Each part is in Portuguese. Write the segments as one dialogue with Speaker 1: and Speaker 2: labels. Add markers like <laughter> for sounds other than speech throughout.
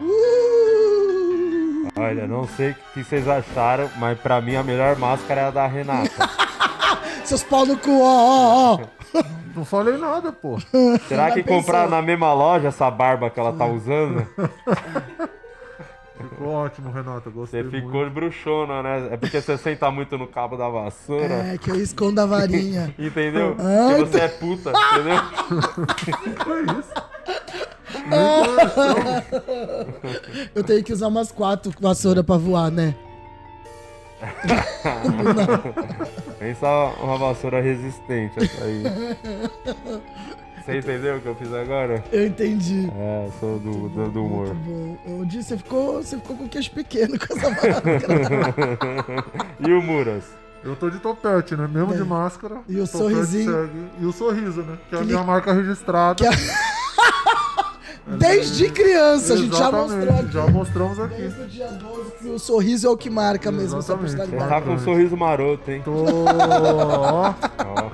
Speaker 1: Hum.
Speaker 2: Olha, não sei o que vocês acharam, mas pra mim a melhor máscara é a da
Speaker 3: <laughs>
Speaker 2: Renata.
Speaker 1: Seus pau no cu, ó, ó, ó.
Speaker 3: Não falei nada, pô.
Speaker 2: Será que
Speaker 1: Já pensou?
Speaker 2: comprar na mesma loja essa barba que ela tá usando?
Speaker 3: <laughs> Ficou ótimo, Renato. Gostei
Speaker 2: Você
Speaker 3: muito.
Speaker 2: ficou bruxona, né? É porque você senta muito no cabo da vassoura.
Speaker 3: <laughs>
Speaker 1: É, que eu escondo a varinha.
Speaker 2: Entendeu?
Speaker 1: Ah,
Speaker 3: então.
Speaker 2: Que você é puta, entendeu?
Speaker 1: Eu tenho que usar umas quatro vassoura pra voar, né?
Speaker 2: Pensa uma vassoura resistente essa
Speaker 3: <laughs>
Speaker 2: aí. Você entendeu o que eu fiz agora?
Speaker 1: Eu entendi.
Speaker 2: É, eu sou do, do, do humor. <laughs>
Speaker 1: Muito bom. O Di, você ficou, você ficou com o queixo pequeno com essa máscara.
Speaker 2: E o Muras?
Speaker 3: Eu tô de topete, né? Mesmo de máscara.
Speaker 1: É. E o
Speaker 3: topete
Speaker 1: sorrisinho.
Speaker 3: segue. E o sorriso, né? Que é a
Speaker 1: Que
Speaker 3: minha marca registrada.
Speaker 1: que a- Desde criança, a gente já
Speaker 3: Exatamente,
Speaker 1: mostrou aqui.
Speaker 3: Já mostramos aqui.
Speaker 1: Desde o dia 12, que o sorriso é o que marca mesmo essa
Speaker 3: Exatamente.
Speaker 2: Você
Speaker 1: personalidade.
Speaker 2: tá com um sorriso maroto, hein?
Speaker 3: Tô. Ó,
Speaker 2: Ó,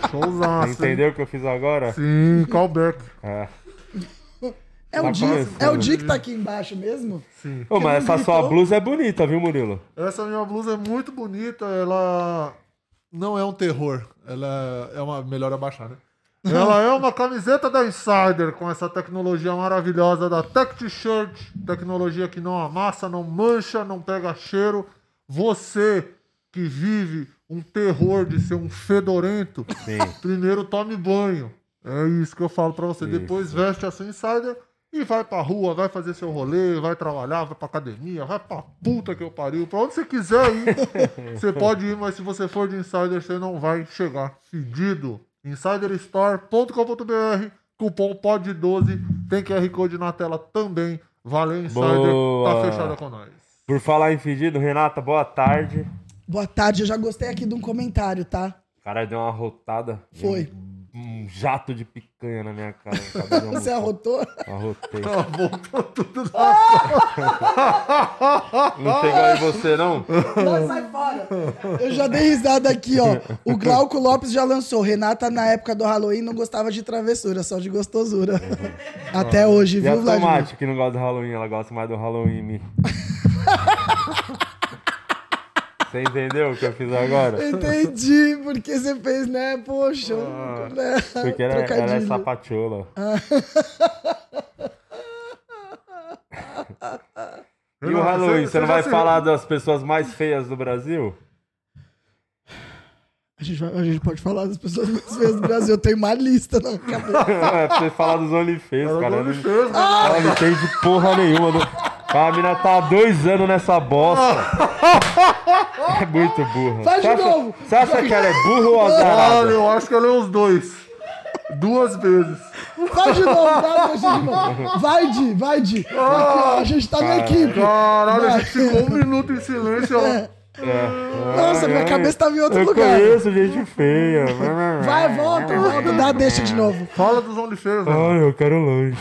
Speaker 3: showzaço. hein?
Speaker 2: entendeu o que eu fiz agora?
Speaker 3: Sim, callback.
Speaker 2: É.
Speaker 1: É o,
Speaker 2: Tá
Speaker 1: Di,
Speaker 2: começando.
Speaker 1: é o Di que tá aqui embaixo mesmo?
Speaker 3: Sim.
Speaker 2: Ô, mas essa sua blusa é bonita, viu, Murilo?
Speaker 3: Essa minha blusa é muito bonita, ela não é um terror. Ela é uma. Melhor abaixar, né? Ela é uma camiseta da Insider com essa tecnologia maravilhosa da Tech T-shirt. Tecnologia que não amassa, não mancha, não pega cheiro. Você que vive um terror de ser um fedorento,
Speaker 2: Sim.
Speaker 3: primeiro tome banho. É isso que eu falo pra você. Depois veste a sua Insider e vai pra rua, vai fazer seu rolê, vai trabalhar, vai pra academia, vai pra puta que eu pariu. Pra onde você quiser ir, você pode ir, mas se você for de Insider, você não vai chegar fedido. Insiderstore.com.br, cupom POD12, tem QR Code na tela também. Valeu, Insider.
Speaker 2: Boa.
Speaker 3: Tá fechada com nós.
Speaker 2: Por falar em fedido, Renata, boa tarde.
Speaker 1: Boa tarde, eu já gostei aqui de um comentário, tá?
Speaker 2: O cara deu uma rotada.
Speaker 1: Foi.
Speaker 2: Um, um jato de picanha na minha cara. Acabei de
Speaker 1: Você
Speaker 2: almoçar.
Speaker 1: arrotou?
Speaker 2: Arrotei.
Speaker 3: Tá voltou tudo na
Speaker 2: Não chegou em você, não?
Speaker 1: <laughs> Não, sai fora. Eu já dei risada aqui, ó. O Glauco Lopes já lançou. Renata, na época do Halloween, não gostava de travessura, só de gostosura.
Speaker 2: <laughs>
Speaker 1: Até hoje,
Speaker 2: E a
Speaker 1: viu, Vladimir?
Speaker 2: Tomate, que não gosta do Halloween, ela gosta mais do
Speaker 1: <laughs>
Speaker 2: Halloween. me. Você entendeu o que eu fiz agora?
Speaker 1: Entendi, porque você fez, né? Poxa, né?
Speaker 2: Ah, Porque ela, ela é
Speaker 1: Trocadilho.
Speaker 2: sapatiola.
Speaker 1: Ah.
Speaker 2: <laughs> E o
Speaker 3: Renato,
Speaker 2: Halloween, você não
Speaker 3: já
Speaker 2: vai
Speaker 3: se-
Speaker 2: falar das pessoas mais feias do Brasil? <laughs>
Speaker 1: A gente, vai- a gente pode falar das pessoas mais feias do Brasil. Eu tenho uma lista na minha cabeça.
Speaker 2: é pra você falar dos OnlyFans,
Speaker 3: Ela
Speaker 2: cara.
Speaker 3: não me
Speaker 2: Ela
Speaker 3: fez, né?
Speaker 2: não entende porra nenhuma. Não... A mina tá há dois anos
Speaker 1: <laughs>
Speaker 2: nessa bosta. É muito burra.
Speaker 1: Faz de
Speaker 2: Você acha-
Speaker 1: novo.
Speaker 2: Você acha que ela é burra ou
Speaker 3: Olha,
Speaker 2: azarada?
Speaker 3: eu acho que eu leio os dois. Duas vezes.
Speaker 1: Vai de novo, vai, vai de novo. Vai, Di, vai, Di. Aqui, ó, a gente tá
Speaker 2: Ah,
Speaker 1: na equipe. É,
Speaker 3: Caralho, a
Speaker 1: Vai.
Speaker 3: gente ficou um minuto em silêncio. ó.
Speaker 1: Nossa, minha cabeça tava em outro
Speaker 2: Eu
Speaker 1: lugar.
Speaker 2: conheço gente feia.
Speaker 1: Vai, volta, volta, dá, deixa de novo.
Speaker 3: Fala dos OnlyFans, né?
Speaker 2: Ai, eu quero lanche.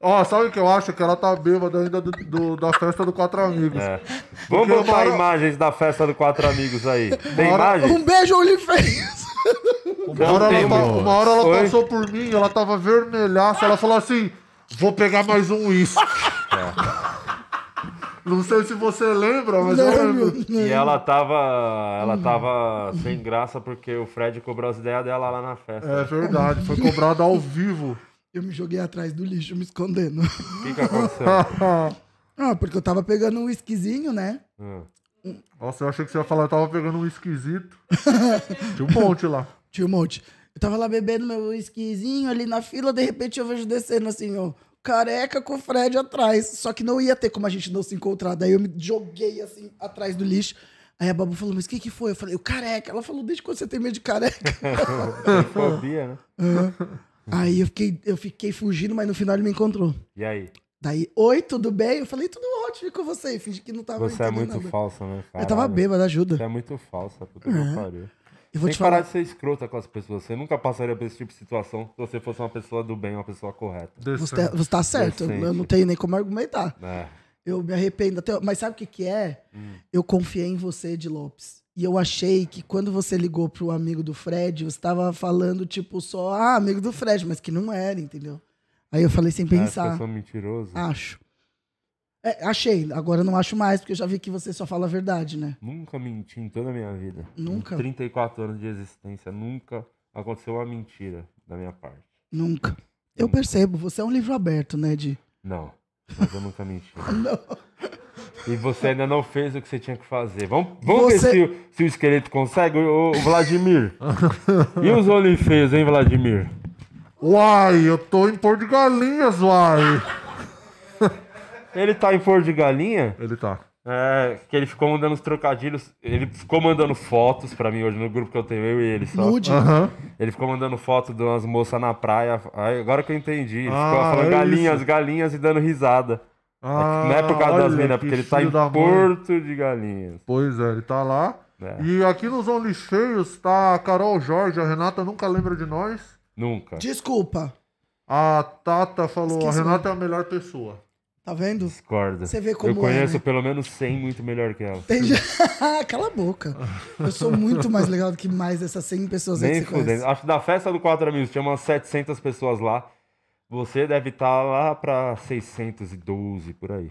Speaker 3: Ó, sabe o que eu acho? Que ela tá bêbada ainda do, do- da festa do Quatro Amigos.
Speaker 2: É. Vamos
Speaker 3: Porque
Speaker 2: botar
Speaker 3: uma hora-
Speaker 2: imagens da festa do Quatro Amigos aí. Tem imagem?
Speaker 1: Um beijo, OnlyFans.
Speaker 3: Uma, hora ela,
Speaker 2: temos.
Speaker 3: pa- uma hora ela
Speaker 2: Oi?
Speaker 3: passou por mim, ela tava vermelhaça. Ela falou assim: vou pegar mais um uísque. Não sei se você lembra, mas
Speaker 1: Né,
Speaker 3: eu lembro.
Speaker 1: Lembro.
Speaker 2: E ela tava. Ela
Speaker 1: Uhum.
Speaker 2: tava sem graça porque o Fred cobrou as ideias dela lá na festa.
Speaker 3: É verdade, foi cobrado ao vivo. <laughs>
Speaker 1: Eu me joguei atrás do lixo, me escondendo. <laughs>
Speaker 2: O que, que aconteceu?
Speaker 1: Ah, porque eu tava pegando um esquisinho, né?
Speaker 2: Hum.
Speaker 3: Nossa, eu achei que você ia falar, eu tava pegando um esquisito. Tinha um monte lá.
Speaker 1: Tinha um monte. Eu tava lá bebendo meu esquisinho ali na fila, de repente eu vejo descendo assim, ó. Careca com o Fred atrás. Só que não ia ter como a gente não se encontrar. Daí eu me joguei assim atrás do lixo. Aí a Babu falou, mas o que que foi? Eu falei, o careca. Ela falou, desde quando você tem medo de careca?
Speaker 2: <laughs> Tem fobia, né?
Speaker 1: Aí eu fiquei, eu fiquei fugindo, mas no final ele me encontrou.
Speaker 2: E aí?
Speaker 1: Daí, oi, tudo bem? Eu falei, tudo ótimo e com você. E fingi que não tava
Speaker 2: Você é
Speaker 1: entendendo
Speaker 2: muito
Speaker 1: nada.
Speaker 2: falsa, né?
Speaker 1: Eu tava
Speaker 2: Caralho.
Speaker 1: bêbado,
Speaker 2: Você
Speaker 1: ajuda.
Speaker 2: é muito falsa, puta que pariu.
Speaker 1: Eu vou te
Speaker 2: Tem que parar
Speaker 1: falar.
Speaker 2: de ser escrota com as pessoas. Você nunca passaria por esse tipo de situação se você fosse uma pessoa do bem, uma pessoa correta.
Speaker 3: Descendo.
Speaker 1: Você, você tá certo, eu,
Speaker 2: Decente.
Speaker 1: eu não tenho nem como argumentar.
Speaker 2: É.
Speaker 1: Eu me arrependo até. Mas sabe o que, que é? Eu confiei em você, de Lopes. E eu achei que quando você ligou pro amigo do Fred, você tava falando, tipo, só, ah, amigo do Fred, mas que não era, entendeu? Aí eu falei sem
Speaker 2: Acho
Speaker 1: pensar.
Speaker 2: que eu sou mentiroso.
Speaker 1: Acho. É, achei. Agora eu não acho mais, porque eu já vi que você só fala a verdade, né?
Speaker 2: Nunca menti em toda a minha vida.
Speaker 1: Nunca?
Speaker 2: Em 34 anos de existência, nunca aconteceu uma mentira da minha parte.
Speaker 1: Nunca. Eu percebo, você é um livro aberto, né, de
Speaker 2: Não. Mas eu nunca menti.
Speaker 1: <laughs>
Speaker 2: E você ainda não fez o que você tinha que fazer. Vamos, vamos
Speaker 1: Você-
Speaker 2: ver se, o- se o esqueleto consegue, o, o Vladimir. e os olifeios, hein, Vladimir?
Speaker 3: Uai, eu tô em pôr de galinhas, uai.
Speaker 2: Ele tá em Porto de Galinha?
Speaker 3: Ele tá.
Speaker 2: É, que ele ficou mandando os trocadilhos. Ele ficou mandando fotos pra mim hoje no grupo que eu tenho, eu e ele só.
Speaker 1: nude.
Speaker 3: Aham.
Speaker 2: Ele ficou mandando foto de umas moças na praia. Aí, agora que eu entendi. Ele
Speaker 3: Ah,
Speaker 2: ficou falando
Speaker 3: é
Speaker 2: galinhas,
Speaker 3: isso.
Speaker 2: galinhas e dando risada.
Speaker 3: Ah,
Speaker 2: não é por causa das
Speaker 3: olha,
Speaker 2: minas,
Speaker 3: que
Speaker 2: porque ele tá em
Speaker 3: filho da mãe.
Speaker 2: Porto de Galinhas.
Speaker 3: Pois é, ele tá lá.
Speaker 2: É.
Speaker 3: E aqui nos Only Cheios tá a Carol Jorge, a Renata nunca lembra de nós.
Speaker 2: Nunca.
Speaker 1: Desculpa,
Speaker 3: A Tata falou,
Speaker 1: Esqueci
Speaker 3: a Renata é a melhor pessoa.
Speaker 1: tá vendo?
Speaker 2: Discorda.
Speaker 1: Você vê como é,
Speaker 2: Eu conheço
Speaker 1: né?
Speaker 2: pelo menos 100 muito melhor que ela.
Speaker 1: Tem gente... <laughs> Cala a boca. Eu sou muito mais legal do que mais essas 100 pessoas aí que
Speaker 2: Nem
Speaker 1: você conhece.
Speaker 2: fudendo. Acho que da festa do Quatro Amigos tinha umas 700 pessoas lá. Você deve estar lá pra 612 por aí.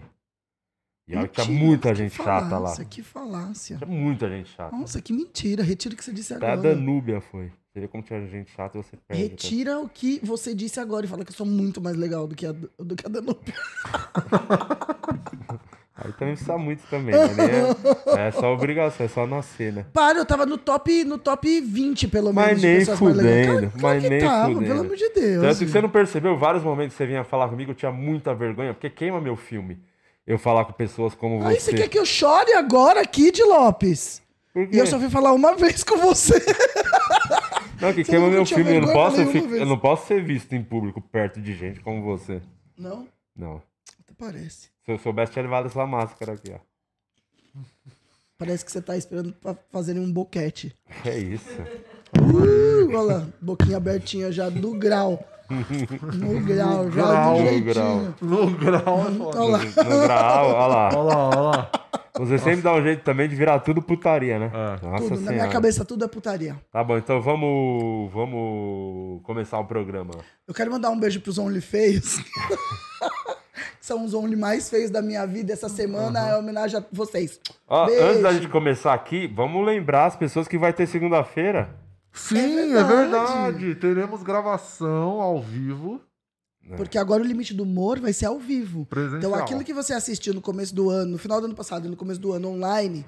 Speaker 2: E olha que tinha
Speaker 1: Mentira,
Speaker 2: muita
Speaker 1: que
Speaker 2: gente chata lá.
Speaker 1: falácia, Que falácia.
Speaker 2: Tinha muita gente chata.
Speaker 1: Nossa, que mentira. Retira o que você disse
Speaker 2: Da
Speaker 1: agora.
Speaker 2: Danúbia foi. Você vê como tinha gente chata e você perde. tá?
Speaker 1: Retira o que você disse agora e fala que eu sou muito mais legal do que a, do que a Danúbia.
Speaker 2: Aí também precisa muito também, né? Nem É, é só obrigação, é só nascer, né?
Speaker 1: <laughs> Para, eu tava no top, no top 20, pelo menos.
Speaker 2: Mas
Speaker 1: de
Speaker 2: nem
Speaker 1: pessoas mais legais.
Speaker 2: fudendo,
Speaker 1: Claro- claro
Speaker 2: mas
Speaker 1: que
Speaker 2: nem
Speaker 1: tava,
Speaker 2: fudendo.
Speaker 1: Pelo amor de Deus.
Speaker 2: Tanto que você não percebeu, vários momentos que você vinha falar comigo, eu tinha muita vergonha, porque queima meu filme. Eu falar com pessoas como
Speaker 1: Aí
Speaker 2: você.
Speaker 1: você quer que eu chore agora aqui de Lopes?
Speaker 2: Por quê?
Speaker 1: E eu só fui falar uma <laughs> vez com você.
Speaker 2: Não, que
Speaker 1: Você
Speaker 2: queima
Speaker 1: nunca
Speaker 2: meu
Speaker 1: tinha
Speaker 2: filme, eu não,
Speaker 1: vergonha
Speaker 2: posso, eu,
Speaker 1: nenhuma
Speaker 2: fico-
Speaker 1: vez.
Speaker 2: eu não posso ser visto em público perto de gente como você.
Speaker 1: Não,
Speaker 2: Não.
Speaker 1: até parece.
Speaker 2: Se eu soubesse, tinha levado essa máscara aqui, ó.
Speaker 1: Parece que você tá esperando pra fazerem um boquete.
Speaker 2: É isso.
Speaker 1: Uh, olha lá, boquinha abertinha já do grau. No
Speaker 3: <laughs>
Speaker 1: grau, já
Speaker 3: grau,
Speaker 1: do
Speaker 3: no
Speaker 1: jeitinho.
Speaker 2: grau.
Speaker 3: No grau, é
Speaker 1: Olha
Speaker 3: foda.
Speaker 1: lá.
Speaker 2: No grau, olha lá.
Speaker 3: Olha lá, olha lá.
Speaker 1: É
Speaker 2: Você sempre dá um jeito também de virar tudo putaria, né?
Speaker 3: É.
Speaker 2: Nossa
Speaker 1: tudo, na minha
Speaker 2: Senhora.
Speaker 1: cabeça tudo é putaria.
Speaker 2: Tá bom, então vamos, vamos começar o programa.
Speaker 1: Eu quero mandar um beijo pros Only Feios. <laughs> São os Only mais feios da minha vida. Essa semana é homenagem a vocês.
Speaker 2: Ó,
Speaker 1: Beijo.
Speaker 2: antes da gente começar aqui, vamos lembrar as pessoas que vai ter segunda-feira.
Speaker 3: Sim,
Speaker 1: É
Speaker 3: é
Speaker 1: verdade.
Speaker 3: verdade. Teremos gravação ao vivo,
Speaker 1: Porque agora o limite do humor vai ser ao vivo.
Speaker 3: É. presencial.
Speaker 1: Então, aquilo que você assistiu no começo do ano, no final do ano passado e no começo do ano online,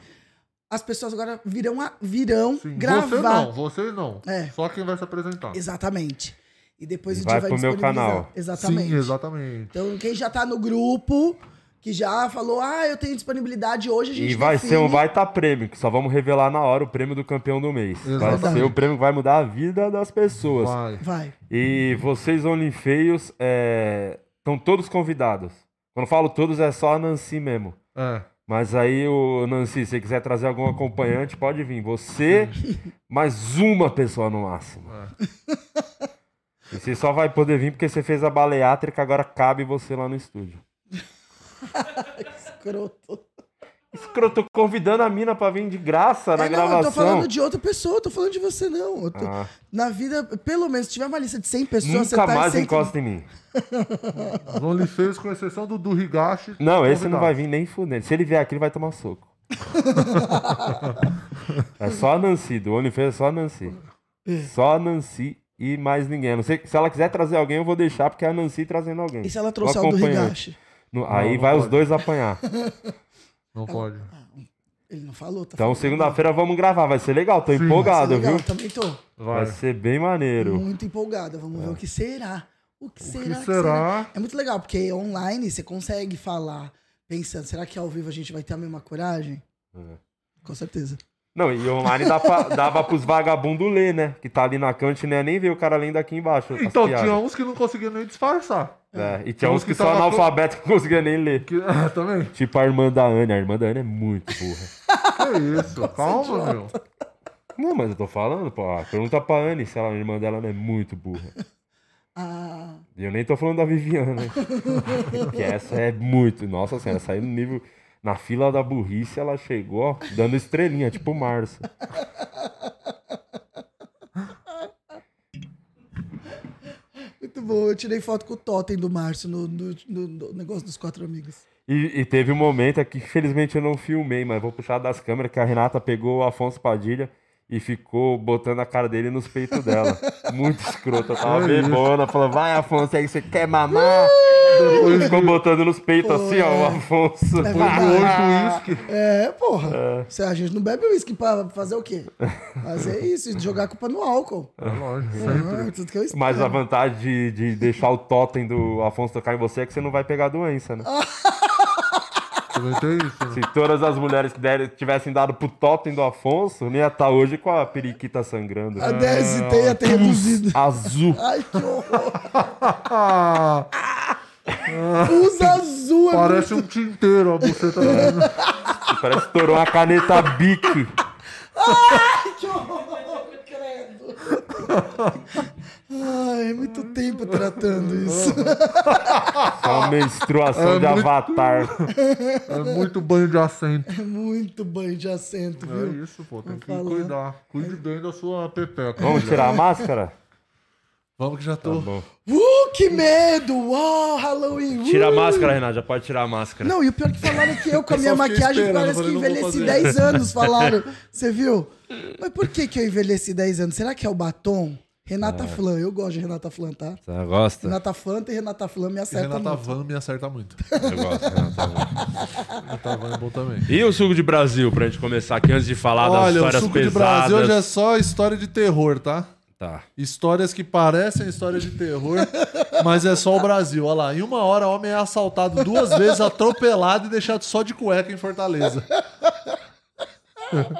Speaker 1: as pessoas agora virão, a- virão
Speaker 3: Sim, Você
Speaker 1: gravar.
Speaker 3: não, vocês não.
Speaker 1: É.
Speaker 3: Só quem vai se apresentar.
Speaker 1: Exatamente. E depois
Speaker 2: E
Speaker 1: o
Speaker 2: Tá. vai
Speaker 1: dia vai
Speaker 2: pro meu
Speaker 1: disponibilizar.
Speaker 2: canal.
Speaker 1: Exatamente.
Speaker 3: Sim, exatamente.
Speaker 1: Então, quem já tá no grupo, que já falou, ah, eu tenho disponibilidade hoje, a gente
Speaker 2: E vai ser um
Speaker 1: define."
Speaker 2: baita prêmio, que só vamos revelar na hora o prêmio do campeão do mês. Vai
Speaker 3: Exatamente.
Speaker 2: ser o prêmio que vai mudar a vida das pessoas.
Speaker 3: Vai.
Speaker 1: Vai.
Speaker 2: E vocês, Onlyfeios, é... estão todos convidados. Quando falo todos, é só a Nancy mesmo.
Speaker 3: É.
Speaker 2: Mas aí, o Nancy, se você quiser trazer algum acompanhante, pode vir.
Speaker 1: <laughs>
Speaker 2: Você, mais uma pessoa no máximo. E você só vai poder vir porque você fez a baleátrica, agora cabe você lá no estúdio.
Speaker 1: Escroto.
Speaker 2: Escroto, tô convidando a mina pra vir de graça Tá na
Speaker 1: É, não, eu tô
Speaker 2: gravação.
Speaker 1: falando de outra pessoa, eu tô falando de você, não. Eu tô-
Speaker 2: Ah,
Speaker 1: Na vida, pelo menos, se tiver uma lista de 100 pessoas, você
Speaker 2: nunca
Speaker 1: tá em
Speaker 2: mais
Speaker 1: 100...
Speaker 2: encosta em mim.
Speaker 3: Os OnlyFans, com exceção do do Higashi.
Speaker 2: Não, esse não
Speaker 3: convidados.
Speaker 2: vai vir nem fudendo. Se ele vier aqui, ele vai tomar
Speaker 1: <laughs>
Speaker 2: um soco. é só a Nancy, do OnlyFans é só a Nancy. Só a Nancy e mais ninguém. A Não sei, se ela quiser trazer alguém, eu vou deixar, porque é a Nancy trazendo alguém.
Speaker 1: E se ela
Speaker 2: Um
Speaker 1: trouxer o do
Speaker 2: acompanhante.
Speaker 1: Higashi?
Speaker 2: No- aí
Speaker 3: não
Speaker 2: vai os
Speaker 3: pode.
Speaker 2: dois apanhar.
Speaker 3: Não pode.
Speaker 1: Ah, Ele não falou, tá
Speaker 2: Então,
Speaker 1: falando.
Speaker 2: segunda-feira vamos gravar. Vai ser legal, tô
Speaker 1: Vai ser
Speaker 2: empolgado,
Speaker 1: legal, Hum.
Speaker 2: viu?
Speaker 1: Também tô.
Speaker 2: Vai
Speaker 3: Vai.
Speaker 2: ser bem maneiro.
Speaker 1: Muito empolgada. Vamos ver o que será. O que será?
Speaker 3: que será?
Speaker 1: É muito legal, porque online você consegue falar pensando, será que ao vivo a gente vai ter a mesma coragem?
Speaker 2: É.
Speaker 1: Com certeza.
Speaker 2: Não, e online dá pra, dava pros vagabundos ler, né? Que tá ali na cante, né? Nem vê o cara lendo aqui embaixo. as
Speaker 3: Então,
Speaker 2: piadas.
Speaker 3: tinha uns que não conseguiam nem disfarçar.
Speaker 2: É, e tinha
Speaker 3: Tinha
Speaker 2: uns
Speaker 3: uns
Speaker 2: que
Speaker 3: que
Speaker 2: são
Speaker 3: tava pro-
Speaker 2: analfabetos que não conseguia nem ler.
Speaker 3: Que... <laughs> É, também.
Speaker 2: Tipo a irmã da Ana. A irmã da Ana é muito burra. <laughs>
Speaker 3: Que isso. Calma, meu.
Speaker 2: não, mas eu tô falando, pô. ah, Pergunta pra Anne se ela, a irmã dela não é muito burra.
Speaker 1: Ah,
Speaker 2: E eu nem tô falando da Viviana, que essa é muito. Nossa senhora, saiu no nível. Na fila da burrice, ela chegou ó, dando estrelinha, tipo Marcia.
Speaker 1: Muito bom, eu tirei foto com o totem do Márcio no, no- no- no negócio dos quatro amigos.
Speaker 2: E, e teve um momento aqui que infelizmente eu não filmei, mas vou puxar das câmeras que a Renata pegou o Afonso Padilha e ficou botando a cara dele nos peitos dela. Muito escrota, tava
Speaker 3: Olha isso.
Speaker 2: bebona, falou, vai Afonso, aí você quer mamar? Depois ficou botando nos peitos assim, ó, o Afonso.
Speaker 1: É
Speaker 3: Foi de
Speaker 1: verdade.
Speaker 3: oito
Speaker 2: <laughs>
Speaker 3: uísque.
Speaker 1: É, porra. Se A gente não bebe uísque pra fazer o quê? Fazer isso, jogar a culpa no álcool.
Speaker 3: É lógico.
Speaker 1: Ah, tudo que eu espero.
Speaker 2: Mas a vantagem de, de deixar o totem do Afonso tocar em você é que você não vai pegar a doença, né?
Speaker 3: Também tem isso, né?
Speaker 2: Se todas as mulheres que derem- tivessem dado pro totem do Afonso, não ia estar hoje com a periquita sangrando.
Speaker 1: A DST ia ter reduzido.
Speaker 2: Azul.
Speaker 1: Ai, que horror.
Speaker 3: Ah,
Speaker 1: Usa azul. é
Speaker 3: parece um tinteiro a buceta da
Speaker 2: Parece que estourou uma caneta bic.
Speaker 1: muito- Que horror, credo. Ai, muito tempo tratando isso.
Speaker 2: Uma menstruação
Speaker 3: É
Speaker 2: de
Speaker 3: muito-
Speaker 2: avatar.
Speaker 3: É muito banho de assento.
Speaker 1: É muito banho de assento,
Speaker 3: É
Speaker 1: viu?
Speaker 3: isso, pô. Tem
Speaker 1: Vamos
Speaker 3: que
Speaker 1: falar.
Speaker 3: cuidar. Cuide bem da sua pepeca. Tá
Speaker 2: Vamos
Speaker 3: mulher.
Speaker 2: tirar a máscara?
Speaker 3: Vamos que já tô.
Speaker 2: bom.
Speaker 1: Uh, que medo! Uau, Halloween! Uh.
Speaker 2: Tira a máscara, Renato. Já pode tirar a máscara.
Speaker 1: Não, e o pior é que falaram que eu com a
Speaker 3: Eu
Speaker 1: minha
Speaker 3: só fiquei
Speaker 1: maquiagem
Speaker 3: esperando,
Speaker 1: parece que
Speaker 3: falei, não vou
Speaker 1: envelheci
Speaker 3: fazer.
Speaker 1: 10
Speaker 3: <laughs>
Speaker 1: anos, falaram. Você viu? Mas por que que eu envelheci 10 anos? Será que é o batom? Renata
Speaker 2: Ah.
Speaker 1: Flan, eu gosto de Renata Flan, tá?
Speaker 2: Você gosta?
Speaker 1: Renata Fanta e Renata Flan me
Speaker 3: E
Speaker 1: acertam
Speaker 3: Renata
Speaker 1: muito.
Speaker 3: Van me acerta muito.
Speaker 2: Eu gosto, Renato.
Speaker 3: Renata Van é bom também.
Speaker 2: E o suco de Brasil, pra gente começar aqui, antes de falar das
Speaker 3: Olha, o
Speaker 2: histórias
Speaker 3: suco
Speaker 2: pesadas.
Speaker 3: de Brasil hoje é só história de terror, tá?
Speaker 2: Tá.
Speaker 3: Histórias que parecem história de terror, mas é só o Brasil. Olha lá, em uma hora, homem é assaltado duas vezes, atropelado e deixado só de cueca em Fortaleza. <laughs>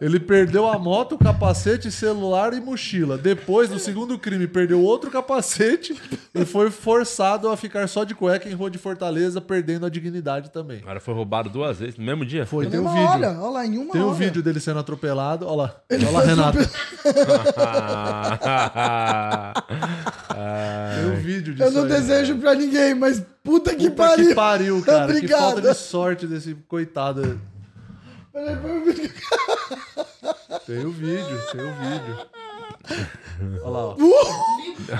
Speaker 3: Ele perdeu a moto, o capacete, celular e mochila. Depois, no segundo crime, perdeu outro capacete e foi forçado a ficar só de cueca em rua de Fortaleza, perdendo a dignidade também.
Speaker 2: O cara foi roubado duas vezes no mesmo dia?
Speaker 3: Foi,
Speaker 1: Na
Speaker 3: tem um
Speaker 1: mesma
Speaker 3: vídeo.
Speaker 1: hora, olha um lá, em uma
Speaker 3: Tem um
Speaker 1: hora.
Speaker 3: vídeo dele sendo atropelado. Olha lá. Olha lá,
Speaker 1: <laughs>
Speaker 3: Renato. Tem
Speaker 2: É.
Speaker 3: um vídeo disso.
Speaker 1: Eu não
Speaker 3: aí.
Speaker 1: desejo pra ninguém, mas puta que
Speaker 3: Puta
Speaker 1: pariu.
Speaker 3: que pariu, cara. Que
Speaker 1: Obrigado.
Speaker 3: falta de sorte desse coitado.
Speaker 1: um
Speaker 3: Tem o vídeo, tem o vídeo. Olha lá, ó. O
Speaker 1: Uh!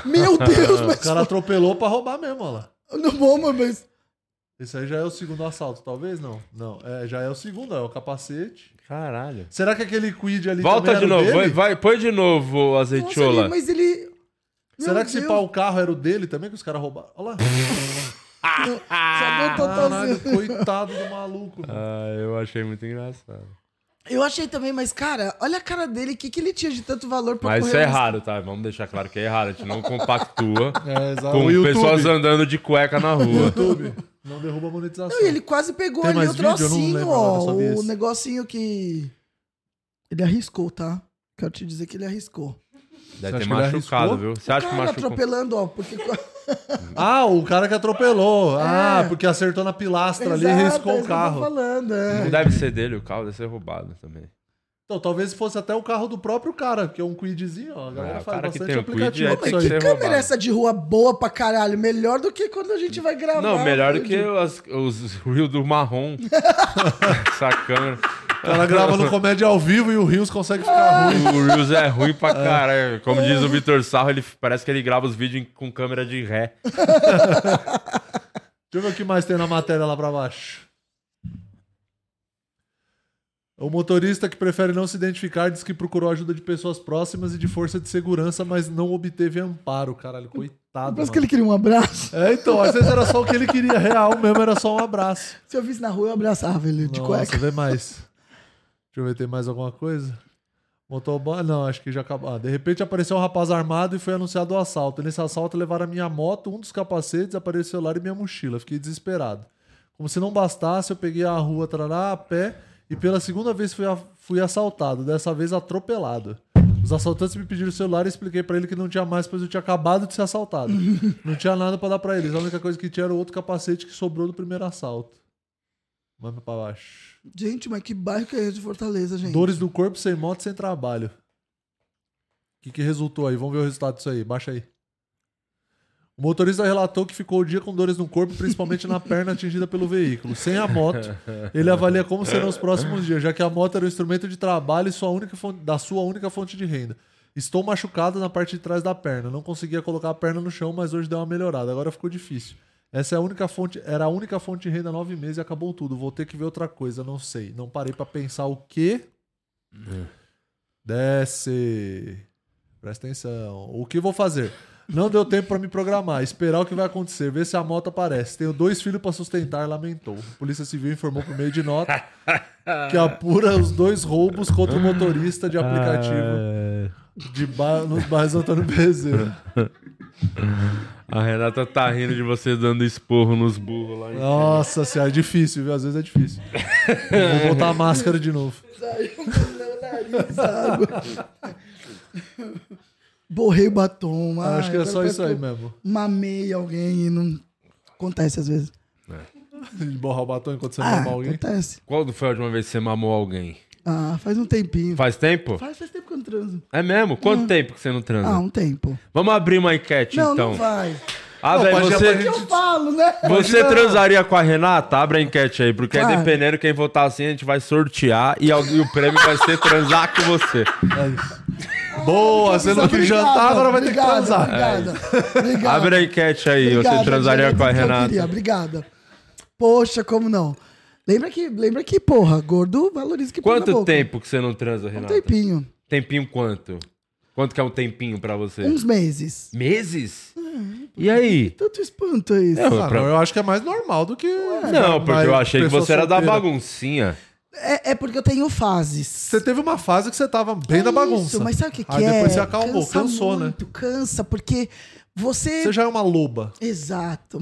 Speaker 1: Meu
Speaker 3: <laughs>
Speaker 1: Deus, mas
Speaker 3: cara atropelou pra roubar mesmo, olha lá.
Speaker 1: não bom, mas
Speaker 3: Esse aí já é o segundo assalto, talvez não. Não, é, já é o segundo, é o capacete.
Speaker 2: <laughs> Caralho.
Speaker 3: Será que aquele quid ali
Speaker 2: Volta
Speaker 3: também
Speaker 2: de
Speaker 3: era o
Speaker 2: novo, vai,
Speaker 3: dele? é
Speaker 2: vai, põe de novo,
Speaker 1: Nossa, ele-
Speaker 2: azeitola.
Speaker 1: mas ele Meu
Speaker 3: Será que se
Speaker 1: Deus.
Speaker 3: pau o carro era o dele também que os caras roubaram? Olha lá. Ah,
Speaker 1: Sabe, eu tô
Speaker 3: Caralho,
Speaker 1: totalzinho.
Speaker 3: coitado do maluco. mano.
Speaker 2: Ah, eu achei muito engraçado.
Speaker 1: Eu achei também, mas cara, olha a cara dele, o que, que ele tinha de tanto valor pra
Speaker 2: Mas
Speaker 1: correr
Speaker 2: isso é
Speaker 1: no-
Speaker 2: errado, tá? Vamos deixar claro que é errado. A gente não
Speaker 3: <laughs>
Speaker 2: compactua
Speaker 3: É, exato.
Speaker 2: com
Speaker 3: O YouTube.
Speaker 2: pessoas andando de cueca na rua.
Speaker 3: YouTube. Não derruba a monetização.
Speaker 1: Não, e ele quase pegou
Speaker 3: Tem
Speaker 1: ali
Speaker 3: mais
Speaker 1: o
Speaker 3: vídeo? Eu não
Speaker 1: trocinho,
Speaker 3: lembro agora,
Speaker 1: ó.
Speaker 3: eu só vi
Speaker 1: O
Speaker 3: esse.
Speaker 1: negocinho que. Ele arriscou, tá? Quero te dizer que ele arriscou.
Speaker 2: Deve ter
Speaker 3: acha que ele
Speaker 2: machucado,
Speaker 3: arriscou?
Speaker 2: viu? Você acha que
Speaker 1: cara
Speaker 2: machucou?
Speaker 1: atropelando, ó.
Speaker 3: <laughs>
Speaker 1: Porque...
Speaker 3: Ah, o cara que atropelou. Ah,
Speaker 1: É.
Speaker 3: porque acertou na pilastra ali e
Speaker 1: Exato, é
Speaker 3: riscou
Speaker 1: isso
Speaker 3: o
Speaker 1: que eu tô
Speaker 3: carro.
Speaker 1: falando,
Speaker 2: Não
Speaker 1: é.
Speaker 2: deve ser dele o carro, deve ser roubado também.
Speaker 3: Então, talvez fosse até o carro do próprio cara, que é um quidzinho, ó. A galera
Speaker 2: É, o
Speaker 3: faz
Speaker 2: cara que
Speaker 3: bastante
Speaker 2: tem o quid
Speaker 3: aplicativo
Speaker 2: é-
Speaker 3: com
Speaker 1: Mas
Speaker 2: tem
Speaker 3: isso
Speaker 1: que
Speaker 2: que
Speaker 3: aí.
Speaker 2: ser
Speaker 1: câmera
Speaker 2: roubado.
Speaker 1: é essa de rua boa pra caralho? Melhor do que quando a gente vai gravar. né?
Speaker 2: Não, melhor do que
Speaker 1: vídeo.
Speaker 2: as- os rios do
Speaker 3: <laughs>
Speaker 2: marrom. Essa câmera.
Speaker 3: O cara
Speaker 2: <laughs>
Speaker 3: grava no comédia ao vivo e o Rios consegue ficar ruim.
Speaker 2: O Reels é
Speaker 1: <laughs>
Speaker 2: ruim pra caralho. Como diz o Vitor Sarro, ele parece que ele grava os vídeos em- com câmera de ré.
Speaker 3: Deixa eu ver o que mais tem na matéria lá pra baixo. O motorista que prefere não se identificar diz que procurou ajuda de pessoas próximas e de força de segurança, mas não obteve amparo. Caralho, coitado.
Speaker 1: Parece
Speaker 3: mano.
Speaker 1: que ele queria um abraço. <laughs>
Speaker 3: É, então, às vezes era só o que ele queria, real mesmo, era só um abraço.
Speaker 1: Se eu visse na rua, eu abraçava ele de
Speaker 3: Nossa,
Speaker 1: cueca.
Speaker 3: vê mais. Deixa eu ver, tem mais alguma coisa? Motoboy? Não, acho que já acabou. Ah, de repente apareceu um rapaz armado e foi anunciado o assalto. Nesse assalto levaram a minha moto, um dos capacetes, apareceu o celular e minha mochila. Fiquei desesperado. Como se não bastasse, eu peguei a rua trará, a pé e pela segunda vez fui, a- fui assaltado, dessa vez atropelado. Os assaltantes me pediram o celular e expliquei pra ele que não tinha mais, pois eu tinha acabado de
Speaker 1: <laughs>
Speaker 3: ser assaltado. não tinha nada pra dar pra eles. A única coisa que tinha era o outro capacete que sobrou do primeiro assalto. Manda pra baixo.
Speaker 1: Gente, mas que bairro que é esse de Fortaleza, gente?
Speaker 3: Dores do corpo sem moto, sem trabalho. O que, que resultou aí? Vamos ver o resultado disso aí. Baixa aí. O motorista relatou que ficou o dia com dores no corpo, principalmente na perna atingida pelo veículo. Sem a moto, ele avalia como serão os próximos dias, já que a moto era um instrumento de trabalho e sua única fonte- da sua única fonte de renda. Estou machucado na parte de trás da perna. Não conseguia colocar a perna no chão, mas hoje deu uma melhorada. Agora ficou difícil. Essa é a única fonte, era a única fonte de renda há nove meses e acabou tudo. Vou ter que ver outra coisa, não sei. Não parei pra pensar o que. Desce. Presta atenção. O que vou fazer? Não deu tempo pra me programar, esperar o que vai acontecer, ver se a moto aparece. Tenho dois filhos pra sustentar, lamentou. A Polícia Civil informou por meio de nota que apura os dois roubos contra o motorista de aplicativo de ba... nos bairros Antônio Bezerra.
Speaker 2: A Renata tá rindo de você dando esporro nos burros
Speaker 1: Ah.
Speaker 2: lá.
Speaker 3: Nossa senhora, é difícil, viu? Às vezes é difícil. Eu Vou botar a máscara de novo.
Speaker 1: Saiu com meu nariz, água. Borrei o batom. ah,
Speaker 3: Acho que é
Speaker 1: agora
Speaker 3: só
Speaker 1: parece
Speaker 3: isso aí
Speaker 1: que eu
Speaker 3: mesmo.
Speaker 1: Mamei alguém e não. Acontece às vezes.
Speaker 3: De borrar o batom enquanto você
Speaker 1: Ah,
Speaker 3: mama Tá alguém.
Speaker 1: acontece.
Speaker 2: Quando foi a última vez que você mamou alguém?
Speaker 1: Ah, faz um tempinho.
Speaker 2: Faz tempo?
Speaker 1: Faz, faz tempo que eu não transo.
Speaker 2: É mesmo? Quanto tempo que você não transa?
Speaker 1: Ah, um tempo.
Speaker 2: Vamos abrir uma enquete
Speaker 1: Não,
Speaker 2: então.
Speaker 1: não vai.
Speaker 2: Ah,
Speaker 3: Não,
Speaker 2: velho,
Speaker 3: pode-
Speaker 2: você,
Speaker 3: pode-
Speaker 1: Eu falo, né?
Speaker 2: você
Speaker 3: tá
Speaker 2: transaria com a Renata? Abre a enquete aí, porque
Speaker 1: Claro.
Speaker 2: dependendo quem votar assim, a gente vai sortear e, al- e o prêmio vai ser transar com você.
Speaker 1: tá.
Speaker 3: É isso. Boa, você não quis jantar, agora vai ter que
Speaker 1: Obrigada,
Speaker 3: transar. É
Speaker 1: Obrigada. obrigada.
Speaker 2: Abre a enquete aí,
Speaker 1: Obrigada,
Speaker 2: você transaria
Speaker 1: Diana,
Speaker 2: com a
Speaker 1: tudo que eu queria,
Speaker 2: Renata.
Speaker 1: Obrigada. Poxa, como não? Lembra que, lembra que porra, gordo valoriza que põe na
Speaker 2: Quanto
Speaker 1: boca.
Speaker 2: tempo que você não transa,
Speaker 1: Um
Speaker 2: Renata?
Speaker 1: tempinho.
Speaker 2: Tempinho quanto? Quanto que é um tempinho pra você?
Speaker 1: Uns meses.
Speaker 2: Meses? E aí?
Speaker 1: Tanto espanto é isso.
Speaker 2: É,
Speaker 3: Ah, não, eu acho que é mais normal do que.
Speaker 2: Não, porque
Speaker 3: mais
Speaker 2: eu achei que
Speaker 3: pessoa
Speaker 2: você era da
Speaker 3: solteira.
Speaker 2: baguncinha.
Speaker 1: É, é porque eu tenho fases.
Speaker 3: Você teve uma fase que você tava bem
Speaker 1: É
Speaker 3: da bagunça.
Speaker 1: Isso, mas sabe o que, que
Speaker 3: Aí
Speaker 1: é?
Speaker 3: depois você acalmou,
Speaker 1: Cansa
Speaker 3: cansou, né?
Speaker 1: muito, Cansa, porque você...
Speaker 3: Você já é uma loba.
Speaker 1: Exato.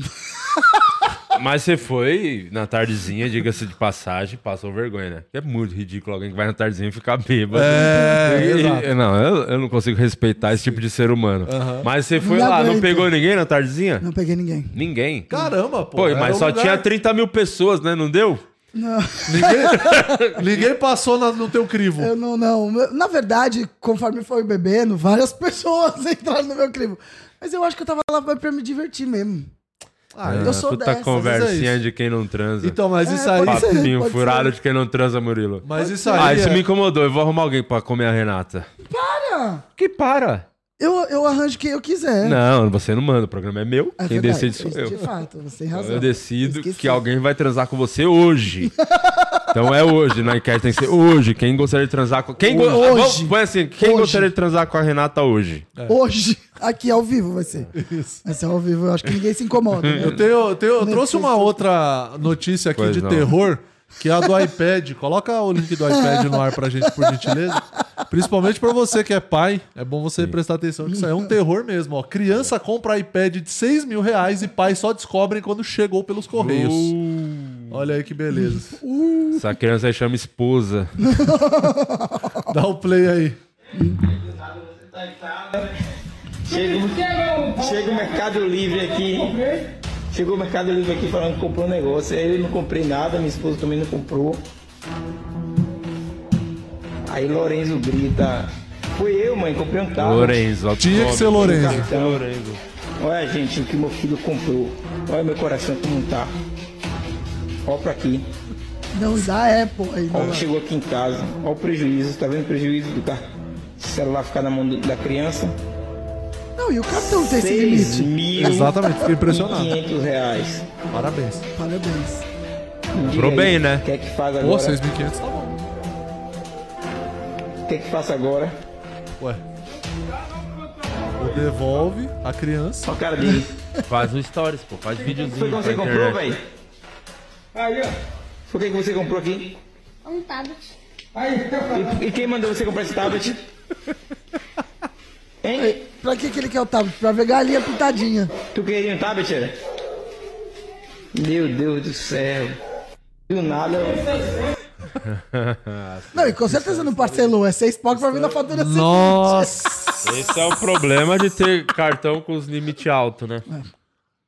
Speaker 2: Mas você foi na tardezinha, diga-se de passagem, passou vergonha, né? É muito ridículo alguém que vai na tardezinha e ficar bêbado.
Speaker 3: É,
Speaker 2: E-
Speaker 3: exato.
Speaker 2: e- não, eu, eu não consigo respeitar esse tipo de ser humano.
Speaker 3: Aham.
Speaker 2: Mas você foi
Speaker 1: Não
Speaker 2: lá, não
Speaker 1: aguento.
Speaker 2: pegou ninguém na tardezinha?
Speaker 1: Não peguei ninguém.
Speaker 2: Ninguém.
Speaker 3: Caramba, pô.
Speaker 2: Pô,
Speaker 3: era
Speaker 2: mas
Speaker 3: um
Speaker 2: só
Speaker 3: lugar-
Speaker 2: tinha 30 mil pessoas, né? Não deu?
Speaker 1: Não,
Speaker 3: Ninguém, <laughs> ninguém passou na- no teu crivo.
Speaker 1: eu não, não. Na verdade, conforme foi bebendo, várias <laughs> pessoas entraram no meu crivo. Mas eu acho que eu tava lá pra me divertir mesmo.
Speaker 3: Ah,
Speaker 1: eu
Speaker 2: Ah,
Speaker 1: sou
Speaker 2: puta
Speaker 1: dessas,
Speaker 3: às
Speaker 2: conversinha
Speaker 3: vezes é
Speaker 2: de quem não transa.
Speaker 3: Então, mas isso
Speaker 1: É,
Speaker 3: aí.
Speaker 1: pode ser.
Speaker 2: Papinho
Speaker 1: pode
Speaker 2: furado
Speaker 1: ser.
Speaker 2: de quem não transa, Murilo.
Speaker 3: Mas isso aí.
Speaker 2: Ah, isso
Speaker 3: é-
Speaker 2: me incomodou. Eu vou arrumar alguém pra comer a Renata.
Speaker 1: Para!
Speaker 2: Que para.
Speaker 1: Eu, eu arranjo quem eu quiser.
Speaker 2: Não, você não manda. O programa é meu.
Speaker 1: É
Speaker 2: quem
Speaker 1: verdade,
Speaker 2: decide sou
Speaker 1: isso
Speaker 2: eu. Então,
Speaker 1: De fato, você tem razão.
Speaker 2: Eu decido
Speaker 1: Esqueci.
Speaker 2: que alguém vai transar com
Speaker 1: <laughs>
Speaker 2: você hoje. então é hoje, na enquete tem que ser hoje. Quem gostaria de transar com. Quem go-
Speaker 1: Hoje.
Speaker 2: Ah, vamos- Põe assim, quem
Speaker 1: Hoje.
Speaker 2: gostaria de transar com a Renata hoje?
Speaker 1: É. Hoje, aqui ao vivo vai ser.
Speaker 3: Isso.
Speaker 1: Vai ser ao vivo, eu acho que ninguém se incomoda. né?
Speaker 2: <laughs>
Speaker 3: Eu, tenho, eu, tenho- eu trouxe uma outra notícia aqui
Speaker 2: Pois
Speaker 3: de
Speaker 2: não.
Speaker 3: terror, que é a do iPad. Coloca o link do iPad no ar pra gente, por gentileza. Principalmente pra você que é pai, é bom você prestar atenção que isso aí é um terror mesmo. Ó. Criança compra iPad de 6 mil reais e pais só descobrem quando chegou pelos correios.
Speaker 2: Uh.
Speaker 3: Olha aí que beleza.
Speaker 2: Essa criança aí chama esposa.
Speaker 3: Dá o play aí.
Speaker 4: Chega, o- chega o Mercado Livre aqui. Chegou o Mercado Livre aqui falando que comprou um negócio. Aí eu não comprei nada, minha esposa também não comprou. Aí Lorenzo grita. Foi eu, mãe, comprei um carro. Um
Speaker 2: Lorenzo. ó,
Speaker 3: Tinha que
Speaker 2: come.
Speaker 3: ser Lorenzo.
Speaker 4: Cartão. Olha, gente, o que meu filho comprou. Olha meu coração como tá. Olha pra aqui.
Speaker 1: Não dá Apple ainda.
Speaker 4: Ó,
Speaker 1: lá.
Speaker 4: chegou aqui em casa, olha o prejuízo, tá vendo o prejuízo do carro? celular ficar na mão do- da criança?
Speaker 1: Não, e o cartão tem esse
Speaker 4: Seis
Speaker 1: limite.
Speaker 4: mil
Speaker 3: Exatamente, fiquei impressionado.
Speaker 4: e 500 reais.
Speaker 3: Parabéns.
Speaker 1: Parabéns.
Speaker 2: Comprou
Speaker 4: Diga aí,
Speaker 2: bem, né?
Speaker 4: O que é que faz
Speaker 3: Pô,
Speaker 4: agora?
Speaker 3: 6.500 tá bom.
Speaker 4: O que é que faço agora?
Speaker 3: Ué. Devolve a criança.
Speaker 4: Ó, o cara dele.
Speaker 2: Faz um stories, pô. Faz
Speaker 4: Foi
Speaker 2: videozinho
Speaker 4: como
Speaker 2: pra
Speaker 4: você comprou,
Speaker 2: internet.
Speaker 4: velho? Aí, ó. Foi o que que você comprou aqui?
Speaker 5: Um tablet.
Speaker 4: E, e quem mandou você comprar esse tablet? Hein?
Speaker 1: Pra que, que ele quer o tablet? Pra ver galinha pintadinha.
Speaker 4: Tu queria um tablet, era? Meu Deus do céu. Do nada.
Speaker 1: Não, e com certeza não parcelou. É seis pau que vai vir na fatura seguinte.
Speaker 3: Nossa!
Speaker 2: Esse é o problema de ter cartão com os limites altos, né?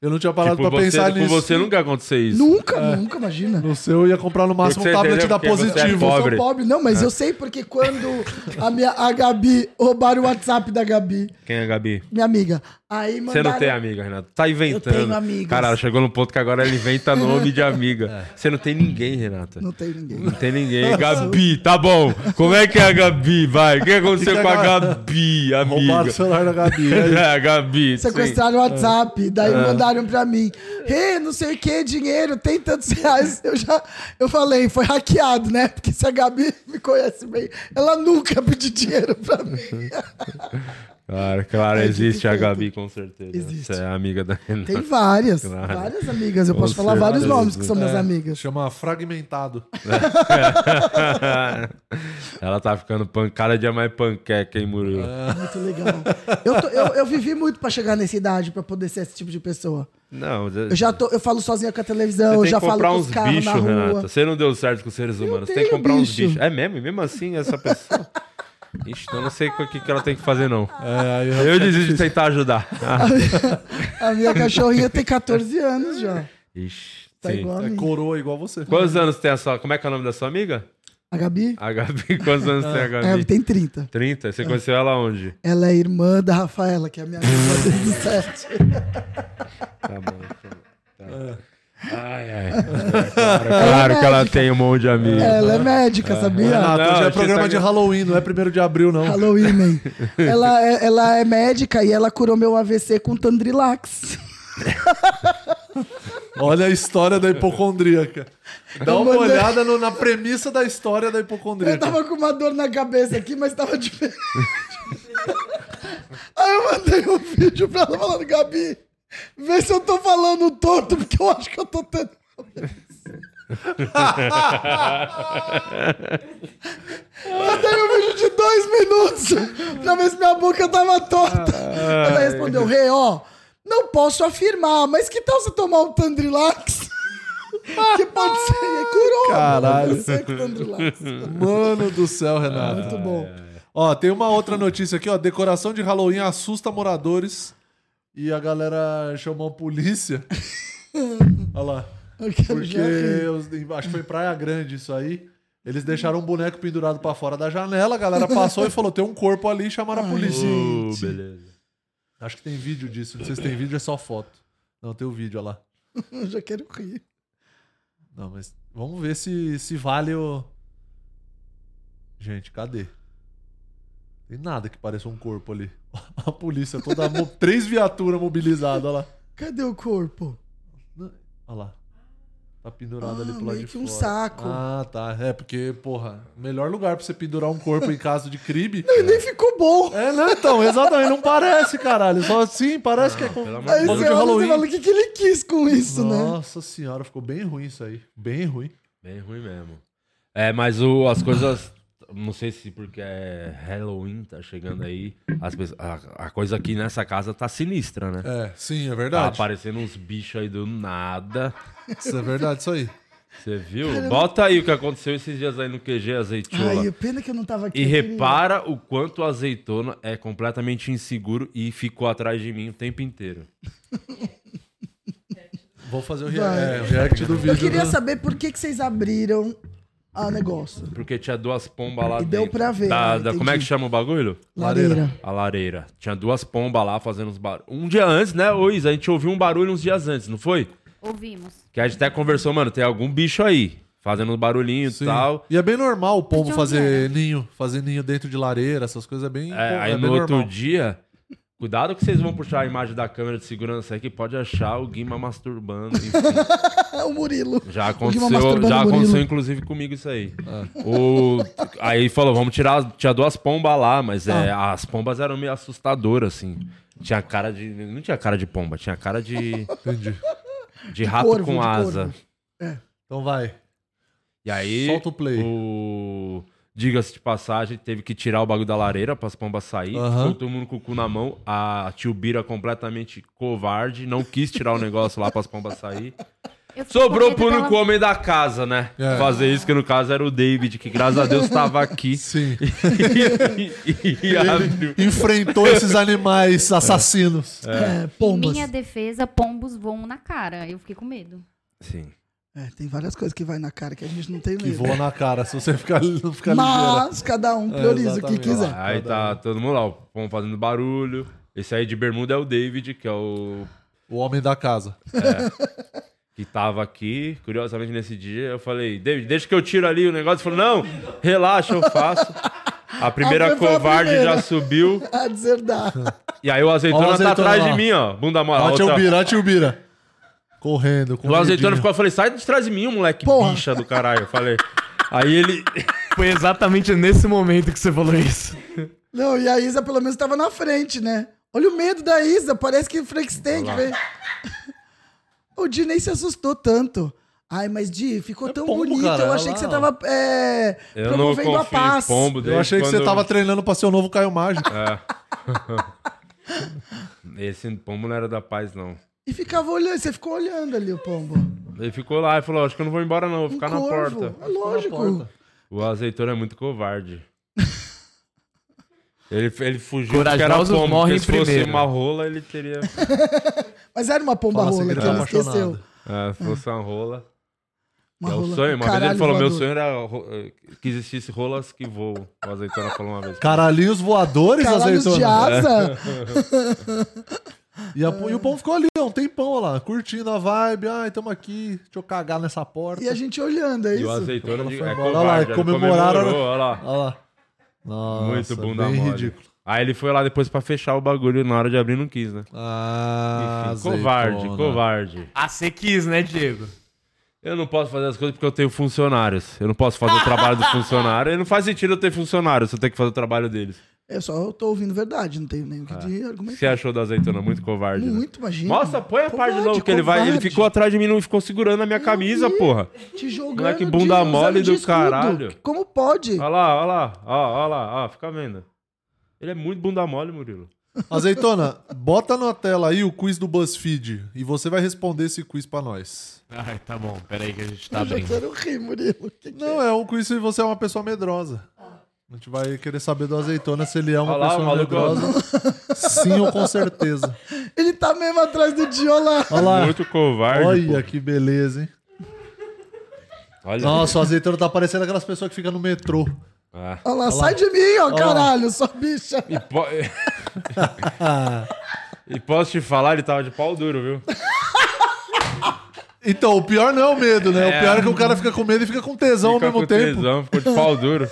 Speaker 3: Eu não tinha parado
Speaker 2: Tipo,
Speaker 3: pra
Speaker 2: você,
Speaker 3: pensar
Speaker 2: com
Speaker 3: nisso.
Speaker 2: você nunca aconteceu
Speaker 1: <laughs>
Speaker 2: isso.
Speaker 1: Nunca, nunca, imagina.
Speaker 3: No seu eu ia comprar no máximo
Speaker 2: Porque
Speaker 3: um
Speaker 2: você
Speaker 3: tablet
Speaker 2: entendeu
Speaker 3: da
Speaker 2: porque você é
Speaker 3: positivo.
Speaker 2: pobre.
Speaker 1: Sou pobre, não, mas eu sei porque quando a minha a Gabi roubaram o WhatsApp da Gabi,
Speaker 2: Quem é, Gabi?
Speaker 1: minha amiga, Aí
Speaker 2: Você
Speaker 1: mandaram...
Speaker 2: não tem amiga, Renato. Tá inventando.
Speaker 1: né? tenho amigas.
Speaker 2: Caralho, chegou no ponto que agora ele inventa nome de amiga. Você não tem ninguém, Renata.
Speaker 1: Não tem ninguém.
Speaker 2: Não tem ninguém. Gabi, tá bom. Como é que é a Gabi? Vai. O que aconteceu
Speaker 3: Que que
Speaker 2: com a
Speaker 3: agora-
Speaker 2: Gabi,
Speaker 3: Roubaram
Speaker 2: amiga?
Speaker 3: o celular da Gabi.
Speaker 2: <laughs>
Speaker 3: aí-
Speaker 2: É, a Gabi. sim. É.
Speaker 1: Sequestraram o WhatsApp, daí mandaram pra mim. Rê, não sei o que, dinheiro, tem tantos <laughs> reais. Eu já eu falei, foi hackeado, né? Porque se a Gabi <laughs> me conhece bem, ela nunca <laughs> pediu dinheiro pra mim.
Speaker 2: Claro, claro,
Speaker 1: É
Speaker 2: existe a
Speaker 1: difícil.
Speaker 2: Gabi, com certeza.
Speaker 1: Existe.
Speaker 2: Você é amiga da Renata.
Speaker 1: Tem várias,
Speaker 2: Claro.
Speaker 1: várias amigas. Eu
Speaker 2: Com
Speaker 1: posso falar vários
Speaker 2: certeza.
Speaker 1: nomes que são minhas
Speaker 3: É,
Speaker 1: amigas.
Speaker 3: Chama fragmentado.
Speaker 2: Ela tá ficando pan... cada dia mais panqueca, hein, Murilo?
Speaker 1: Muito legal. Eu, tô- eu, eu vivi muito pra chegar nessa idade, pra poder ser esse tipo de pessoa.
Speaker 2: Não,
Speaker 1: Eu já tô, eu falo sozinha com a televisão, eu
Speaker 2: tem
Speaker 1: já
Speaker 2: que
Speaker 1: falo
Speaker 2: comprar
Speaker 1: com os
Speaker 2: uns
Speaker 1: carros na
Speaker 2: bichos,
Speaker 1: rua.
Speaker 2: Renata. Você não deu certo com os seres humanos. Você tem que
Speaker 1: tenho
Speaker 2: comprar uns
Speaker 1: bicho.
Speaker 2: bichos. É mesmo? E mesmo assim, essa pessoa.
Speaker 1: <laughs>
Speaker 2: Ixi, então eu não sei o que, que ela tem que fazer, não.
Speaker 3: É, aí
Speaker 1: Tá
Speaker 2: Eu desisto de tentar ajudar.
Speaker 1: <laughs>
Speaker 2: Ah,
Speaker 1: A minha cachorrinha tem 14 anos já.
Speaker 2: Ixi,
Speaker 1: Tá
Speaker 2: sim.
Speaker 1: igual a
Speaker 3: é
Speaker 1: mim.
Speaker 3: coroa igual você.
Speaker 2: Quantos anos tem a sua. Como é que é o nome da sua amiga?
Speaker 1: A Gabi?
Speaker 2: A Gabi. <laughs> Quantos anos tem a
Speaker 1: É,
Speaker 2: Gabi?
Speaker 1: tem 30.
Speaker 2: 30? Você conheceu ela onde?
Speaker 1: Ela é irmã da Rafaela, que é a minha irmã desde os sete.
Speaker 2: Tá bom. tá bom. Tá. Ai, ai. Claro, É claro que ela tem um monte de amigos.
Speaker 1: Ela é médica, sabia?
Speaker 3: Renato,
Speaker 2: Não,
Speaker 3: hoje
Speaker 2: a
Speaker 3: é
Speaker 2: gente
Speaker 3: programa
Speaker 2: tá-
Speaker 3: de Halloween, não é primeiro de abril, não.
Speaker 1: Halloween, hein? Ela é, ela é médica e ela curou meu AVC com Tandrilax.
Speaker 3: Olha a história da hipocondríaca.
Speaker 1: <laughs>
Speaker 3: Dá
Speaker 1: Eu
Speaker 3: uma
Speaker 1: mandei-
Speaker 3: olhada no- na premissa da história da
Speaker 1: Eu
Speaker 3: hipocondríaca.
Speaker 1: tava com uma dor na cabeça aqui, mas tava diferente. <laughs> Aí eu mandei um vídeo pra ela falando, Gabi, vê se eu tô falando torto, porque eu acho que eu tô tendo. Mandei um vídeo de dois minutos pra ver se minha boca tava torta. Ela respondeu, rei, ó, não posso afirmar, mas que tal você tomar um Tandrilax? Que pode ser, é e curou.
Speaker 3: Caralho.
Speaker 1: Você com Tandrilax.
Speaker 3: Mano do céu, Renato.
Speaker 1: Muito bom.
Speaker 3: Ó, tem uma outra notícia aqui, ó. Decoração de Halloween assusta moradores e a galera chamou
Speaker 1: <laughs>
Speaker 3: a polícia. Olha lá.
Speaker 1: Eu quero
Speaker 3: Porque
Speaker 1: já rir.
Speaker 3: os- acho que foi em Praia Grande isso aí. Eles deixaram um boneco pendurado pra fora da janela, a galera passou e falou: tem um corpo ali e chamaram a polícia.
Speaker 2: Uh, beleza.
Speaker 3: Acho que tem vídeo disso. Não sei se tem vídeo, é só foto. Não, tem o vídeo, olha lá.
Speaker 1: Eu já quero rir.
Speaker 3: Não, mas vamos ver se, se vale o. Gente, cadê? Tem nada que pareça um corpo ali. <laughs> A polícia toda. mo- três viaturas mobilizadas, olha lá.
Speaker 1: Cadê o corpo?
Speaker 3: Não, Olha lá. Tá pendurado
Speaker 1: Ah,
Speaker 3: ali pro lado
Speaker 1: meio
Speaker 3: de
Speaker 1: que um
Speaker 3: fora.
Speaker 1: saco.
Speaker 3: Ah, tá. É, porque, porra, o melhor lugar pra você pendurar um corpo em caso de crime.
Speaker 1: E nem ficou bom.
Speaker 3: É, não, então, exatamente, não parece, caralho. Só assim, parece que é com.
Speaker 2: pelo amor
Speaker 1: Aí
Speaker 2: de
Speaker 3: bagulho
Speaker 1: você olha e fala, o que, que ele quis com isso, né?
Speaker 3: Nossa senhora, ficou bem ruim isso aí. Bem ruim.
Speaker 2: Bem ruim mesmo. É, mas o, as coisas. Não sei se porque é Halloween tá chegando aí. as pessoas- a, a coisa aqui nessa casa tá sinistra, né?
Speaker 3: É, sim, é
Speaker 2: Tá
Speaker 3: verdade.
Speaker 2: aparecendo uns bichos aí do nada.
Speaker 3: Isso é verdade, isso aí.
Speaker 2: Você viu? Bota aí o que aconteceu esses dias aí no QG Azeitona.
Speaker 1: Ai, pena que eu não tava aqui.
Speaker 2: E
Speaker 1: eu queria.
Speaker 2: repara o quanto o azeitona é completamente inseguro e ficou atrás de mim o tempo inteiro.
Speaker 3: Vou fazer o,
Speaker 1: Vai.
Speaker 3: rea- é, o react do vídeo.
Speaker 1: Eu queria
Speaker 3: né?
Speaker 1: saber por que, que vocês abriram a
Speaker 3: <laughs>
Speaker 1: negócio.
Speaker 2: Porque tinha duas pombas lá
Speaker 1: E deu
Speaker 2: dentro.
Speaker 1: pra ver,
Speaker 2: Da-
Speaker 1: ah,
Speaker 2: da- como é que
Speaker 1: entendi.
Speaker 2: chama o bagulho?
Speaker 1: Lareira.
Speaker 2: A lareira. Tinha duas pombas lá fazendo uns barulhos. Um dia antes, né, ô Isa? A gente ouviu um barulho uns dias antes, não foi?
Speaker 5: Ouvimos.
Speaker 2: Que a gente até conversou, mano, tem algum bicho aí fazendo uns barulhinhos
Speaker 3: Sim.
Speaker 2: e tal.
Speaker 3: E é bem normal o pombo
Speaker 5: Pediu
Speaker 3: fazer ninho, fazer ninho dentro de lareira, essas coisas é bem.
Speaker 2: É, aí
Speaker 3: é
Speaker 2: no
Speaker 3: bem
Speaker 2: outro
Speaker 3: normal.
Speaker 2: dia. Cuidado que vocês vão puxar a imagem da câmera de segurança aí que pode achar o Guima masturbando.
Speaker 3: <laughs>
Speaker 2: enfim.
Speaker 1: Ah, o Murilo.
Speaker 2: Já
Speaker 1: Guima masturbando
Speaker 2: aconteceu, já
Speaker 1: o Ah. Murilo.
Speaker 2: aconteceu inclusive comigo isso aí. O, aí falou, vamos tirar, tinha duas pombas lá, mas é,
Speaker 1: Ah.
Speaker 2: as pombas eram meio assustadoras, assim. Tinha cara de. Não tinha cara de pomba, tinha
Speaker 1: <laughs>
Speaker 2: cara de,
Speaker 3: Entendi.
Speaker 2: de rato
Speaker 1: corvo, de
Speaker 2: com asa.
Speaker 1: corvo.
Speaker 3: Então vai.
Speaker 2: E aí.
Speaker 3: Solta o play.
Speaker 2: o- Diga-se de passagem, teve que tirar o bagulho da lareira para as pombas sair.
Speaker 3: Aham.
Speaker 2: Ficou todo mundo com o cu na mão. A tio Bira completamente covarde, não quis tirar o negócio lá para as pombas sair.
Speaker 5: Eu fico
Speaker 2: Sobrou
Speaker 5: com
Speaker 2: pro
Speaker 5: medo
Speaker 2: único
Speaker 5: dela-
Speaker 2: homem da casa, né?
Speaker 3: É.
Speaker 2: Fazer isso, que no caso era o David, que graças a Deus tava aqui.
Speaker 3: Sim.
Speaker 2: e, e- e abriu.
Speaker 3: Enfrentou esses animais assassinos.
Speaker 1: É,
Speaker 5: Em
Speaker 1: pombas.
Speaker 5: minha defesa, pombos voam na cara. Eu fiquei com medo.
Speaker 2: Sim.
Speaker 1: É, tem várias coisas que vai na cara que a gente não tem
Speaker 3: Que
Speaker 1: medo.
Speaker 3: voa na cara, se você ficar, não ficar ligeira.
Speaker 1: Mas cada um prioriza o que
Speaker 3: É, exatamente.
Speaker 1: quiser.
Speaker 2: Aí tá todo mundo lá, o pão fazendo barulho. Esse aí de bermuda é o David, que é o
Speaker 3: O homem da casa.
Speaker 2: que tava aqui. Curiosamente, nesse dia, eu falei, David, deixa que eu tiro ali o negócio. Ele falou, não, relaxa, eu faço. A
Speaker 1: Ah,
Speaker 2: primeira
Speaker 1: foi- foi a
Speaker 2: covarde
Speaker 1: primeira.
Speaker 2: já subiu.
Speaker 1: A
Speaker 3: <laughs>
Speaker 1: deserdar.
Speaker 2: E aí o azeitona,
Speaker 3: Ó o azeitona
Speaker 2: tá atrás
Speaker 3: lá.
Speaker 2: de mim, ó. Bunda mole.
Speaker 3: Ó,
Speaker 2: a
Speaker 3: Ah, tio
Speaker 2: outra-
Speaker 3: Bira, ó, tio Bira. Correndo, com
Speaker 2: O azeitona
Speaker 3: medinho.
Speaker 2: ficou, eu falei, sai de trás de mim, moleque
Speaker 1: Porra.
Speaker 2: bicha do caralho. Eu falei.
Speaker 1: <laughs>
Speaker 2: Aí ele.
Speaker 6: Foi exatamente nesse momento que você falou isso.
Speaker 1: Não, e a Isa pelo menos tava na frente, né? Olha o medo da Isa, parece que Frankenstein que veio. <laughs> O Di nem se assustou tanto. Ai, mas Di, ficou
Speaker 3: É
Speaker 1: tão
Speaker 3: pombo,
Speaker 1: bonito.
Speaker 3: cara,
Speaker 1: eu
Speaker 3: olha
Speaker 1: achei que você
Speaker 3: lá,
Speaker 1: tava é,
Speaker 2: Eu não
Speaker 1: promovendo a
Speaker 2: confio em
Speaker 1: paz.
Speaker 2: pombo
Speaker 3: Eu
Speaker 2: desde
Speaker 3: achei que você
Speaker 2: quando-
Speaker 3: tava treinando pra ser o novo Caio Mágico.
Speaker 2: Esse pombo não era da paz, não.
Speaker 1: E ficava olhando, você ficou olhando ali o pombo.
Speaker 2: Ele ficou lá e falou: acho que eu não vou embora, não, vou ficar
Speaker 1: Um
Speaker 2: na
Speaker 1: corvo.
Speaker 2: porta.
Speaker 1: É lógico.
Speaker 2: O azeitona é muito
Speaker 1: <laughs>
Speaker 2: covarde. ele, ele fugiu
Speaker 6: Corajosos
Speaker 2: pombo,
Speaker 6: morrem
Speaker 2: porque se fosse
Speaker 6: primeiro.
Speaker 2: uma rola,
Speaker 1: <laughs>
Speaker 2: ele teria.
Speaker 1: Mas era uma pomba
Speaker 3: Fala,
Speaker 1: rola que
Speaker 3: segredo
Speaker 1: ele
Speaker 3: apaixonado.
Speaker 1: esqueceu.
Speaker 2: É, se fosse uma rola.
Speaker 1: Uma
Speaker 2: é
Speaker 1: rola.
Speaker 2: o sonho. Uma vez
Speaker 1: Caralho
Speaker 2: ele falou: meu
Speaker 1: voador.
Speaker 2: sonho era ro- eh, que existisse rolas que voam. O azeitona falou uma vez.
Speaker 3: Caralhinhos
Speaker 2: é
Speaker 3: voadores,
Speaker 1: Caralhos de
Speaker 2: <laughs>
Speaker 3: azeitona.
Speaker 1: asa.
Speaker 3: E, a- e o pão ficou ali, ó, um tempão ó lá, curtindo a vibe. Ai, tamo aqui, deixa eu cagar nessa porta.
Speaker 1: e a gente olhando, é
Speaker 2: E o
Speaker 1: isso?
Speaker 2: azeitona de,
Speaker 3: Foi
Speaker 2: é
Speaker 3: embora.
Speaker 2: covarde.
Speaker 3: olha lá,
Speaker 2: ele
Speaker 3: comemoraram.
Speaker 2: comemorou,
Speaker 1: né?
Speaker 2: Olha lá.
Speaker 3: Olha lá. Nossa,
Speaker 2: Muito bunda
Speaker 3: bem
Speaker 2: mole.
Speaker 3: ridículo.
Speaker 2: Aí ele foi lá depois pra fechar o bagulho na hora de abrir não quis, né?
Speaker 3: Ah,
Speaker 2: Enfim, covarde,
Speaker 3: azeitona.
Speaker 2: covarde.
Speaker 6: Ah, você quis, né, Diego?
Speaker 2: Eu não posso fazer as coisas porque eu tenho funcionários. Eu não posso fazer o trabalho do funcionário. E não faz sentido eu ter funcionários se eu tenho que fazer o trabalho deles.
Speaker 1: Eu só tô ouvindo verdade, não tenho nem o
Speaker 2: É.
Speaker 1: que de
Speaker 2: O que você
Speaker 3: é
Speaker 1: argumentar.
Speaker 2: achou da azeitona? Muito covarde. né?
Speaker 1: Muito, imagina.
Speaker 2: Nossa, põe a parte de novo que ele vai. Ele
Speaker 1: covarde.
Speaker 2: ficou atrás de mim e ficou segurando a minha camisa, porra.
Speaker 1: Te jogando.
Speaker 2: Moleque bunda
Speaker 1: de-
Speaker 2: mole
Speaker 1: usando de
Speaker 2: do
Speaker 1: escudo.
Speaker 2: caralho.
Speaker 1: Como pode?
Speaker 2: Olha lá, olha lá, ó, olha lá, ó, fica vendo. Ele é muito bunda mole, Murilo.
Speaker 3: Azeitona, bota na tela aí o quiz do BuzzFeed e você vai responder esse quiz pra nós.
Speaker 6: Ai, tá bom, peraí que a gente tá
Speaker 1: Eu
Speaker 6: bem.
Speaker 1: quero rir, Murilo. Que que
Speaker 3: Não, é um quiz se você é uma pessoa medrosa. A gente vai querer saber do Azeitona se ele é uma
Speaker 2: Olha lá, o
Speaker 3: pessoa
Speaker 2: maluco.
Speaker 3: medrosa. Sim ou
Speaker 2: <laughs>
Speaker 3: com certeza.
Speaker 1: é? Ele tá mesmo atrás do Diola.
Speaker 3: Olha lá.
Speaker 2: Muito covarde.
Speaker 3: Olha que beleza, hein?
Speaker 2: pô. Olha.
Speaker 3: Nossa, o azeitona tá parecendo aquelas pessoas que ficam no metrô.
Speaker 2: Ah.
Speaker 1: Olha lá, sai de mim, ó, caralho, sua bicha.
Speaker 2: E, po- <laughs> E posso te falar, ele tava de pau duro, viu?
Speaker 3: Então, o pior não é o medo, né? O pior é que o cara fica com medo e fica com tesão
Speaker 2: Fica
Speaker 3: ao
Speaker 2: com
Speaker 3: mesmo tempo.
Speaker 2: tesão, ficou de pau duro.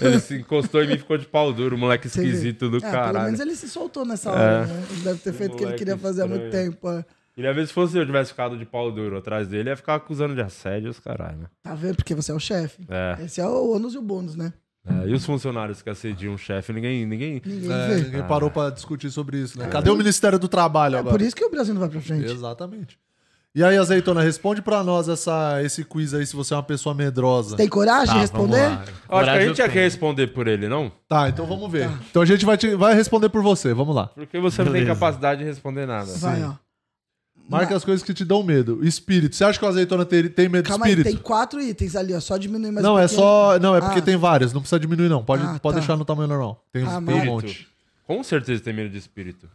Speaker 2: Ele se encostou em mim e ficou de pau duro, moleque esquisito do
Speaker 1: Ah, Pelo
Speaker 2: caralho. É.
Speaker 1: menos ele se soltou nessa hora, né? Ele deve ter feito o que ele
Speaker 2: Moleque
Speaker 1: queria fazer há muito
Speaker 2: estranho.
Speaker 1: tempo. é. ó.
Speaker 2: Ele, às vezes, se fosse eu tivesse ficado de pau duro atrás dele, ia ficar acusando de assédio os caralho, né?
Speaker 1: Tá vendo? Porque você é o chefe.
Speaker 2: É.
Speaker 1: Esse é o ônus e o bônus, né?
Speaker 2: É, E os funcionários que assediam o chefe, ninguém, ninguém.
Speaker 1: Ninguém
Speaker 3: É,
Speaker 1: vê.
Speaker 3: ninguém parou pra discutir sobre isso,
Speaker 2: É.
Speaker 3: né? Cadê o Ministério do Trabalho
Speaker 1: É
Speaker 3: agora?
Speaker 1: por isso que o Brasil não vai pra frente.
Speaker 3: Exatamente. E aí, azeitona, responde pra nós essa, esse quiz aí se você é uma pessoa medrosa.
Speaker 1: Tem coragem de
Speaker 6: Tá, vamos
Speaker 1: responder?
Speaker 2: Eu
Speaker 6: lá.
Speaker 2: Acho que a
Speaker 6: Coragem
Speaker 2: gente
Speaker 6: eu
Speaker 2: tinha que
Speaker 6: tenho.
Speaker 2: responder por ele, não?
Speaker 3: Tá, então vamos ver. Então a gente vai, te- vai responder por você, vamos lá.
Speaker 2: Porque você não tem
Speaker 6: Beleza.
Speaker 2: capacidade de responder nada.
Speaker 1: Vai, ó.
Speaker 3: Marca as coisas que te dão medo. Espírito. Você acha que o azeitona ter- tem medo
Speaker 1: Calma
Speaker 3: de
Speaker 1: aí,
Speaker 3: espírito?
Speaker 1: tem quatro itens ali, ó. Só diminuir mais um
Speaker 3: Não, é
Speaker 1: pouquinho.
Speaker 3: só. Não, é porque
Speaker 1: Ah.
Speaker 3: tem várias. Não precisa diminuir, não. Pode,
Speaker 1: Ah,
Speaker 3: pode
Speaker 1: tá.
Speaker 3: deixar no tamanho normal. Tem,
Speaker 1: Ah,
Speaker 3: tem um
Speaker 1: mas-
Speaker 3: monte.
Speaker 2: Com certeza tem medo de espírito.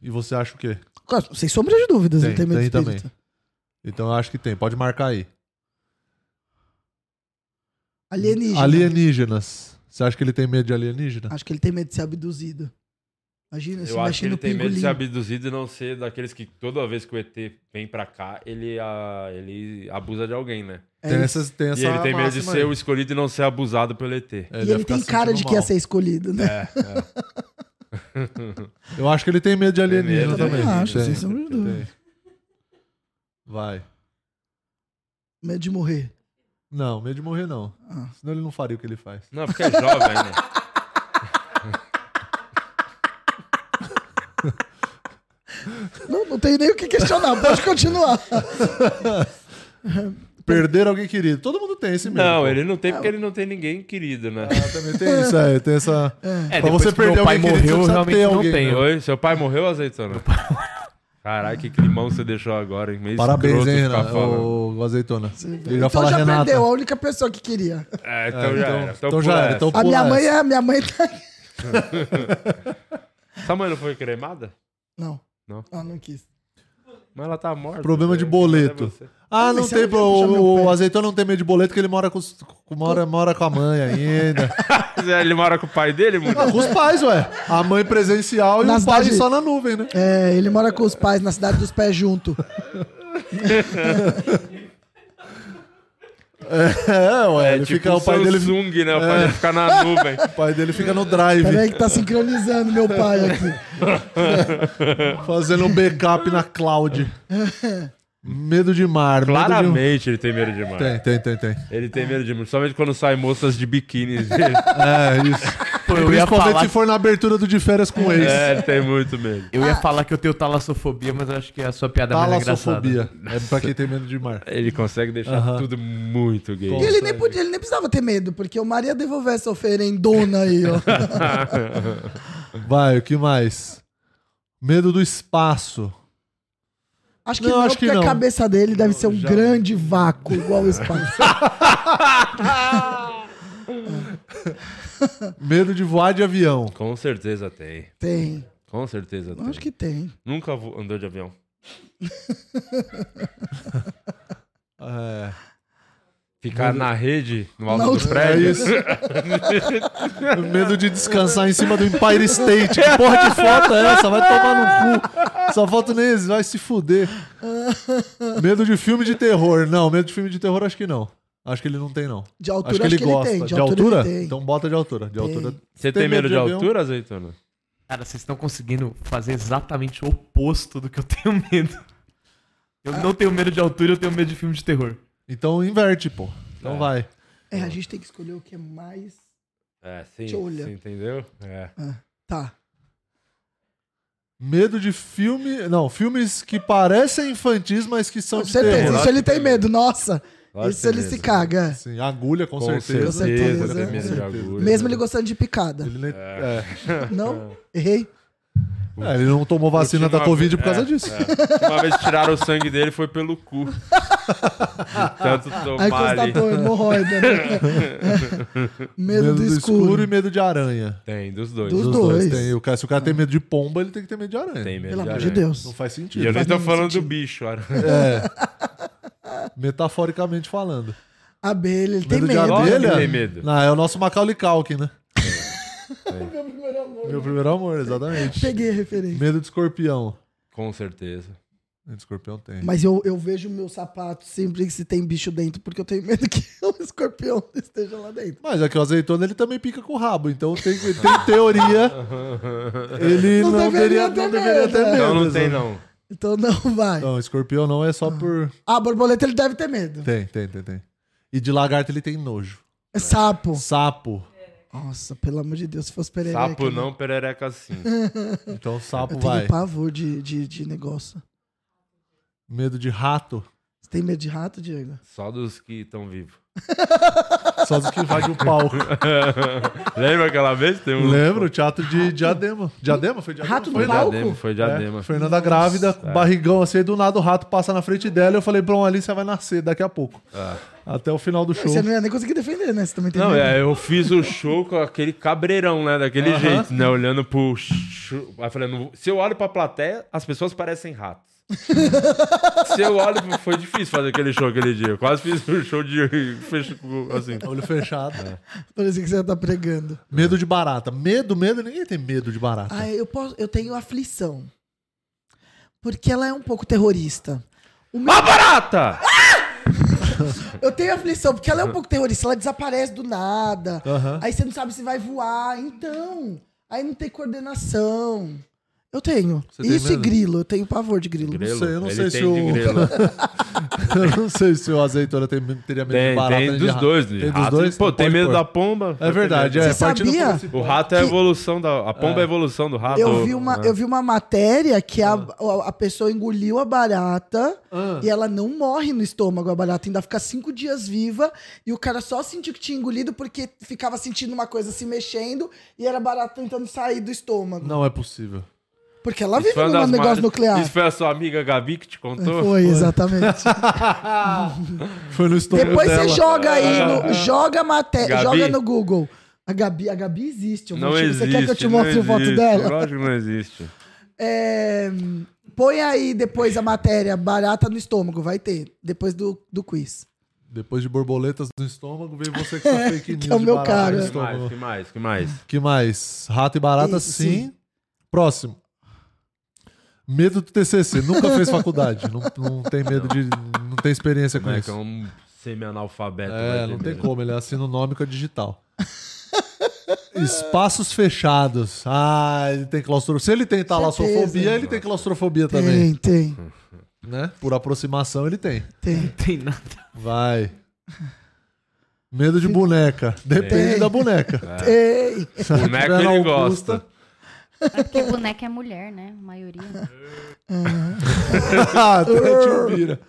Speaker 3: E você acha o quê?
Speaker 1: Claro, Sem sombra de dúvidas,
Speaker 3: Tem,
Speaker 1: não tem medo
Speaker 3: tem
Speaker 1: de espírito.
Speaker 3: também. Então eu acho que tem. Pode marcar aí.
Speaker 1: Alienígena.
Speaker 3: Alienígenas. Você acha que ele tem medo de alienígena?
Speaker 1: Acho que ele tem medo de ser abduzido. Imagina, se
Speaker 2: eu acho que
Speaker 1: mexendo
Speaker 2: ele
Speaker 1: no
Speaker 2: tem medo de ser
Speaker 1: pingolim.
Speaker 2: abduzido e não ser daqueles que toda vez que o ET vem pra cá, ele, ah, ele abusa de alguém, né?
Speaker 1: É
Speaker 3: tem,
Speaker 1: isso.
Speaker 3: essas, tem essa.
Speaker 2: e ele tem medo de
Speaker 3: máxima
Speaker 2: ser
Speaker 3: aí.
Speaker 2: o escolhido e não ser abusado pelo ET.
Speaker 3: É,
Speaker 1: E
Speaker 3: ia
Speaker 1: ele
Speaker 3: ficar
Speaker 1: tem
Speaker 3: se
Speaker 1: cara de
Speaker 3: sentindo
Speaker 1: que ia
Speaker 3: mal. É.
Speaker 1: ser escolhido, né?
Speaker 3: Eu acho que ele tem medo de
Speaker 2: é
Speaker 3: alienígena
Speaker 2: medo,
Speaker 3: também.
Speaker 1: Eu acho,
Speaker 3: Tem,
Speaker 1: sem sombra de dúvida.
Speaker 2: Hum.
Speaker 3: tem. Vai.
Speaker 1: Medo de morrer.
Speaker 3: Não, medo de morrer não.
Speaker 1: Ah.
Speaker 3: Senão ele não faria o que ele faz.
Speaker 2: Não, porque é jovem
Speaker 3: <laughs>
Speaker 2: ainda.
Speaker 1: Não, não tem nem o que
Speaker 3: <laughs>
Speaker 1: questionar, pode continuar.
Speaker 3: Perder alguém querido. Todo mundo tem esse medo.
Speaker 2: Não,
Speaker 3: pô. É.
Speaker 2: ele não tem porque ele não tem ninguém querido, né?
Speaker 3: Ah, também tem isso, é, tem
Speaker 1: <laughs>
Speaker 3: essa.
Speaker 6: É,
Speaker 3: Pra
Speaker 6: depois
Speaker 3: você
Speaker 6: que meu
Speaker 3: perder
Speaker 6: pai
Speaker 3: alguém querido,
Speaker 6: morreu,
Speaker 3: você precisa
Speaker 6: eu
Speaker 3: ter
Speaker 6: realmente não
Speaker 3: alguém,
Speaker 6: tenho.
Speaker 2: <laughs> Oi, seu pai morreu, azeitona? Caralho, que climão você deixou agora, hein? Meio
Speaker 3: Parabéns,
Speaker 2: escroto
Speaker 3: hein,
Speaker 2: ficar
Speaker 3: Renan,
Speaker 2: falando.
Speaker 3: ô, ô, azeitona. Ele
Speaker 1: então
Speaker 3: já fala
Speaker 1: já
Speaker 3: Renata.
Speaker 1: perdeu a única pessoa que queria.
Speaker 2: É, então
Speaker 3: É,
Speaker 2: já
Speaker 3: então-
Speaker 2: era.
Speaker 3: então já
Speaker 2: pula
Speaker 3: era,
Speaker 2: essa.
Speaker 3: então-
Speaker 1: A minha
Speaker 3: Pô,
Speaker 1: mãe
Speaker 3: essa.
Speaker 1: é. A minha mãe tá.
Speaker 2: Sua mãe não foi cremada?
Speaker 1: Não.
Speaker 2: Não?
Speaker 1: Ela não quis.
Speaker 2: Mas ela tá morta.
Speaker 3: Problema de
Speaker 2: velho.
Speaker 3: boleto.
Speaker 2: Cadê você?
Speaker 3: Ah,
Speaker 1: Mas
Speaker 3: não
Speaker 1: se
Speaker 3: tem.
Speaker 1: alguém
Speaker 3: pro-
Speaker 1: puxar meu
Speaker 3: O,
Speaker 1: pé?
Speaker 3: o azeitão não tem medo de boleto porque ele mora com, os- com- mora, mora com a mãe ainda.
Speaker 2: é, Ele mora com o pai
Speaker 3: <laughs>
Speaker 2: dele, mano?
Speaker 3: Ah, com os pais, ué. A mãe presencial e
Speaker 1: Na
Speaker 3: os pais
Speaker 1: cidade-
Speaker 3: só na nuvem, né?
Speaker 1: É, ele mora com os pais na cidade dos pés junto.
Speaker 3: É, ué. ele
Speaker 2: tipo
Speaker 3: fica, É. o pai dele,
Speaker 2: Samsung, né? O pai dele fica na
Speaker 3: <laughs>
Speaker 2: nuvem.
Speaker 3: o pai dele fica no drive,
Speaker 1: Peraí que tá sincronizando meu pai aqui.
Speaker 3: fazendo um backup na cloud. Medo de mar, medo de.
Speaker 2: Claramente ele tem medo de mar.
Speaker 3: um- Tem, tem, tem, tem.
Speaker 2: Ele tem medo de mar. Somente quando saem moças de biquíni. <laughs>
Speaker 3: É, isso.
Speaker 6: Pô, <laughs> eu ia
Speaker 3: Principalmente
Speaker 6: falar.
Speaker 3: se for na abertura do de férias com o ex.
Speaker 2: é, ele tem muito medo.
Speaker 6: Eu ia falar que eu tenho talassofobia, mas eu acho que é a sua piada mais engraçada.
Speaker 3: Talassofobia. É pra quem tem medo de mar.
Speaker 2: Ele consegue deixar
Speaker 3: Aham.
Speaker 2: tudo muito gay.
Speaker 1: E ele nem, podia, ele nem precisava ter medo, porque o Maria devolver essa oferendona aí, ó.
Speaker 3: Vai, o que mais? Medo do espaço.
Speaker 1: Acho que
Speaker 3: Não,
Speaker 1: não,
Speaker 3: acho que
Speaker 1: porque
Speaker 3: não.
Speaker 1: a cabeça dele deve ser um grande vácuo, igual o espaço.
Speaker 3: <laughs> Medo de voar de avião.
Speaker 2: Com certeza tem.
Speaker 1: Tem.
Speaker 2: Com certeza tem.
Speaker 1: Acho que tem.
Speaker 2: Nunca vo- andou de avião.
Speaker 3: É,
Speaker 2: Ficar na rede, no alto
Speaker 1: Não.
Speaker 2: do
Speaker 3: é
Speaker 2: prédio.
Speaker 3: <laughs> isso. Medo de descansar em cima do Empire State. Que porra de foto é essa? Vai tomar no cu. Essa foto nem existe. Vai se fuder. Medo de filme de terror. Não, medo de filme de terror acho que não. Acho que ele não tem, não.
Speaker 1: De altura, acho que ele tem.
Speaker 3: De,
Speaker 1: De
Speaker 3: altura?
Speaker 1: altura ele tem.
Speaker 3: Então bota de altura. De altura.
Speaker 2: Você tem, medo de,
Speaker 3: avião?
Speaker 2: altura, azeitona?
Speaker 6: Cara, vocês estão conseguindo fazer exatamente o oposto do que eu tenho <laughs> medo. Eu não tenho medo de altura, eu tenho medo de filme de terror.
Speaker 3: Então inverte, pô. Então
Speaker 2: É.
Speaker 3: vai.
Speaker 1: É, a gente tem que escolher o que é mais.
Speaker 2: É, sim.
Speaker 1: Deixa eu olhar.
Speaker 2: Você entendeu? É.
Speaker 1: Tá.
Speaker 3: Medo de filme. Não, filmes que parecem infantis, mas Então, é, que são
Speaker 1: Com
Speaker 3: de
Speaker 1: certeza.
Speaker 3: terror.
Speaker 1: Isso ele tem medo, nossa.
Speaker 2: Lógico
Speaker 1: Isso
Speaker 3: é
Speaker 2: que
Speaker 1: ele
Speaker 2: tem
Speaker 1: se
Speaker 2: medo.
Speaker 1: caga.
Speaker 3: Sim, agulha, com,
Speaker 2: Com
Speaker 3: certeza.
Speaker 2: certeza, é
Speaker 1: certeza,
Speaker 2: tem medo de
Speaker 3: certeza.
Speaker 2: agulha.
Speaker 1: Mesmo ele gostando de picada.
Speaker 3: Ele, nem- <laughs> é.
Speaker 1: Não? Errei?
Speaker 3: É, ele não tomou vacina da
Speaker 2: Última
Speaker 3: Covid
Speaker 2: vez-
Speaker 3: por causa
Speaker 2: é,
Speaker 3: disso.
Speaker 2: é. Uma vez tiraram o sangue dele foi
Speaker 1: <laughs>
Speaker 2: pelo cu.
Speaker 1: Aí
Speaker 2: Tanto
Speaker 1: tá
Speaker 2: tomar ali.
Speaker 1: constatou hemorroida. Né?
Speaker 3: <laughs>
Speaker 1: medo, do, escuro.
Speaker 3: e medo de aranha.
Speaker 2: Tem, dos dois.
Speaker 1: Dos
Speaker 3: Os
Speaker 1: dois.
Speaker 3: dois. tem. O cara, se o cara tem medo de pomba, ele tem que ter medo de aranha.
Speaker 2: Tem medo
Speaker 1: Pelo
Speaker 2: de
Speaker 1: amor de
Speaker 2: aranha.
Speaker 1: Deus.
Speaker 3: Não faz
Speaker 2: E
Speaker 3: sentido. É.
Speaker 2: eu nem
Speaker 1: Faz
Speaker 2: tô
Speaker 1: nenhum
Speaker 2: falando do
Speaker 1: sentido.
Speaker 2: bicho, cara.
Speaker 3: Metaforicamente falando.
Speaker 1: Abelha, ele tem
Speaker 3: Medo de
Speaker 1: medo.
Speaker 2: Lógico que
Speaker 3: abelha?
Speaker 2: tem medo. É,
Speaker 3: Não, é o nosso Macaulay Culkin, né? Meu primeiro amor, exatamente.
Speaker 1: Peguei a referência.
Speaker 3: Medo de escorpião.
Speaker 2: <laughs> Com certeza.
Speaker 3: Medo de escorpião tem.
Speaker 1: Mas eu, eu vejo meu sapato sempre que se tem bicho dentro, porque eu tenho medo <laughs> que o escorpião esteja lá dentro.
Speaker 3: Mas é que o azeitona ele também pica com o rabo, então tem, tem
Speaker 2: <laughs>
Speaker 3: teoria. Ele não,
Speaker 1: Não deveria
Speaker 3: deveria, não
Speaker 1: ter
Speaker 3: deveria
Speaker 1: medo,
Speaker 3: ter
Speaker 1: é.
Speaker 3: medo.
Speaker 2: Não, não tem,
Speaker 3: exato.
Speaker 2: não.
Speaker 1: Então não vai.
Speaker 3: Não, escorpião não é só por.
Speaker 1: Ah, borboleta ele deve ter medo.
Speaker 3: Tem, tem, tem, tem. E de lagarto ele tem nojo. Um
Speaker 1: É sapo.
Speaker 3: Sapo.
Speaker 1: Nossa, pelo amor de Deus, se fosse perereca.
Speaker 2: Sapo
Speaker 1: né?
Speaker 2: não, perereca assim. sim.
Speaker 3: Então
Speaker 1: Eu
Speaker 3: sapo
Speaker 1: tenho
Speaker 3: vai.
Speaker 1: pavor de, de, de negócio.
Speaker 3: Medo de rato.
Speaker 1: Você tem medo de rato, Diego?
Speaker 2: Só dos que estão vivos.
Speaker 3: Só dos que um invadem
Speaker 2: <laughs>
Speaker 3: o
Speaker 2: É
Speaker 3: palco.
Speaker 2: Lembra aquela vez? Tem um...
Speaker 3: Lembra o teatro de Diadema. Diadema? Foi Diadema?
Speaker 1: Rato no
Speaker 3: foi
Speaker 2: Foi
Speaker 1: palco?
Speaker 2: diadema, foi diadema.
Speaker 3: É, Fernanda grávida, com barrigão assim, aí do nada o rato passa na frente dela e eu falei, Bom, ali você vai nascer daqui a pouco.
Speaker 2: Ah.
Speaker 3: Até o final do show.
Speaker 1: Você não ia nem conseguir defender, né? Você também tem
Speaker 2: Não,
Speaker 1: medo.
Speaker 2: é, eu fiz o show com aquele cabreirão, né? Daquele
Speaker 3: Aham.
Speaker 2: jeito, né? Olhando pro. chu- Aí falando, se eu olho pra plateia, as pessoas parecem ratos. se eu olho. pro- Foi difícil fazer aquele show aquele dia. Eu quase fiz um show de. <laughs> fecho com- Assim.
Speaker 3: Olho fechado.
Speaker 1: Parecia que você ia estar pregando.
Speaker 3: Medo de barata. Medo, medo, ninguém tem medo de barata.
Speaker 1: Ah, eu, posso, eu tenho aflição. Porque ela é um pouco terrorista. O meu-
Speaker 2: Uma barata!
Speaker 1: Eu tenho aflição, porque ela é um pouco terrorista. Ela desaparece do nada.
Speaker 3: Aham.
Speaker 1: Aí você não sabe se vai voar. Então. Aí não tem coordenação. Eu tenho.
Speaker 3: Você tem
Speaker 1: Isso e
Speaker 3: medo?
Speaker 1: grilo. Eu tenho pavor de grilo.
Speaker 2: Grelo?
Speaker 3: sei, eu não
Speaker 2: Ele
Speaker 3: sei
Speaker 2: tem
Speaker 3: se o-
Speaker 2: de grelo.
Speaker 3: <laughs> Eu não sei se o azeitona tem, teria medo de
Speaker 2: Tem,
Speaker 3: barata.
Speaker 2: tem
Speaker 3: nem de
Speaker 2: dos
Speaker 3: rato.
Speaker 2: dois. né?
Speaker 3: Tem dos
Speaker 2: rato,
Speaker 3: dois?
Speaker 2: Pô,
Speaker 3: Não
Speaker 2: tem
Speaker 3: pode
Speaker 2: medo
Speaker 3: pôr.
Speaker 2: da pomba.
Speaker 3: É verdade, é.
Speaker 1: Você
Speaker 3: partindo do
Speaker 1: sabia?
Speaker 2: O
Speaker 3: princípio.
Speaker 2: rato é a evolução da. A pomba é né? a evolução do rato.
Speaker 1: Eu vi, uma, eu vi uma matéria que a, a pessoa engoliu a barata
Speaker 3: Ah.
Speaker 1: e ela não morre no estômago, a barata ainda fica cinco dias viva e o cara só sentiu que tinha engolido porque ficava sentindo uma coisa se mexendo e era a barata tentando sair do estômago.
Speaker 3: Não é possível.
Speaker 1: Porque ela
Speaker 2: Isso
Speaker 1: vive
Speaker 2: foi uma
Speaker 1: num
Speaker 2: das
Speaker 1: um negócio
Speaker 2: mais-
Speaker 1: nuclear.
Speaker 2: Isso foi a sua amiga Gabi que te contou?
Speaker 1: Foi, exatamente.
Speaker 3: Foi no estômago
Speaker 1: Depois
Speaker 3: dela.
Speaker 1: você joga aí, no, joga a matéria,
Speaker 2: Ah, Gabi?
Speaker 1: joga no Google. A Gabi, a Gabi existe. eu vou
Speaker 2: Não
Speaker 1: te-
Speaker 2: existe.
Speaker 1: Você quer que eu te
Speaker 2: não
Speaker 1: mostre o foto
Speaker 2: existe.
Speaker 1: dela?
Speaker 2: Lógico que não existe.
Speaker 1: É, Põe aí depois a matéria barata no estômago, vai ter. Depois do, do quiz.
Speaker 3: Depois de borboletas no estômago, veio você que tá fake news.
Speaker 1: que é o
Speaker 3: de
Speaker 1: meu
Speaker 3: barata
Speaker 1: cara.
Speaker 3: no
Speaker 2: Que mais,
Speaker 3: estômago.
Speaker 2: que mais, que mais?
Speaker 3: Que mais? Rato e barata,
Speaker 1: Isso,
Speaker 3: sim. Próximo. Medo do TCC. Nunca fez faculdade. não, não tem medo de. Não tem experiência com
Speaker 2: Como é que
Speaker 3: isso.
Speaker 2: é um semi-analfabeto?
Speaker 3: É,
Speaker 2: vai
Speaker 3: não
Speaker 2: ter
Speaker 3: tem
Speaker 2: medo.
Speaker 3: como, ele assina o nome com a digital. Espaços fechados. Ah, ele tem claustrofobia. Se ele tem talassofobia,
Speaker 1: Certeza.
Speaker 3: ele tem claustrofobia
Speaker 1: Tem,
Speaker 3: também.
Speaker 1: tem,
Speaker 3: Né? Por aproximação, ele tem.
Speaker 1: tem.
Speaker 6: tem nada.
Speaker 3: Vai. Medo de boneca. Depende
Speaker 1: Tem.
Speaker 3: da boneca.
Speaker 2: Ah.
Speaker 1: É.
Speaker 2: <laughs>
Speaker 1: Tem.
Speaker 3: Se ela
Speaker 2: Boneco
Speaker 3: tiver na
Speaker 2: é ele
Speaker 3: Augusta,
Speaker 2: gosta.
Speaker 5: É porque boneca é mulher, né? A maioria.
Speaker 3: Ah, Até te vira.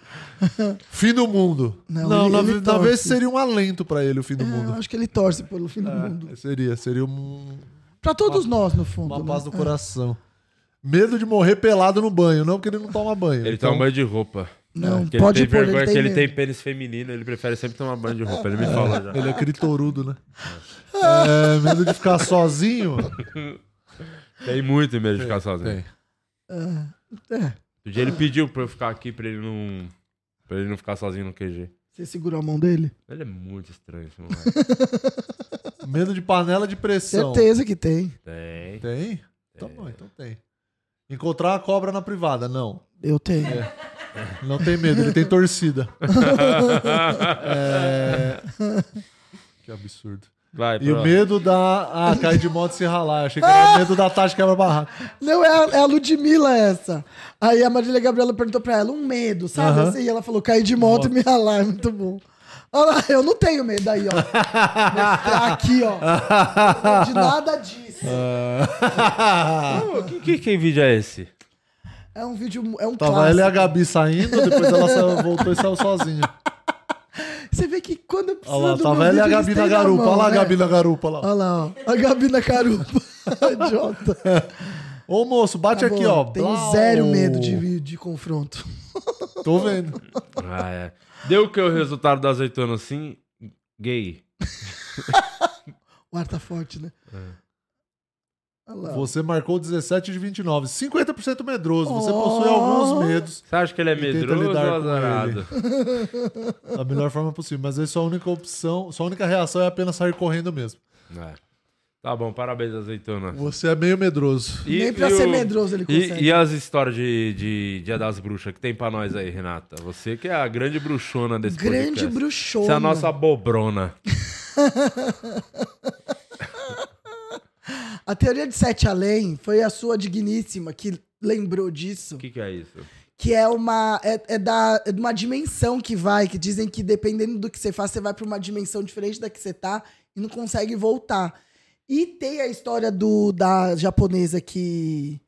Speaker 3: Fim do mundo.
Speaker 1: Não,
Speaker 3: Não,
Speaker 1: ele-
Speaker 3: na,
Speaker 1: ele
Speaker 3: ve- na vez
Speaker 1: torce.
Speaker 3: seria um alento pra ele o fim do
Speaker 1: É, Eu
Speaker 3: mundo.
Speaker 1: acho que ele torce pelo fim do
Speaker 2: Ah.
Speaker 1: mundo.
Speaker 3: É, seria, seria um,
Speaker 1: Pra todos nós, no fundo.
Speaker 3: uma
Speaker 1: né?
Speaker 3: paz no coração. Medo de morrer pelado no banho, não porque ele não toma banho.
Speaker 2: Ele
Speaker 3: Então,
Speaker 2: toma banho de roupa.
Speaker 1: Não,
Speaker 2: Porque
Speaker 1: pode
Speaker 2: ele tem
Speaker 1: pôr,
Speaker 2: vergonha
Speaker 1: ele tem
Speaker 2: que ele
Speaker 1: medo.
Speaker 2: tem pênis feminino, ele prefere sempre tomar banho de roupa. Ele me fala já.
Speaker 3: Ele é critorudo, né? É, medo de ficar sozinho. É.
Speaker 2: Tem muito medo de ficar sozinho.
Speaker 3: Tem.
Speaker 2: Um dia ele pediu pra eu ficar aqui pra ele não. Pra ele não ficar sozinho no QG.
Speaker 1: Você segurou a mão dele?
Speaker 2: Ele é muito estranho, esse moleque.
Speaker 1: <laughs>
Speaker 3: Medo de panela de pressão.
Speaker 1: Certeza que tem.
Speaker 2: Tem.
Speaker 3: Tem? Tá bom, então tem. Encontrar uma cobra na privada, não.
Speaker 1: Eu tenho.
Speaker 3: Não tem medo,
Speaker 1: <laughs>
Speaker 3: ele tem torcida. É, Que absurdo.
Speaker 2: Vai,
Speaker 3: E o
Speaker 2: pronto.
Speaker 3: medo da. Ah, cair de moto e se ralar. Eu achei que
Speaker 1: Ah!
Speaker 3: era medo da Tati quebra barraco.
Speaker 1: Não, é a, é a Ludmilla essa. Aí a Marília Gabriela perguntou pra ela, um medo, sabe?
Speaker 3: Aham.
Speaker 1: Assim, e ela falou, cair de moto e me ralar, é muito bom. Olha lá, eu não tenho medo aí, ó. Mostrar aqui, ó. De nada disso. Ah.
Speaker 2: Ô, que, que, que vídeo é esse?
Speaker 1: É um vídeo, é um
Speaker 3: <laughs> Tava
Speaker 1: clássico.
Speaker 3: ele e a Gabi saindo, depois ela sa- voltou e saiu sozinha.
Speaker 1: Você vê que quando eu preciso
Speaker 3: Olha lá,
Speaker 1: do
Speaker 3: tava
Speaker 1: meu
Speaker 3: ela e a
Speaker 1: vídeo, eles
Speaker 3: Gabi
Speaker 1: têm
Speaker 3: na garupa.
Speaker 1: mão,
Speaker 3: Olha lá a
Speaker 1: né?
Speaker 3: Gabi na garupa. Olha lá.
Speaker 1: Olha lá, ó. A Gabi na garupa. <laughs> Idiota.
Speaker 3: Ô moço, bate aqui, ó.
Speaker 1: Tenho
Speaker 3: Blau.
Speaker 1: Tá zero medo de, de confronto.
Speaker 3: Tô vendo.
Speaker 2: Ah, é. Deu o que o resultado da azeitona assim? Gay.
Speaker 1: O ar tá forte, né? Olha lá.
Speaker 3: É. Você marcou 17 de 29. 50% medroso. Você
Speaker 1: Oh.
Speaker 3: possui alguns medos.
Speaker 2: Você acha que ele é
Speaker 3: E tenta
Speaker 2: medroso ou
Speaker 3: lidar com
Speaker 2: azarado?
Speaker 3: Da melhor forma possível. Mas aí sua única opção, sua única reação é apenas sair correndo mesmo.
Speaker 2: É. Tá bom, parabéns, azeitona.
Speaker 3: Você é meio medroso.
Speaker 2: E-
Speaker 1: Nem pra
Speaker 2: e
Speaker 1: ser
Speaker 2: o-
Speaker 1: medroso ele consegue.
Speaker 2: E, e as histórias de, de Dia das Bruxas que tem pra nós aí, Renata? Você que é a grande bruxona desse
Speaker 1: Grande
Speaker 2: podcast.
Speaker 1: bruxona.
Speaker 2: Você é a nossa bobrona.
Speaker 1: A teoria de Sete Além foi a sua digníssima que lembrou disso.
Speaker 2: O que, que é isso?
Speaker 1: Que é uma. É, é da, é de uma dimensão que vai, que dizem que dependendo do que você faz, você vai pra uma dimensão diferente da que você tá e não consegue voltar. E tem a história do da japonesa que.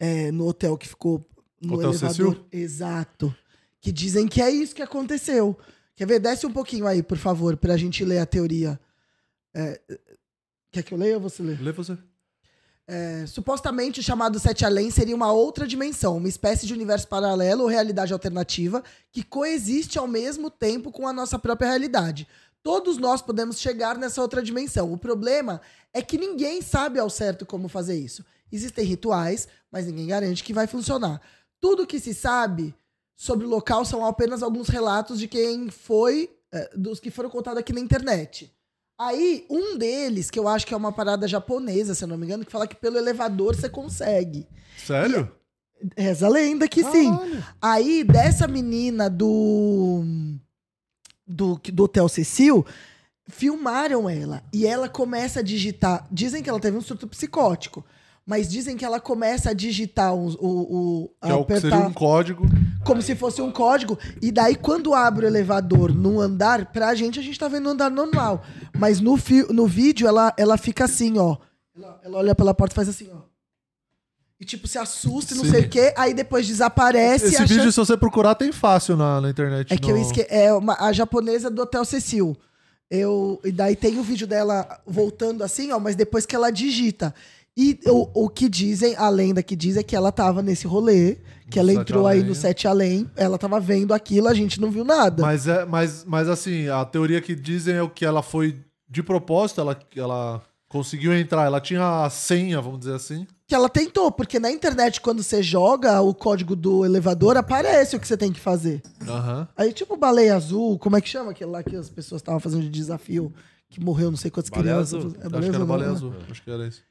Speaker 1: é, no hotel que ficou no
Speaker 3: Hotel
Speaker 1: elevador.
Speaker 3: Cecil?
Speaker 1: Exato. Que dizem que é isso que aconteceu. Quer ver? Desce um pouquinho aí, por favor, pra gente ler a teoria. É, quer que eu leia ou você lê?
Speaker 3: Lê você.
Speaker 1: É, supostamente o chamado Sete Além seria uma outra dimensão, uma espécie de universo paralelo ou realidade alternativa que coexiste ao mesmo tempo com a nossa própria realidade. Todos nós podemos chegar nessa outra dimensão. O problema é que ninguém sabe ao certo como fazer isso. Existem rituais, mas ninguém garante que vai funcionar. Tudo que se sabe sobre o local são apenas alguns relatos de quem foi, eh, dos que foram contados aqui na internet. Aí, um deles, que eu acho que é uma parada japonesa, se eu não me engano, que fala que pelo elevador você consegue.
Speaker 3: Sério?
Speaker 1: Reza a lenda que sim.
Speaker 3: Caralho.
Speaker 1: Aí, dessa menina do. do, do Hotel Cecil, filmaram ela. E ela começa a digitar. Dizem que ela teve um surto psicótico. Mas dizem que ela começa a digitar os- o. o
Speaker 3: Que é o que seria um código.
Speaker 1: como se fosse um código. E daí, quando abre o elevador no andar, pra gente, a gente tá vendo o andar normal. Mas no, fi- no vídeo, ela, ela fica assim, ó. Ela, ela olha pela porta e faz assim, ó. E tipo, se assusta e não
Speaker 3: Sim.
Speaker 1: sei o quê. Aí depois desaparece.
Speaker 3: Esse
Speaker 1: achando-
Speaker 3: vídeo, se você procurar, tem fácil na, na internet.
Speaker 1: É que
Speaker 3: no-
Speaker 1: eu esque... É uma- a japonesa do Hotel Cecil. Eu... E daí tem o vídeo dela voltando assim, ó, mas depois que ela digita. E o, o que dizem, a lenda que diz é que ela tava nesse rolê, que
Speaker 3: No
Speaker 1: ela
Speaker 3: Sete
Speaker 1: entrou aí
Speaker 3: Além.
Speaker 1: no Sete Além, ela tava vendo aquilo, a gente não viu nada.
Speaker 3: Mas, é, mas, mas assim, a teoria que dizem é o que ela foi de propósito, ela, ela conseguiu entrar, ela tinha a senha, vamos dizer assim.
Speaker 1: Que ela tentou, porque na internet, quando você joga o código do elevador, aparece o que você tem que fazer.
Speaker 3: Aham.
Speaker 1: Aí, tipo, baleia azul, como é que chama aquele lá que as pessoas estavam fazendo de desafio, que morreu não sei quantas
Speaker 2: Baleia
Speaker 1: crianças.
Speaker 2: azul.
Speaker 1: É
Speaker 3: Acho que era
Speaker 1: não,
Speaker 3: baleia
Speaker 1: né?
Speaker 3: azul. Acho que era isso.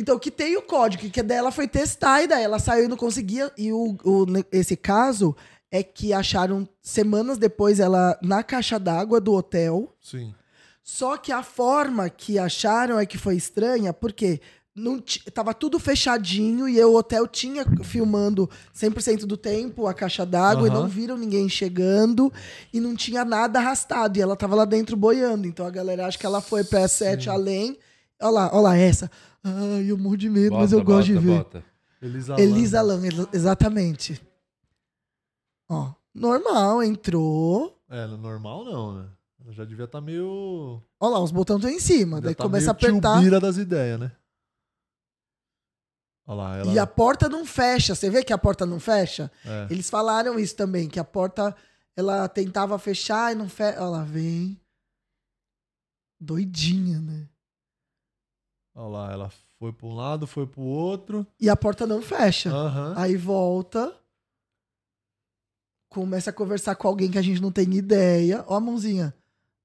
Speaker 1: Então, que tem o código, que dela foi testar, e daí ela saiu e não conseguia. E o, o- esse caso é que acharam semanas depois ela na caixa d'água do hotel.
Speaker 3: Sim.
Speaker 1: Só que a forma que acharam é que foi estranha, porque não ti- tava tudo fechadinho e o hotel tinha filmando 100% do tempo a caixa d'água e
Speaker 3: Aham.
Speaker 1: não viram ninguém chegando e não tinha nada arrastado e ela tava lá dentro boiando. Então a galera acha que ela foi pra 7 além. Olha lá, olha lá essa. Ai, eu morro de medo, mas eu gosto de ver.
Speaker 2: bota.
Speaker 3: Elisa
Speaker 1: Elisa Lam, exa- exatamente. Ó, normal, entrou.
Speaker 3: É, normal não, né? Ela já devia estar meio.
Speaker 1: Olha lá, os botões estão em cima.
Speaker 3: já
Speaker 1: daí
Speaker 3: tá
Speaker 1: começa a
Speaker 3: meio
Speaker 1: apertar.
Speaker 3: Tira das ideias, né? Olha lá, ela.
Speaker 1: E a porta não fecha. Você vê que a porta não fecha?
Speaker 3: É.
Speaker 1: Eles falaram isso também, que a porta ela tentava fechar e não fecha. Olha lá, vem. Doidinha, né?
Speaker 3: Olha lá, ela foi pra um lado, foi pro outro.
Speaker 1: E a porta não fecha.
Speaker 3: Aham.
Speaker 1: Aí volta. Começa a conversar com alguém que a gente não tem ideia. Ó a mãozinha.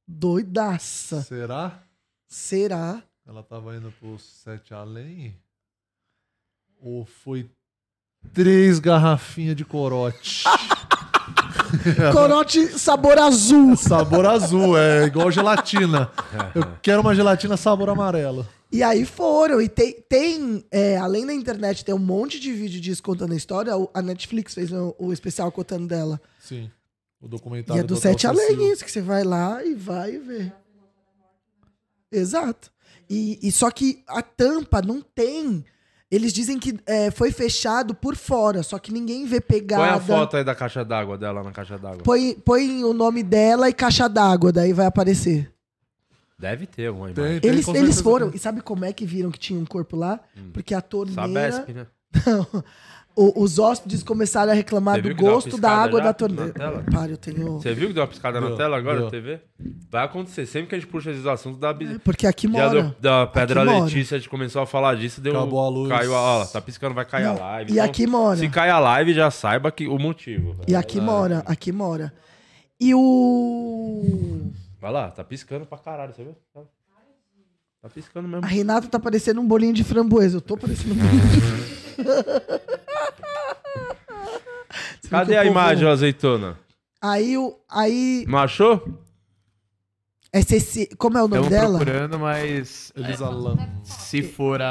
Speaker 1: Doidaça.
Speaker 3: Será?
Speaker 1: Será?
Speaker 3: Ela tava indo pro sete além? Ou foi três garrafinhas de
Speaker 1: <laughs>
Speaker 3: corote?
Speaker 1: Corote sabor azul.
Speaker 3: sabor azul, é igual <laughs> gelatina. Eu quero uma gelatina sabor amarelo.
Speaker 1: E aí foram. E tem, tem é, além da internet, tem um monte de vídeo disso contando a história. O- A Netflix fez o, o especial contando dela.
Speaker 3: Sim. O
Speaker 1: e
Speaker 2: Tá,
Speaker 3: documentário
Speaker 1: é do
Speaker 3: Hotel
Speaker 1: Sete Além
Speaker 3: Cecil.
Speaker 1: isso, que você vai lá e vai ver. Exato. E, e só que a tampa não tem. Eles dizem que é, foi fechado por fora, só que ninguém vê pegada.
Speaker 2: Põe a foto aí da caixa d'água dela na caixa d'água.
Speaker 1: Põe, põe o nome dela e caixa d'água, daí vai aparecer.
Speaker 2: Deve ter uma imagem.
Speaker 3: Tem, tem,
Speaker 1: Eles,
Speaker 3: com
Speaker 1: eles
Speaker 3: certeza
Speaker 1: foram.
Speaker 3: tem.
Speaker 1: E sabe como é que viram que tinha um corpo lá? Porque a torneira.
Speaker 2: Hum. Sabesp, né?
Speaker 1: Não. <laughs> O- os hóspedes começaram a reclamar
Speaker 2: Você viu
Speaker 1: do
Speaker 2: que deu uma
Speaker 1: gosto da
Speaker 2: piscada
Speaker 1: água
Speaker 2: já
Speaker 1: da
Speaker 2: na
Speaker 1: torneira.
Speaker 2: tela?
Speaker 1: Para, eu tenho.
Speaker 2: Você viu que deu uma piscada na
Speaker 3: Deu,
Speaker 2: tela agora
Speaker 3: deu.
Speaker 2: na TV? Vai acontecer. Sempre que a gente puxa esses assuntos, dá bis-
Speaker 1: É, Porque aqui
Speaker 2: Já
Speaker 1: mora.
Speaker 2: deu da Pedra
Speaker 1: Aqui mora.
Speaker 2: Letícia, a gente começou a falar disso, deu. um
Speaker 3: Acabou a luz.
Speaker 2: Caiu a. Ó, tá piscando, vai cair a
Speaker 1: Não,
Speaker 2: live. então
Speaker 1: e aqui né? mora.
Speaker 2: Se cai a live, já saiba que, o motivo.
Speaker 1: E
Speaker 2: velho.
Speaker 1: aqui mora, aqui mora. E o.
Speaker 2: Vai lá, tá piscando pra caralho, você viu? Tá, tá piscando mesmo.
Speaker 1: A Renata tá parecendo um bolinho de framboesa. Eu tô parecendo um bolinho de framboesa. <laughs> Você viu que
Speaker 2: Cadê
Speaker 1: o
Speaker 2: a
Speaker 1: povo-
Speaker 2: imagem, ó, azeitona?
Speaker 1: Aí o. Aí.
Speaker 2: Não achou?
Speaker 1: É Ceci... Como é o nome
Speaker 6: Estamos
Speaker 1: dela?
Speaker 6: procurando, mas
Speaker 3: Elisa Lam.
Speaker 6: se for a,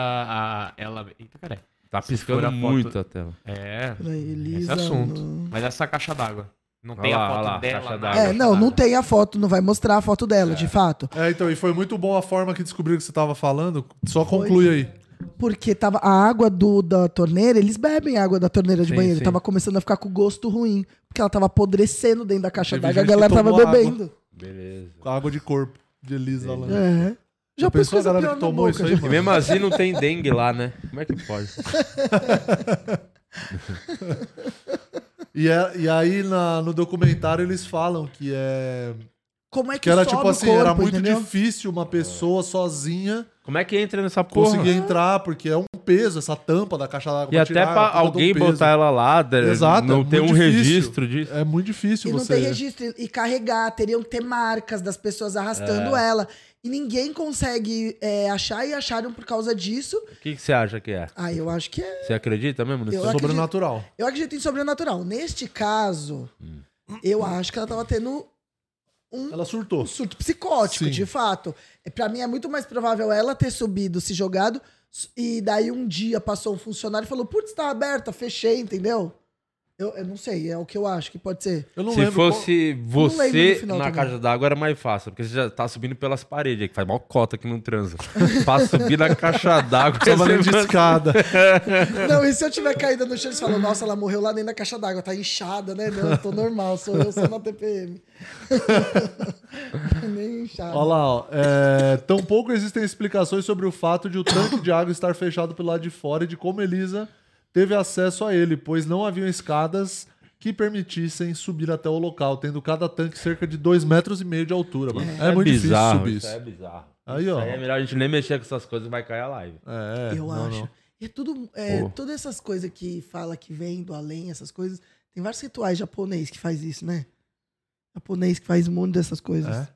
Speaker 6: a- ela... Eita, caralho.
Speaker 2: Tá
Speaker 6: Se
Speaker 2: piscando
Speaker 6: for a foto-
Speaker 2: muito a tela.
Speaker 6: É,
Speaker 1: Peraí,
Speaker 6: esse
Speaker 1: Elisa.
Speaker 6: assunto.
Speaker 1: não.
Speaker 6: Mas essa caixa d'água. Não
Speaker 2: Olha
Speaker 6: tem
Speaker 2: lá,
Speaker 6: a foto
Speaker 2: olha lá,
Speaker 6: dela.
Speaker 2: caixa
Speaker 6: nada.
Speaker 2: d'água.
Speaker 1: É, não, não tem a foto, não vai mostrar a foto dela, de fato.
Speaker 3: É, então, e foi muito bom a forma que descobriram que você tava falando. Só conclui aí.
Speaker 1: Porque tava a água do, da torneira, eles bebem a água da torneira de
Speaker 2: Sim,
Speaker 1: banheiro.
Speaker 2: sim.
Speaker 1: Tava começando a ficar com gosto ruim. Porque ela tava apodrecendo dentro da caixa
Speaker 3: Teve
Speaker 1: d'água, a
Speaker 3: gente que
Speaker 1: galera tava
Speaker 3: tomou água.
Speaker 1: bebendo.
Speaker 2: Beleza.
Speaker 3: Com a água de corpo de Elisa Lam.
Speaker 1: É. Já pus
Speaker 3: pensou a
Speaker 1: coisa
Speaker 3: galera
Speaker 1: pior
Speaker 3: que
Speaker 1: na
Speaker 3: tomou
Speaker 1: boca,
Speaker 3: isso aí,
Speaker 1: já.
Speaker 2: E
Speaker 3: mano?
Speaker 2: mesmo assim não tem dengue lá, né? Como é que pode?
Speaker 3: E, é- e aí na- no documentário eles falam que é
Speaker 1: Como é que,
Speaker 3: que era
Speaker 1: sobe
Speaker 3: tipo
Speaker 1: o
Speaker 3: assim,
Speaker 1: corpo,
Speaker 3: era muito
Speaker 1: entendeu?
Speaker 3: difícil uma pessoa sozinha
Speaker 2: Como é que entra nessa porra?
Speaker 3: conseguir entrar porque é um peso essa tampa da caixa d'água
Speaker 2: E até
Speaker 3: tirar, é um
Speaker 2: pra
Speaker 3: puta de um
Speaker 2: alguém
Speaker 3: peso.
Speaker 2: botar ela lá, da-
Speaker 3: Exato, é
Speaker 2: não tem um
Speaker 3: muito difícil.
Speaker 2: registro disso.
Speaker 3: É muito difícil
Speaker 1: E não
Speaker 3: você.
Speaker 1: tem registro. E carregar, teriam que ter marcas das pessoas arrastando
Speaker 3: É.
Speaker 1: ela. E ninguém consegue é, achar, e acharam por causa disso.
Speaker 2: O que, que você acha que é?
Speaker 1: Ah, eu acho que é.
Speaker 2: Você acredita mesmo nisso?
Speaker 1: Eu acredito.
Speaker 3: sobrenatural.
Speaker 1: Eu acredito em sobrenatural. Neste caso,
Speaker 3: Hum.
Speaker 1: eu acho que ela tava tendo um
Speaker 3: Ela surtou.
Speaker 1: um surto psicótico,
Speaker 3: Sim.
Speaker 1: de fato. É, Pra mim é muito mais provável ela ter subido, se jogado, s- e daí um dia passou um funcionário e falou: putz, tá aberta, fechei, entendeu? Eu, eu não sei, é o que eu acho que pode ser.
Speaker 3: Eu não
Speaker 2: Se
Speaker 3: lembro qual-
Speaker 2: fosse
Speaker 1: não lembro do
Speaker 2: você
Speaker 1: final
Speaker 2: na
Speaker 1: também.
Speaker 2: caixa d'água, era mais fácil, porque você já tá subindo pelas paredes, aí que faz mal cota que não transa. <laughs> pra subir na caixa d'água, <laughs>
Speaker 3: Tava
Speaker 2: você
Speaker 3: nem de
Speaker 2: manda-
Speaker 3: é escada.
Speaker 1: Não, e se eu tiver caído no chão, eles falam: nossa, ela morreu lá dentro da caixa d'água, tá inchada, né? Não, eu tô normal, sou eu, sou na TPM. <laughs> Nem inchada.
Speaker 3: Olha lá, ó. É, tampouco existem explicações sobre o fato de o tanque de água estar fechado pelo lado de fora e de como Elisa teve acesso a ele, pois não haviam escadas que permitissem subir até o local, tendo cada tanque cerca de 2,5 metros e meio de altura, mano. É, muito difícil subir
Speaker 2: isso.
Speaker 3: isso.
Speaker 2: É bizarro.
Speaker 3: Aí,
Speaker 2: Isso
Speaker 3: ó.
Speaker 2: aí é
Speaker 3: É,
Speaker 2: melhor a gente nem mexer com essas coisas, vai cair a live.
Speaker 1: Eu
Speaker 3: não,
Speaker 1: acho.
Speaker 3: não.
Speaker 1: E é tudo. é,
Speaker 2: Pô.
Speaker 1: Todas essas coisas que fala que vem do além, essas coisas. Tem vários rituais japonês que faz isso, né? Japonês que faz um monte dessas coisas.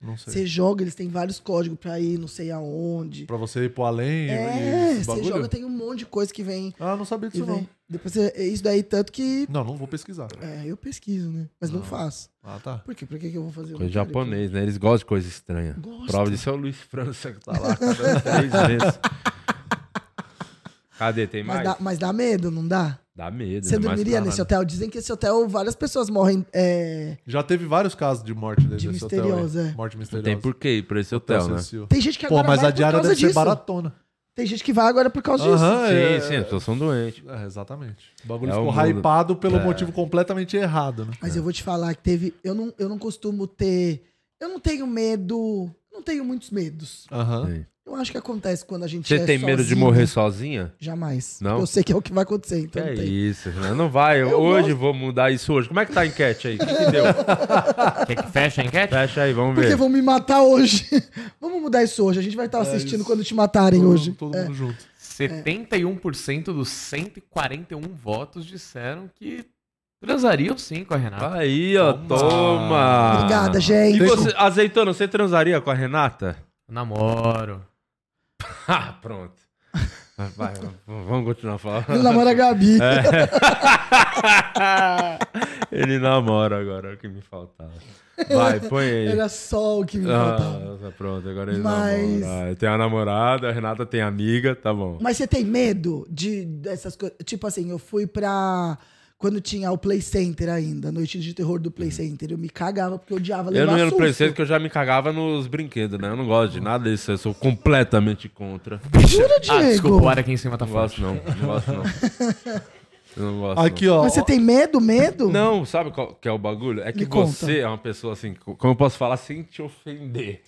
Speaker 3: Não É, sei.
Speaker 1: Você joga, eles têm vários códigos pra ir não sei aonde.
Speaker 3: Pra você ir pro além e- e
Speaker 1: É,
Speaker 3: esse
Speaker 1: você
Speaker 3: bagulho?
Speaker 1: joga, tem um monte de coisa que vem.
Speaker 3: Ah, não sabia
Speaker 1: Que
Speaker 3: disso não.
Speaker 1: vem. Depois você- é isso daí, tanto que.
Speaker 3: Não, não vou pesquisar.
Speaker 1: É, eu pesquiso, né? Mas não, faço.
Speaker 3: Ah, tá.
Speaker 1: Por quê? Por que, que eu vou fazer? Eu
Speaker 2: Coisa
Speaker 1: não quero
Speaker 2: japonês, né? Eles gostam de coisa estranha.
Speaker 1: Gosto.
Speaker 2: Prova disso é o Luiz França que tá lá cada três
Speaker 1: <laughs>
Speaker 2: vezes. Cadê? Tem
Speaker 1: aquilo. Mas
Speaker 2: mais?
Speaker 1: dá,
Speaker 2: Dá,
Speaker 1: mas dá medo, não dá?
Speaker 2: medo.
Speaker 1: Você
Speaker 2: né? Mais
Speaker 1: dormiria
Speaker 2: pra
Speaker 1: nesse
Speaker 2: lá.
Speaker 1: hotel? Dizem que esse hotel várias pessoas morrem. É...
Speaker 3: Já teve vários casos de morte
Speaker 1: De
Speaker 3: desse hotel.
Speaker 1: misteriosa,
Speaker 3: aí.
Speaker 1: é.
Speaker 3: Morte misteriosa.
Speaker 2: Não tem por que ir pra esse hotel, né?
Speaker 3: Cecil.
Speaker 1: Tem gente que
Speaker 3: Pô,
Speaker 1: agora
Speaker 3: mas
Speaker 1: vai
Speaker 3: a diária
Speaker 1: por
Speaker 3: deve
Speaker 1: causa
Speaker 3: ser
Speaker 1: disso.
Speaker 3: baratona.
Speaker 1: Tem gente que vai agora por causa dias. disso.
Speaker 3: Aham, é-
Speaker 2: Sim, sim, as pessoas são doentes.
Speaker 3: É, exatamente. O bagulho
Speaker 2: É
Speaker 3: ficou
Speaker 2: o mundo. É.
Speaker 3: hypado pelo motivo completamente errado, né?
Speaker 1: Mas eu vou te falar que teve. Eu não, eu não costumo ter. Eu não tenho medo. Não tenho muitos medos.
Speaker 3: Aham.
Speaker 2: Sim.
Speaker 1: Eu acho que acontece quando a gente.
Speaker 2: Você
Speaker 1: é
Speaker 2: tem medo de
Speaker 1: sozinho.
Speaker 2: morrer sozinha?
Speaker 1: Jamais.
Speaker 2: Não?
Speaker 1: Porque Eu sei que é o que vai acontecer, então
Speaker 2: é
Speaker 1: não tem.
Speaker 2: isso, Renan. Não vai. Eu hoje vou mudar isso hoje. Como é que tá a enquete aí? O que,
Speaker 1: <laughs>
Speaker 2: que deu?
Speaker 6: Quer que feche a enquete?
Speaker 2: Fecha aí, vamos
Speaker 1: Porque
Speaker 2: ver.
Speaker 1: vão me matar hoje. <laughs> Vamos mudar isso hoje. A gente vai
Speaker 2: É
Speaker 1: estar assistindo quando te matarem
Speaker 3: Todo,
Speaker 1: hoje. É.
Speaker 3: todo mundo
Speaker 2: Tá
Speaker 3: junto.
Speaker 6: 71% dos 141 votos disseram que transariam sim com a Renata.
Speaker 2: Aí, ó,
Speaker 6: Toma.
Speaker 2: toma.
Speaker 1: Obrigada,
Speaker 2: Ah. E
Speaker 1: gente.
Speaker 2: você, azeitona, você transaria com a Renata?
Speaker 6: Eu namoro.
Speaker 2: <laughs> Ah, pronto. Vai, vai, v- vamos continuar
Speaker 1: Meu
Speaker 2: falando.
Speaker 1: namoro é a Gabi.
Speaker 2: <laughs> Ele namora agora, é o que me faltava. Vai, põe aí.
Speaker 1: Era só o que me matava.
Speaker 2: Ah, tá pronto, agora ele
Speaker 1: Mas-
Speaker 2: namora. Ah, Tem a namorada, a Renata tem amiga, tá bom.
Speaker 1: Mas você tem medo de dessas coisas? Tipo assim, eu fui pra. Quando tinha o Play Center ainda, a noite de terror do Play Center, eu me cagava porque eu odiava levar
Speaker 2: Uhum. Eu não ia no
Speaker 1: susto.
Speaker 2: Play Center porque eu já me cagava nos brinquedos, né? Eu não gosto de nada disso, eu sou completamente contra.
Speaker 1: Jura, Diego?
Speaker 6: Ah, desculpa, o ar aqui em cima tá
Speaker 2: Não gosto
Speaker 6: forte.
Speaker 2: não, não gosto não. Eu não gosto.
Speaker 3: Aqui, ó.
Speaker 1: Mas você tem medo, medo?
Speaker 2: Não, sabe qual que é o bagulho? É que
Speaker 1: Me conta.
Speaker 2: você é uma pessoa assim, co- como eu posso falar sem te ofender.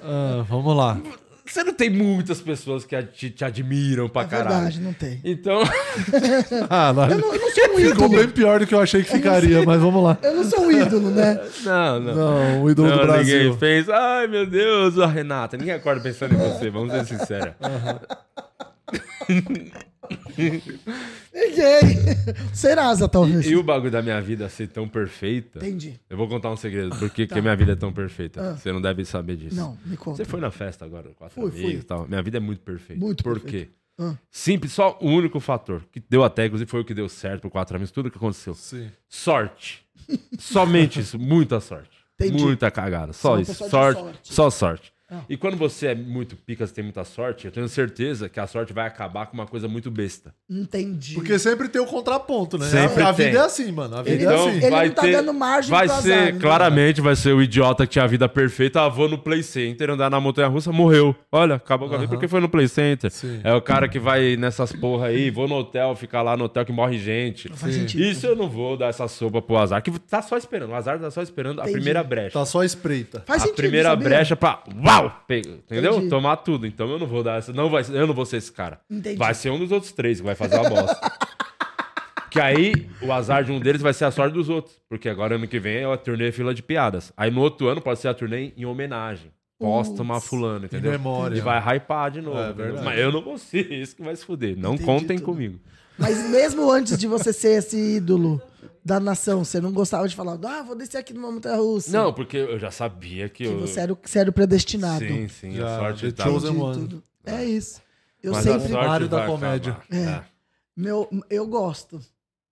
Speaker 3: Ah,
Speaker 1: <laughs>
Speaker 3: vamos lá.
Speaker 2: Você não tem muitas pessoas que a- te, te admiram pra
Speaker 1: É
Speaker 2: caralho.
Speaker 1: verdade, não tem.
Speaker 2: Então, <laughs>
Speaker 3: Ah, lá.
Speaker 1: Eu
Speaker 3: <laughs>
Speaker 1: não, eu não sou um
Speaker 3: Ficou
Speaker 1: ídolo.
Speaker 3: bem pior do que eu achei que ficaria, mas vamos lá.
Speaker 1: Eu não sou um ídolo, né?
Speaker 2: <laughs> não, não.
Speaker 3: Não, o ídolo
Speaker 2: Não,
Speaker 3: do Brasil.
Speaker 2: Ninguém fez. Ai, meu Deus, a Renata. Ninguém acorda pensando em você, vamos ser
Speaker 1: <laughs>
Speaker 2: sinceros.
Speaker 1: Ah. Ninguém. Serasa, talvez.
Speaker 2: E o bagulho da minha vida ser tão perfeita.
Speaker 1: Entendi. Tá. Ah.
Speaker 2: Eu vou contar um segredo. Por que que minha vida é tão perfeita? Você não deve saber disso.
Speaker 1: Não, me conta.
Speaker 2: Você foi na festa agora, quatro
Speaker 1: Fui,
Speaker 2: amigos
Speaker 1: fui.
Speaker 2: e tal. Minha vida é muito perfeita.
Speaker 1: Muito
Speaker 2: Por
Speaker 1: perfeita.
Speaker 2: quê?
Speaker 1: Ah.
Speaker 2: Simples, só o único fator que deu até, inclusive foi o que deu certo pro quatro amigos, tudo que aconteceu.
Speaker 3: Sim.
Speaker 2: Sorte. Somente isso, muita sorte.
Speaker 1: Entendi.
Speaker 2: Muita cagada, só
Speaker 1: Sou uma
Speaker 2: isso.
Speaker 1: pessoa de
Speaker 2: Sorte,
Speaker 1: sorte. Ah.
Speaker 2: só sorte. E quando você é muito pica, você tem muita sorte, eu tenho certeza que a sorte vai acabar com uma coisa muito besta.
Speaker 1: Entendi.
Speaker 3: Porque sempre tem o contraponto, né?
Speaker 2: Sempre
Speaker 3: a, a vida
Speaker 2: tem.
Speaker 3: é assim, mano. A vida
Speaker 1: Ele-
Speaker 3: é assim.
Speaker 1: ele não tá dando margem
Speaker 2: Então, vai
Speaker 1: pro
Speaker 2: ser,
Speaker 1: azar, né?
Speaker 2: claramente, vai ser o idiota que tinha a vida perfeita. Ah, vou no Play Center, andar na montanha russa, morreu. Olha, acabou com a vida porque foi no Play Center.
Speaker 3: Sim.
Speaker 2: É o cara que vai nessas porra aí, vou no hotel, ficar lá no hotel que morre gente.
Speaker 1: Faz sentido.
Speaker 2: Isso eu não vou dar essa sopa pro azar, que tá só esperando. O azar tá só esperando a
Speaker 1: Entendi.
Speaker 2: primeira brecha.
Speaker 3: Tá só espreita.
Speaker 1: Faz
Speaker 2: a
Speaker 1: sentido,
Speaker 2: primeira
Speaker 1: sabia?
Speaker 2: brecha pra. Uau! Pe- Entendeu?
Speaker 1: Entendi.
Speaker 2: Tomar tudo. Então eu não vou dar essa. Não vai, eu não vou ser esse cara.
Speaker 1: Entendi.
Speaker 2: Vai ser um dos outros três que vai fazer
Speaker 1: <laughs>
Speaker 2: a bosta. que aí o azar de um deles vai ser a sorte dos outros. Porque agora ano que vem é a turnê fila de piadas. Aí no outro ano pode ser a turnê em homenagem. Póstuma a fulano, entendeu?
Speaker 3: memória.
Speaker 2: E vai hypar de novo.
Speaker 3: É,
Speaker 2: entendeu?
Speaker 3: verdade.
Speaker 2: Mas eu não vou ser isso que vai se fuder. Não
Speaker 1: Entendi
Speaker 2: contem
Speaker 1: tudo.
Speaker 2: comigo.
Speaker 1: Mas mesmo antes de você ser esse ídolo da nação, você não gostava de falar, ah, vou descer aqui numa montanha russa.
Speaker 2: Não, porque eu já sabia que,
Speaker 1: Que
Speaker 2: eu.
Speaker 1: você é era o, você era o predestinado.
Speaker 2: Sim, sim.
Speaker 3: Já,
Speaker 2: a sorte
Speaker 3: The
Speaker 2: tá.
Speaker 1: Entendi
Speaker 3: Chosen One.
Speaker 1: tudo. É isso. Eu
Speaker 2: Mas a
Speaker 1: sempre.
Speaker 2: sorte
Speaker 3: Mário da
Speaker 2: vai
Speaker 3: comédia.
Speaker 2: acabar. É.
Speaker 1: Meu, eu gosto.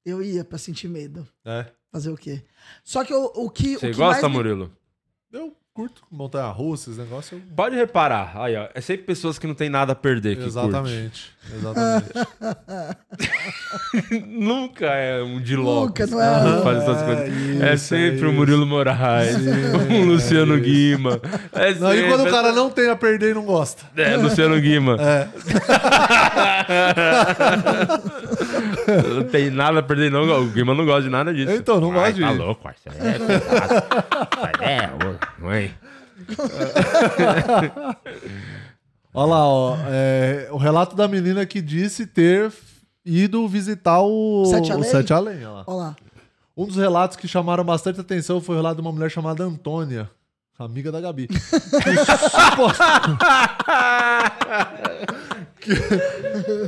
Speaker 1: Eu ia pra sentir medo.
Speaker 3: É.
Speaker 1: Fazer o quê? Só que eu- o que. o
Speaker 2: Você
Speaker 1: que
Speaker 2: gosta,
Speaker 1: mais me-
Speaker 2: Murilo?
Speaker 3: Eu curto montanha russa, esses negócios. eu-
Speaker 2: Pode reparar. Aí, ó, é sempre pessoas que não tem nada a perder que Exatamente. <laughs>
Speaker 3: Exatamente. Exatamente.
Speaker 2: Nunca é um de
Speaker 1: Nunca,
Speaker 2: Lopes
Speaker 1: não é?
Speaker 2: que faz essas
Speaker 3: É
Speaker 2: coisas.
Speaker 3: isso,
Speaker 2: É
Speaker 3: é
Speaker 2: sempre o
Speaker 3: isso. É
Speaker 2: Murilo
Speaker 3: <laughs>
Speaker 2: Moraes, o Luciano Guima. É
Speaker 3: Não,
Speaker 2: sempre-
Speaker 3: e quando o cara É. não tem a perder e não gosta?
Speaker 2: É, Luciano Guima. <laughs> não tem nada a perder, não. O Guima não gosta de nada disso.
Speaker 3: Então, não
Speaker 2: Ai,
Speaker 3: gosta de-
Speaker 2: Tá louco, isso aí é
Speaker 3: <laughs>
Speaker 2: pesado. Isso aí é, ô, não é?
Speaker 3: Olha lá, ó. é, o relato da menina que disse ter f- ido visitar o
Speaker 1: Sete
Speaker 3: o
Speaker 1: Além?
Speaker 3: Sete Além, olha lá.
Speaker 1: Olha lá.
Speaker 3: Um dos relatos que chamaram bastante atenção foi o relato de uma mulher chamada Antônia, <laughs> amiga da Gabi. Que supo-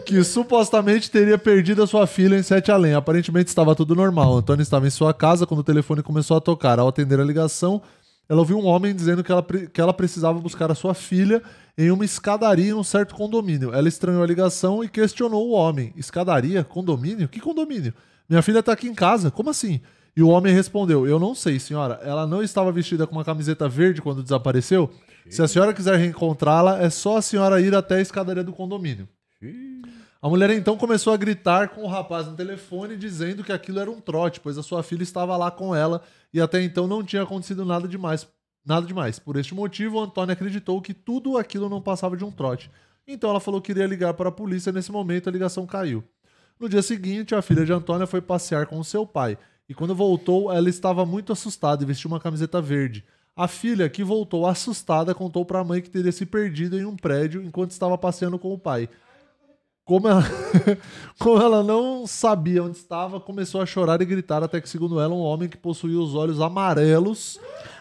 Speaker 3: que supostamente teria perdido a sua filha em Sete Além. Aparentemente estava tudo normal. Antônio estava em sua casa quando o telefone começou a tocar. Ao atender a ligação, ela ouviu um homem dizendo que ela, pre- que ela precisava buscar a sua filha em uma escadaria em um certo condomínio. Ela estranhou a ligação e questionou o homem. Escadaria? Condomínio? Que condomínio? Minha filha está aqui em casa. Como assim? E o homem respondeu: Eu não sei, senhora. Ela não estava vestida com uma camiseta verde quando desapareceu? Se a senhora quiser reencontrá-la, é só a senhora ir até a escadaria do condomínio. A mulher então começou a gritar com o rapaz no telefone, dizendo que aquilo era um trote, pois a sua filha estava lá com ela e até então não tinha acontecido nada demais. Nada demais. Por este motivo, Antônia acreditou que tudo aquilo não passava de um trote. Então ela falou que iria ligar para a polícia. Nesse momento, a ligação caiu. No dia seguinte, a filha de Antônia foi passear com seu pai. E quando voltou, ela estava muito assustada e vestiu uma camiseta verde. A filha, que voltou assustada, contou para a mãe que teria se perdido em um prédio enquanto estava passeando com o pai. Como ela, <laughs> como ela não sabia onde estava, começou a chorar e gritar até que, segundo ela, um homem que possuía os olhos amarelos.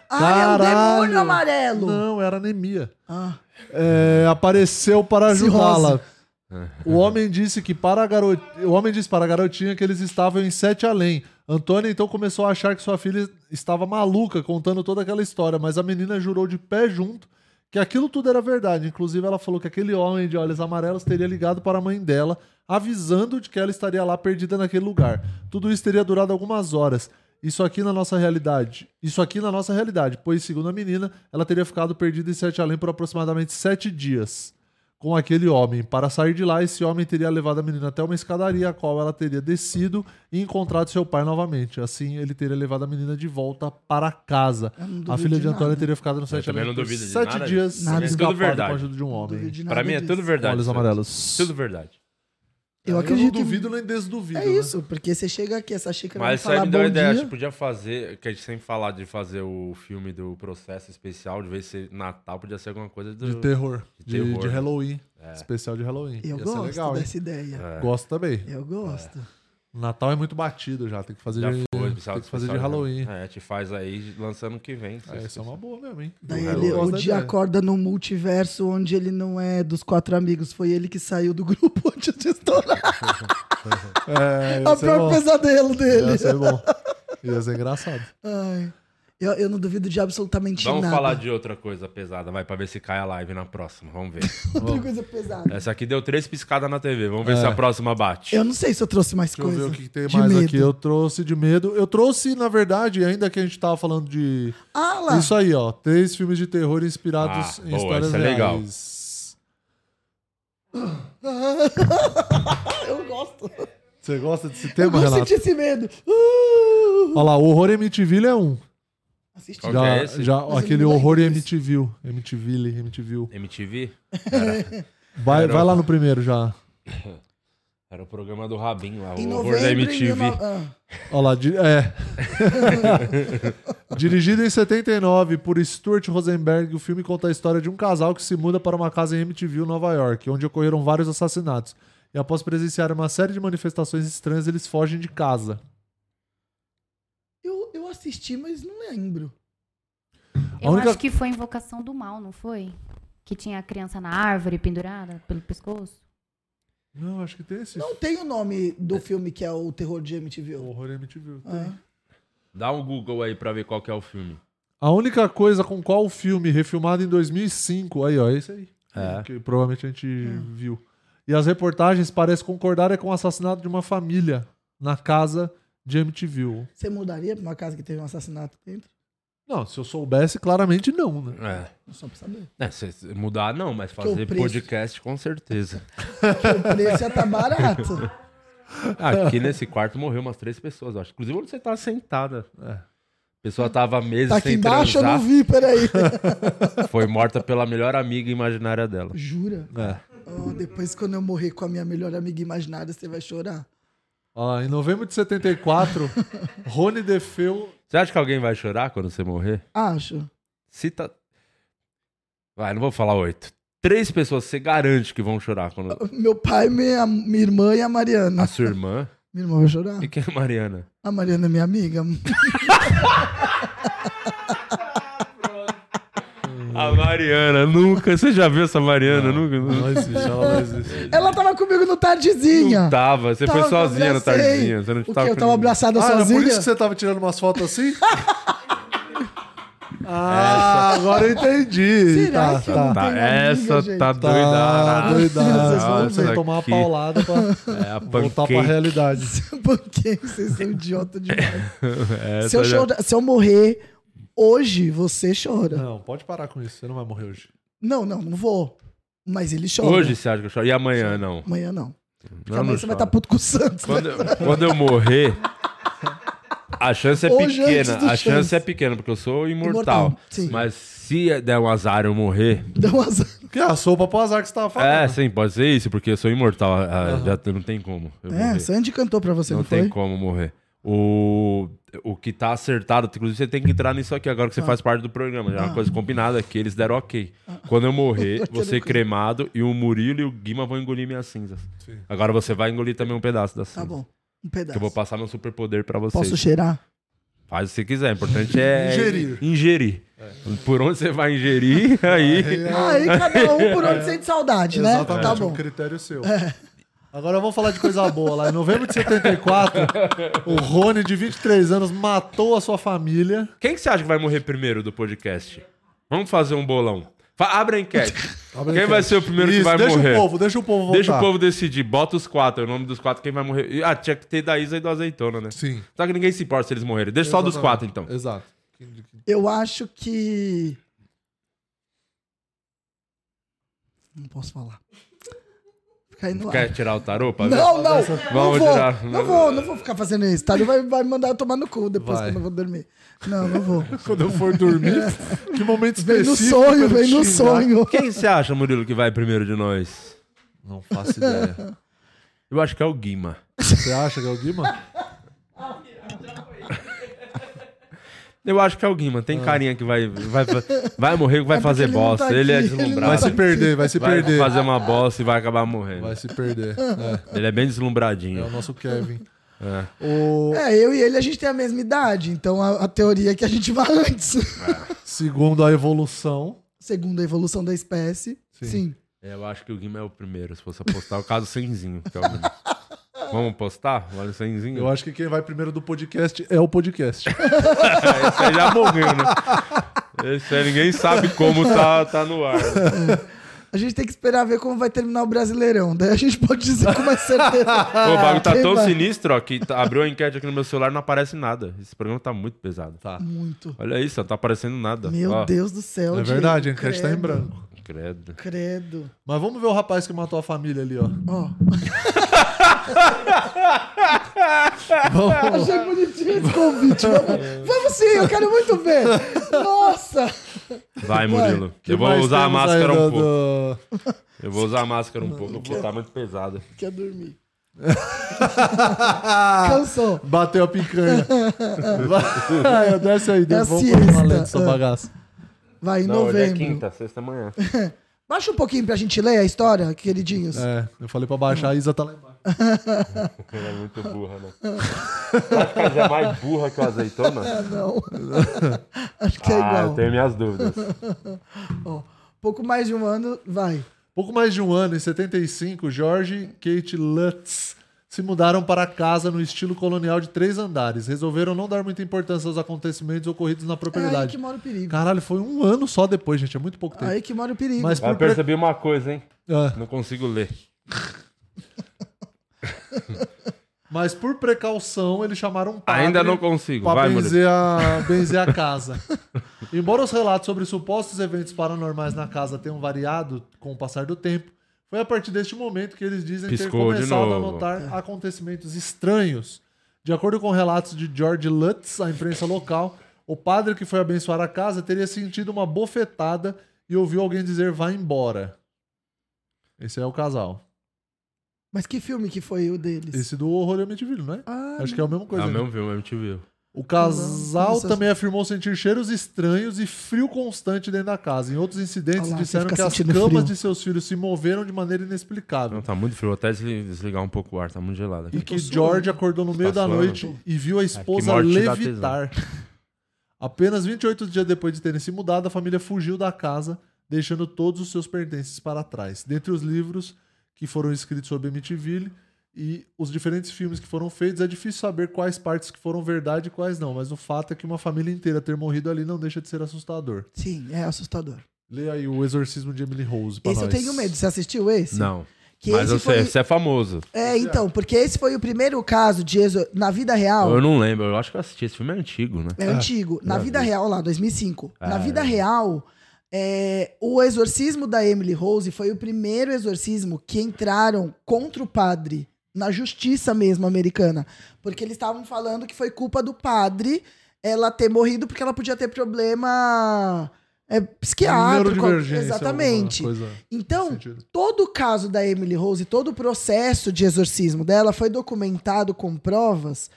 Speaker 1: Ah, é o
Speaker 3: Caralho!
Speaker 1: demônio amarelo!
Speaker 3: Não, era anemia.
Speaker 1: Ah,
Speaker 3: É, apareceu para
Speaker 1: Cirrose.
Speaker 3: ajudá-la. O homem disse que para a garot... o homem disse para a garotinha que eles estavam em sete além. Antônia então começou a achar que sua filha estava maluca contando toda aquela história, mas a menina jurou de pé junto que aquilo tudo era verdade. Inclusive ela falou que aquele homem de olhos amarelos teria ligado para a mãe dela, avisando de que ela estaria lá perdida naquele lugar. Tudo isso teria durado algumas horas. Isso aqui na nossa realidade. Isso aqui na nossa realidade, pois segundo a menina, ela teria ficado perdida em sete além por aproximadamente sete dias com aquele homem. Para sair de lá, esse homem teria levado a menina até uma escadaria, a qual ela teria descido e encontrado seu pai novamente. Assim, ele teria levado a menina de volta para casa.
Speaker 1: Eu não duvido
Speaker 3: A filha
Speaker 1: de
Speaker 3: de Antônia
Speaker 1: nada.
Speaker 3: teria ficado no sete
Speaker 2: também não
Speaker 3: além por
Speaker 2: duvido de
Speaker 3: sete
Speaker 2: nada
Speaker 3: dias,
Speaker 2: disso.
Speaker 1: Nada.
Speaker 3: sendo
Speaker 2: Isso é tudo
Speaker 3: escapado
Speaker 2: verdade.
Speaker 3: com a ajuda de um homem.
Speaker 1: duvido de
Speaker 2: Pra
Speaker 1: nada
Speaker 2: mim é
Speaker 1: disso.
Speaker 2: tudo verdade.
Speaker 3: Olhos
Speaker 2: isso aí.
Speaker 3: amarelos.
Speaker 2: Tudo verdade.
Speaker 1: Eu acredito.
Speaker 3: não duvido nem desduvido.
Speaker 1: é
Speaker 3: né?
Speaker 1: isso, porque você chega aqui, essa xícara
Speaker 2: Mas isso
Speaker 1: vai
Speaker 2: aí
Speaker 1: falar
Speaker 2: me deu uma
Speaker 1: bom
Speaker 2: ideia. tipo,
Speaker 1: dia.
Speaker 2: Acho que podia fazer, que a gente sempre falar de fazer o filme do processo especial, de vez ser Natal, podia ser alguma coisa do.
Speaker 3: De terror.
Speaker 2: De
Speaker 3: De,
Speaker 2: terror. É.
Speaker 3: de Halloween. Especial de Halloween.
Speaker 1: Eu
Speaker 3: Ia ser
Speaker 1: gosto
Speaker 3: é legal, hein?
Speaker 1: dessa ideia.
Speaker 3: Gosto também.
Speaker 1: Eu gosto.
Speaker 3: Natal é muito batido já. Tem que fazer,
Speaker 2: Já
Speaker 3: de,
Speaker 2: foi,
Speaker 3: tem
Speaker 2: especial
Speaker 3: que fazer de
Speaker 2: especial
Speaker 3: Halloween.
Speaker 2: É, te faz aí lançando que vem.
Speaker 3: É, isso é uma boa mesmo, hein?
Speaker 1: Daí
Speaker 3: Eu
Speaker 1: ele,
Speaker 3: gosto
Speaker 1: o
Speaker 3: da
Speaker 1: dia
Speaker 3: ideia.
Speaker 1: acorda num multiverso onde ele não é dos quatro amigos. Foi ele que saiu do grupo <laughs> antes de estourar.
Speaker 3: É,
Speaker 1: O
Speaker 3: ia ser
Speaker 1: pior
Speaker 3: bom.
Speaker 1: pesadelo dele.
Speaker 3: Ia
Speaker 1: <laughs>
Speaker 3: ser bom. Ia ser engraçado.
Speaker 1: Ai, eu, eu não duvido de absolutamente
Speaker 2: Vamos
Speaker 1: nada.
Speaker 2: falar de outra coisa pesada, vai, pra ver se cai a live na próxima. Vamos
Speaker 3: <laughs>
Speaker 2: ver.
Speaker 1: Outra coisa pesada.
Speaker 2: Essa aqui deu três piscadas na TV. Vamos
Speaker 3: É.
Speaker 2: ver se a próxima bate.
Speaker 1: Eu não sei se eu trouxe mais
Speaker 3: Deixa eu
Speaker 1: coisa.
Speaker 3: ver o que que tem
Speaker 1: de
Speaker 3: mais
Speaker 1: medo.
Speaker 3: aqui. Eu trouxe de medo. Eu trouxe, na verdade, ainda que a gente tava falando de.
Speaker 1: Ah lá.
Speaker 3: Isso aí, ó. Três filmes de terror inspirados
Speaker 2: Ah,
Speaker 3: em
Speaker 2: boa,
Speaker 3: histórias
Speaker 2: isso é legal.
Speaker 3: reais.
Speaker 1: Eu gosto.
Speaker 3: Você gosta desse
Speaker 1: Eu
Speaker 3: tema,
Speaker 1: gosto de
Speaker 3: Renato?
Speaker 1: sentir esse medo. Uh!
Speaker 3: Olha lá, o Horror Emityville é um.
Speaker 1: Assisti.
Speaker 2: Qual que
Speaker 3: já,
Speaker 2: é esse?
Speaker 3: já
Speaker 1: Mas
Speaker 3: aquele
Speaker 1: eu não
Speaker 3: Horror
Speaker 1: lembro desse.
Speaker 3: Emityville. Emityville, Emityville.
Speaker 2: MTV?
Speaker 3: Vai,
Speaker 2: Era-
Speaker 3: vai lá no primeiro já.
Speaker 2: Era o programa do Rabin lá,
Speaker 1: Em
Speaker 2: o horror da
Speaker 1: novembro, em
Speaker 2: MTV.
Speaker 1: 19 ah,
Speaker 3: Olha lá, di- é. <laughs> Dirigido em 79 por Stuart Rosenberg, o filme conta a história de um casal que se muda para uma casa em Amityville, Nova York, onde ocorreram vários assassinatos. E após presenciar uma série de manifestações estranhas, eles fogem de casa.
Speaker 1: eu, eu assisti, mas não lembro.
Speaker 5: Eu
Speaker 3: única-
Speaker 5: acho que foi Invocação do Mal, não foi? Que tinha a criança na árvore pendurada pelo pescoço.
Speaker 3: Não, acho que tem esse.
Speaker 1: Não tem o nome do filme que é o terror de MTV.
Speaker 3: Horror Amityville.
Speaker 1: Ah.
Speaker 2: Dá um Google aí pra ver qual que é o filme.
Speaker 3: A única coisa com qual o filme, refilmado em 2005, aí ó, é esse aí.
Speaker 2: É.
Speaker 3: Que provavelmente a gente viu. E as reportagens parecem concordar é com o assassinato de uma família na casa de Amityville.
Speaker 1: Você mudaria pra uma casa que teve um assassinato dentro?
Speaker 3: Não, se eu soubesse, claramente não, né?
Speaker 2: É.
Speaker 1: Só pra saber.
Speaker 2: É, se- se mudar não, mas
Speaker 1: é o
Speaker 2: fazer
Speaker 1: preço-
Speaker 2: podcast com certeza.
Speaker 1: O preço já tá barato.
Speaker 2: <laughs> Ah, Aqui nesse quarto morreu umas três pessoas, eu acho. Inclusive onde você tá sentada. A pessoa tava meses
Speaker 1: É. Tá aqui
Speaker 2: sem
Speaker 1: embaixo, eu
Speaker 2: transar,
Speaker 1: não vi, peraí.
Speaker 2: foi morta pela melhor amiga imaginária dela.
Speaker 1: Jura?
Speaker 2: É.
Speaker 1: Oh, depois, quando eu morrer com a minha melhor amiga imaginária, você vai chorar.
Speaker 3: Ó, em novembro
Speaker 1: <laughs>
Speaker 3: de 74, Rony Defeu.
Speaker 2: Você acha que alguém vai chorar quando você morrer?
Speaker 1: Acho.
Speaker 2: Cita... Vai, não vou falar oito. Três pessoas você garante que vão chorar quando...
Speaker 1: Meu pai, minha, minha irmã e a Mariana.
Speaker 2: A sua
Speaker 1: <laughs>
Speaker 2: irmã?
Speaker 1: Minha irmã vai chorar?
Speaker 2: E quem é a Mariana?
Speaker 1: A Mariana é minha amiga.
Speaker 2: A Mariana, nunca. Você já viu essa Mariana? Nunca.
Speaker 6: Não existe, ela não existe.
Speaker 1: Ela tava comigo no tardezinha.
Speaker 2: Não tava. Você foi
Speaker 1: Tava,
Speaker 2: sozinha na
Speaker 1: abracei.
Speaker 2: tardezinha. Você não
Speaker 1: o quê?
Speaker 2: tava
Speaker 1: Eu tava
Speaker 2: comigo.
Speaker 1: abraçada
Speaker 3: Ah, era por
Speaker 1: sozinha?
Speaker 3: isso
Speaker 1: <laughs>
Speaker 3: que você tava tirando umas fotos assim? ah, agora eu entendi.
Speaker 1: É, tá- Será
Speaker 3: tá,
Speaker 1: que eu
Speaker 3: tá.
Speaker 1: não
Speaker 2: Tá,
Speaker 1: tenho
Speaker 2: essa
Speaker 1: amiga, gente?
Speaker 2: tá doidada.
Speaker 3: Tá, doidada. Vocês
Speaker 2: Ah,
Speaker 3: vão
Speaker 2: essa
Speaker 3: ver, tomar uma
Speaker 2: daqui
Speaker 3: paulada pra
Speaker 2: É a
Speaker 3: voltar pra
Speaker 2: <laughs> pancake.
Speaker 3: realidade.
Speaker 1: Por que vocês são idiota
Speaker 2: <laughs>
Speaker 1: demais?
Speaker 2: Essa
Speaker 1: se, eu
Speaker 2: É, tá já-
Speaker 1: chorar- se eu morrer hoje, você
Speaker 2: Ah.
Speaker 1: chora.
Speaker 3: Não, pode parar com isso. Você não vai morrer hoje.
Speaker 1: Não, não, não vou. Mas ele chora.
Speaker 2: Hoje você acha que eu choro? E amanhã, não?
Speaker 1: Amanhã não. Porque
Speaker 2: Não,
Speaker 1: amanhã
Speaker 2: não
Speaker 1: você vai
Speaker 2: choro.
Speaker 1: estar puto com o Santos. né?
Speaker 2: Quando, eu- quando
Speaker 1: <laughs>
Speaker 2: eu morrer, a chance é
Speaker 1: Hoje antes do
Speaker 2: pequena. A chance
Speaker 1: chance.
Speaker 2: é pequena, porque eu sou imortal.
Speaker 1: Imortal, sim.
Speaker 2: Mas se der um azar eu morrer.
Speaker 1: Dá um azar.
Speaker 3: Porque a sopa pro azar que você tava
Speaker 2: É,
Speaker 3: falando.
Speaker 2: sim, pode ser isso, porque eu sou imortal. ah, Já t- não tem como. Eu
Speaker 1: É,
Speaker 2: morrer.
Speaker 1: Sandy cantou pra você,
Speaker 2: não
Speaker 1: não,
Speaker 2: tem
Speaker 1: foi?
Speaker 2: como morrer. O, o que tá acertado, inclusive você tem que entrar nisso aqui agora que
Speaker 1: Ah.
Speaker 2: você faz parte do programa. Já é uma coisa combinada que eles deram ok. Quando eu
Speaker 1: <laughs>
Speaker 2: morrer,
Speaker 1: Aquele
Speaker 2: você
Speaker 1: coisa.
Speaker 2: cremado e o Murilo e o Guima vão engolir minhas cinzas. Agora você vai engolir também um pedaço da cinza.
Speaker 1: Tá bom. Um
Speaker 2: Que
Speaker 1: pedaço.
Speaker 2: eu vou passar meu superpoder pra vocês.
Speaker 1: Posso cheirar?
Speaker 2: Faz o que você quiser. O importante é
Speaker 3: Ingerir.
Speaker 2: ingerir. Por onde você vai ingerir, <laughs> aí.
Speaker 1: Aí cada um
Speaker 3: <laughs>
Speaker 1: por onde sente saudade, né?
Speaker 3: É. Exatamente,
Speaker 1: Tá
Speaker 3: é um
Speaker 1: bom.
Speaker 3: critério seu. Agora vamos falar de coisa boa lá. Em novembro de 74, o Rony, de 23 anos, matou a sua família.
Speaker 2: Quem que você acha que vai morrer primeiro do podcast? Vamos fazer um bolão. Fa abre
Speaker 1: <laughs>
Speaker 2: a enquete.
Speaker 3: Abre a
Speaker 2: quem
Speaker 3: enquete.
Speaker 2: vai ser o primeiro que
Speaker 3: Isso,
Speaker 2: vai
Speaker 3: deixa
Speaker 2: morrer?
Speaker 3: o povo, deixa o povo votar.
Speaker 2: Deixa o povo decidir. Bota os quatro. é O nome dos quatro, quem vai morrer. E, Ah, tinha que ter da Isa e do Azeitona, né?
Speaker 3: Sim.
Speaker 2: Só que ninguém se importa se eles morrerem. Deixa só dos
Speaker 3: Exatamente.
Speaker 2: quatro, então.
Speaker 3: Exato.
Speaker 1: Eu acho que. Não posso falar. Fica aí no ar.
Speaker 2: Quer tirar o tarô pra ver?
Speaker 1: Não, não!
Speaker 2: Vamos
Speaker 1: não, vou,
Speaker 2: tirar.
Speaker 1: não vou, não vou ficar fazendo isso. Tá? Ele vai, vai mandar eu tomar no cu depois
Speaker 3: Vai.
Speaker 1: quando eu vou dormir. Não, não
Speaker 3: <laughs>
Speaker 1: vou.
Speaker 3: Quando eu for dormir, que momento
Speaker 1: Vem no
Speaker 3: específico.
Speaker 1: sonho,
Speaker 3: pra me
Speaker 1: vem no
Speaker 3: xingar.
Speaker 1: sonho.
Speaker 2: Quem você acha, Murilo, que vai primeiro de nós?
Speaker 3: Não faço ideia.
Speaker 2: Eu acho que é o Guima.
Speaker 3: Você acha que é o Guima?
Speaker 2: Tá. Eu acho que é o Guima. Tem carinha que vai, vai, vai morrer, vai
Speaker 1: É porque
Speaker 2: fazer
Speaker 1: ele não
Speaker 2: bosta.
Speaker 1: tá
Speaker 2: ele é
Speaker 1: aqui, ele não
Speaker 2: deslumbrado.
Speaker 3: Vai se perder, vai se
Speaker 2: Vai
Speaker 3: perder.
Speaker 2: fazer uma bosta e vai acabar morrendo.
Speaker 3: Vai se perder. É,
Speaker 2: Ele é bem
Speaker 3: é o
Speaker 2: deslumbradinho.
Speaker 3: nosso Kevin. O...
Speaker 1: É, eu e ele a gente tem a mesma idade, então a, a teoria é que a gente vai <laughs> antes.
Speaker 3: Segundo a evolução,
Speaker 1: Segundo a evolução da espécie. Sim.
Speaker 2: Eu acho que o Guima é o primeiro, se fosse apostar. O caso Senzinho, que é o Guima. Vamos postar? Olha o Senzinho.
Speaker 3: eu acho que quem vai primeiro do podcast é o podcast.
Speaker 2: Esse aí já morreu, né? Esse aí ninguém sabe como tá, tá no ar.
Speaker 1: A gente tem que esperar ver como vai terminar o Brasileirão. Daí a gente pode dizer com mais certeza.
Speaker 2: <laughs> Pô, o bagulho tá
Speaker 1: Quem
Speaker 2: tão
Speaker 1: vai?
Speaker 2: sinistro, ó, que tá- abriu a enquete aqui no meu celular e não aparece nada. Esse programa tá muito pesado. Tá.
Speaker 1: Muito.
Speaker 2: Olha isso, não tá aparecendo nada.
Speaker 1: Meu
Speaker 2: Ó,
Speaker 1: Deus do céu.
Speaker 3: É
Speaker 1: Diego.
Speaker 3: verdade, a enquete tá em
Speaker 1: Credo,
Speaker 3: branco.
Speaker 2: Credo.
Speaker 1: Credo.
Speaker 3: Mas vamos ver o rapaz que matou a família ali, ó.
Speaker 1: Ó.
Speaker 3: Vamos.
Speaker 1: Achei bonitinho esse convite. Vamos, vamos sim, eu quero muito ver. Nossa.
Speaker 2: Vai, Murilo.
Speaker 3: Que
Speaker 2: eu vou
Speaker 3: mais
Speaker 2: usar a
Speaker 3: temos aí
Speaker 2: máscara um
Speaker 3: do-
Speaker 2: pouco.
Speaker 3: do-
Speaker 2: Eu vou usar a máscara um pouco, porque tá muito pesado.
Speaker 1: Quer
Speaker 3: <laughs>
Speaker 1: dormir. Cansou.
Speaker 3: Bateu
Speaker 1: <laughs>
Speaker 3: a picanha. Vai, <laughs> é, desce aí,
Speaker 1: É a
Speaker 3: depois vamos fazer uma
Speaker 1: siesta.
Speaker 3: lente essa
Speaker 1: Ah.
Speaker 3: bagaça.
Speaker 1: Vai em
Speaker 2: Não, hoje é
Speaker 1: novembro.
Speaker 2: quinta, sexta manhã.
Speaker 1: Baixa um pouquinho pra gente ler a história, queridinhos.
Speaker 3: É, eu falei pra baixar, a Isa tá lá embaixo.
Speaker 2: Ela é muito burra, né? Acho que ela já é mais burra que o azeitona.
Speaker 1: Não. Acho que é
Speaker 2: Ah, eu
Speaker 1: igual.
Speaker 2: tenho minhas dúvidas.
Speaker 1: Pouco mais de um ano, vai.
Speaker 3: Pouco mais de um ano, em 75, Jorge e Kate Lutz se mudaram para casa no estilo colonial de três andares. Resolveram não dar muita importância aos acontecimentos ocorridos na
Speaker 1: É aí
Speaker 3: propriedade.
Speaker 1: que mora o perigo.
Speaker 3: Caralho, foi um ano só depois, gente. É muito pouco tempo.
Speaker 1: Aí que mora o perigo.
Speaker 3: Mas
Speaker 2: Eu
Speaker 3: por... pre-
Speaker 2: percebi uma coisa, hein?
Speaker 3: Ah.
Speaker 2: Não consigo ler.
Speaker 3: Mas por precaução, eles chamaram um padre
Speaker 2: Ainda não consigo.
Speaker 3: pra
Speaker 2: Vai, Murilo.
Speaker 3: benzer, a, benzer a casa. <laughs> Embora os relatos sobre supostos eventos paranormais na casa tenham variado com o passar do tempo, foi a partir deste momento que eles dizem
Speaker 2: Piscou
Speaker 3: ter
Speaker 2: de
Speaker 3: começado a
Speaker 2: novo.
Speaker 3: notar acontecimentos estranhos. De acordo com relatos de George Lutz, à imprensa local, o padre que foi abençoar a casa teria sentido uma bofetada e ouviu alguém dizer vá embora. Esse é o casal.
Speaker 1: Mas que filme que foi o deles?
Speaker 3: Esse do horror e Amityville, não é?
Speaker 1: Ah,
Speaker 3: Acho que é a mesma coisa.
Speaker 2: Ah,
Speaker 3: né?
Speaker 2: mesmo viu, mesmo te viu.
Speaker 3: O
Speaker 1: Não,
Speaker 3: casal
Speaker 1: não sei
Speaker 3: também afirmou sentir cheiros estranhos e frio constante dentro da casa. Em outros incidentes,
Speaker 1: Olha lá,
Speaker 3: disseram
Speaker 1: você
Speaker 3: que
Speaker 1: fica
Speaker 3: as
Speaker 1: sentindo
Speaker 3: camas
Speaker 1: frio.
Speaker 3: de seus filhos se moveram de maneira inexplicável.
Speaker 2: Não, tá muito frio. Vou até desli- desligar um pouco o ar, tá muito gelado
Speaker 3: E
Speaker 2: aqui.
Speaker 3: que George acordou no meio da
Speaker 2: suando?
Speaker 3: noite e viu
Speaker 1: É,
Speaker 3: a esposa
Speaker 2: morte te dá
Speaker 3: levitar. Apenas 28 dias depois de terem se mudado, a família fugiu da casa, deixando todos os seus pertences para trás. Dentre os livros que foram escritos sobre Amityville e os diferentes filmes que foram feitos, é difícil saber quais partes que foram verdade e quais não, mas o fato é que uma família inteira ter morrido ali não deixa de ser assustador.
Speaker 1: Sim, é assustador.
Speaker 3: Leia aí o Exorcismo de Emily Rose pra
Speaker 1: Esse eu
Speaker 3: nós.
Speaker 1: tenho medo. Você assistiu esse?
Speaker 2: Não.
Speaker 1: Que
Speaker 2: Mas
Speaker 1: esse
Speaker 2: você,
Speaker 1: foi...
Speaker 2: você é famoso.
Speaker 1: É, então, porque esse foi o primeiro caso de exor... na vida real.
Speaker 2: Eu não lembro. Eu acho que eu assisti. Esse filme é antigo, né?
Speaker 1: Ah, É antigo. Na
Speaker 2: já
Speaker 1: vida
Speaker 2: vi.
Speaker 1: real, lá, 2005. na
Speaker 2: Ah,
Speaker 1: vida
Speaker 2: é.
Speaker 1: real, é, o exorcismo da Emily Rose foi o primeiro exorcismo que entraram contra o padre, na justiça mesmo americana. Porque eles estavam falando que foi culpa do padre ela ter morrido porque ela podia ter problema é, psiquiátrico.
Speaker 3: Neurodivergência,
Speaker 1: Exatamente.
Speaker 3: alguma coisa nesse
Speaker 1: Então,
Speaker 3: sentido.
Speaker 1: todo o caso da Emily Rose, todo o processo de exorcismo dela foi documentado com provas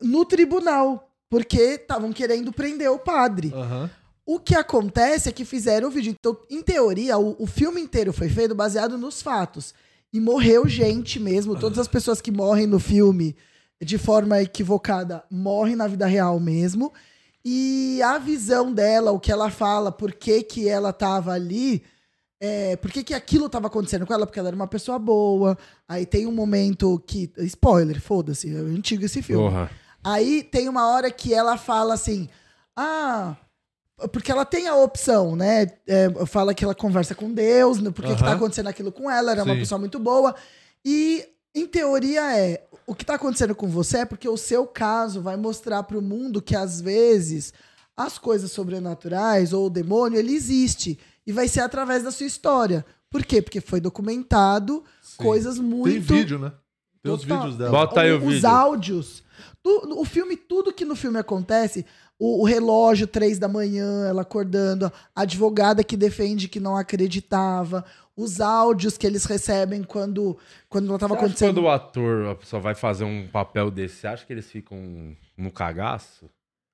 Speaker 1: no tribunal, porque estavam querendo prender o padre.
Speaker 3: Aham.
Speaker 1: O que acontece é que fizeram o vídeo. Então, em teoria, o, o filme inteiro foi feito baseado nos fatos. E morreu gente mesmo. Todas as pessoas que morrem no filme de forma equivocada morrem na vida real mesmo. E a visão dela, o que ela fala, por que, que ela tava ali, é, por que, que aquilo tava acontecendo com ela? Porque ela era uma pessoa boa. Aí tem um momento que. Spoiler, foda-se, é antigo esse filme.
Speaker 2: Porra.
Speaker 1: Aí tem uma hora que ela fala assim: Ah, porque ela tem a opção, né? É, fala que ela conversa com Deus, né? por que, que tá
Speaker 3: Aham.
Speaker 1: acontecendo aquilo com ela, era uma
Speaker 3: Sim.
Speaker 1: pessoa muito boa. E, em teoria, é: o que tá acontecendo com você é porque o seu caso vai mostrar pro mundo que, às vezes, as coisas sobrenaturais ou o demônio, ele existe. E vai ser através da sua história. Por quê? Porque foi documentado
Speaker 3: Sim.
Speaker 1: coisas muito.
Speaker 3: Tem vídeo, né? Tem os
Speaker 1: Total.
Speaker 3: vídeos dela.
Speaker 2: Bota aí o
Speaker 1: os
Speaker 2: vídeo.
Speaker 1: áudios. Tu- o filme, tudo que no filme acontece, o, o relógio, três da manhã, ela acordando, a advogada que defende que não acreditava, os áudios que eles recebem quando, quando ela tava
Speaker 2: Você acha que
Speaker 1: acontecendo.
Speaker 2: Quando o ator só vai fazer um papel desse, você acha que eles ficam no cagaço?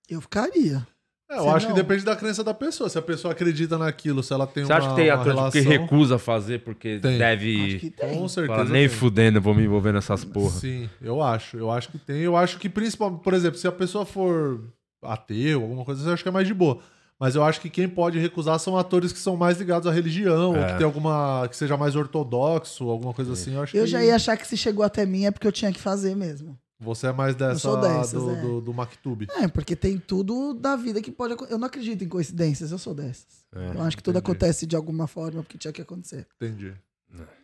Speaker 1: Eu ficaria.
Speaker 3: É, eu
Speaker 1: Você
Speaker 3: acho
Speaker 1: não.
Speaker 3: que depende da crença da pessoa. Se a pessoa acredita naquilo, se ela tem
Speaker 2: Você
Speaker 3: uma,
Speaker 2: acha que tem
Speaker 3: uma
Speaker 2: ator
Speaker 3: relação...
Speaker 2: que recusa fazer porque
Speaker 3: Tem.
Speaker 2: deve.
Speaker 1: Acho que tem.
Speaker 3: Com certeza.
Speaker 2: Fala, nem
Speaker 3: tem.
Speaker 2: fudendo, eu vou me envolver nessas porra.
Speaker 3: Sim, eu acho. Eu acho que tem. Eu acho que principalmente, por exemplo, se a pessoa for ateu, alguma coisa assim, eu acho que é mais de boa. Mas eu acho que quem pode recusar são atores que são mais ligados à religião,
Speaker 2: É.
Speaker 3: ou que tem alguma. que seja mais ortodoxo, alguma coisa assim. Eu, acho
Speaker 1: Eu
Speaker 3: que
Speaker 1: já ia achar que se chegou até mim é porque eu tinha que fazer mesmo.
Speaker 3: Você é mais dessa
Speaker 1: sou dessas,
Speaker 3: do,
Speaker 1: é.
Speaker 3: do, do Mactube.
Speaker 1: É, porque tem tudo da vida que pode acontecer. Eu não acredito em coincidências, eu sou dessas.
Speaker 2: É,
Speaker 1: eu acho que tudo
Speaker 3: entendi.
Speaker 1: acontece de alguma forma porque tinha que acontecer.
Speaker 3: Entendi.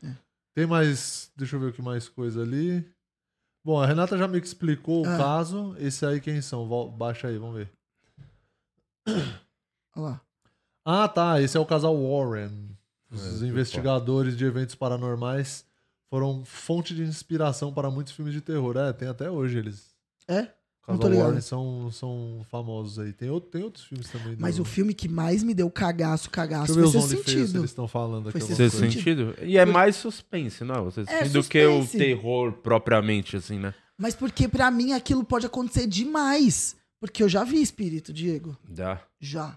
Speaker 1: É.
Speaker 3: Tem mais. Deixa eu ver o que mais coisa ali. Bom, a Renata já me explicou
Speaker 1: Ah.
Speaker 3: o caso. Esse aí quem são? Vol- Baixa aí, vamos ver.
Speaker 1: Olha lá.
Speaker 3: Ah, tá. Esse é o casal Warren.
Speaker 1: É,
Speaker 3: Os investigadores de eventos paranormais foram fonte de inspiração para muitos filmes de terror. É, tem até hoje eles.
Speaker 1: É?
Speaker 3: O
Speaker 1: Não
Speaker 3: casal
Speaker 1: tô ligado.
Speaker 3: Warren são, são famosos aí. Tem, outro- tem outros filmes também.
Speaker 1: Mas
Speaker 3: do-
Speaker 1: o filme que mais me deu cagaço,
Speaker 3: Deixa
Speaker 1: cagaço,
Speaker 3: eu ver
Speaker 1: foi
Speaker 3: os
Speaker 1: seu
Speaker 3: OnlyFans que
Speaker 1: sentido.
Speaker 3: eles estão falando aqui.
Speaker 1: Foi
Speaker 3: alguma
Speaker 1: Sexto
Speaker 2: Seu
Speaker 3: coisa.
Speaker 2: sentido? E é mais suspense, não? Você
Speaker 1: É,
Speaker 2: do que o
Speaker 1: suspense.
Speaker 2: terror propriamente, assim, né?
Speaker 1: Mas porque pra mim aquilo pode acontecer demais. Porque eu já vi espírito, Diego.
Speaker 2: Dá.
Speaker 1: Já.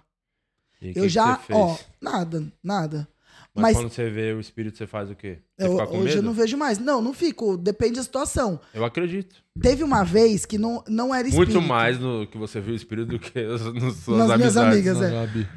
Speaker 2: E o
Speaker 1: eu
Speaker 2: que
Speaker 1: já,
Speaker 2: que você fez?
Speaker 1: ó, nada, nada.
Speaker 2: Mas,
Speaker 1: Mas,
Speaker 2: quando você vê o espírito, você faz o quê? Você
Speaker 1: eu-
Speaker 2: fica com
Speaker 1: hoje
Speaker 2: medo?
Speaker 1: eu não vejo mais. Não, não fico. Depende da situação.
Speaker 2: Eu acredito.
Speaker 1: Teve uma vez que não, não era espírito.
Speaker 2: Muito mais no que você viu o espírito do que <laughs> as- nas suas
Speaker 1: Nas minhas
Speaker 2: amizades. né?
Speaker 1: amigas, é.
Speaker 3: Não, Gabi.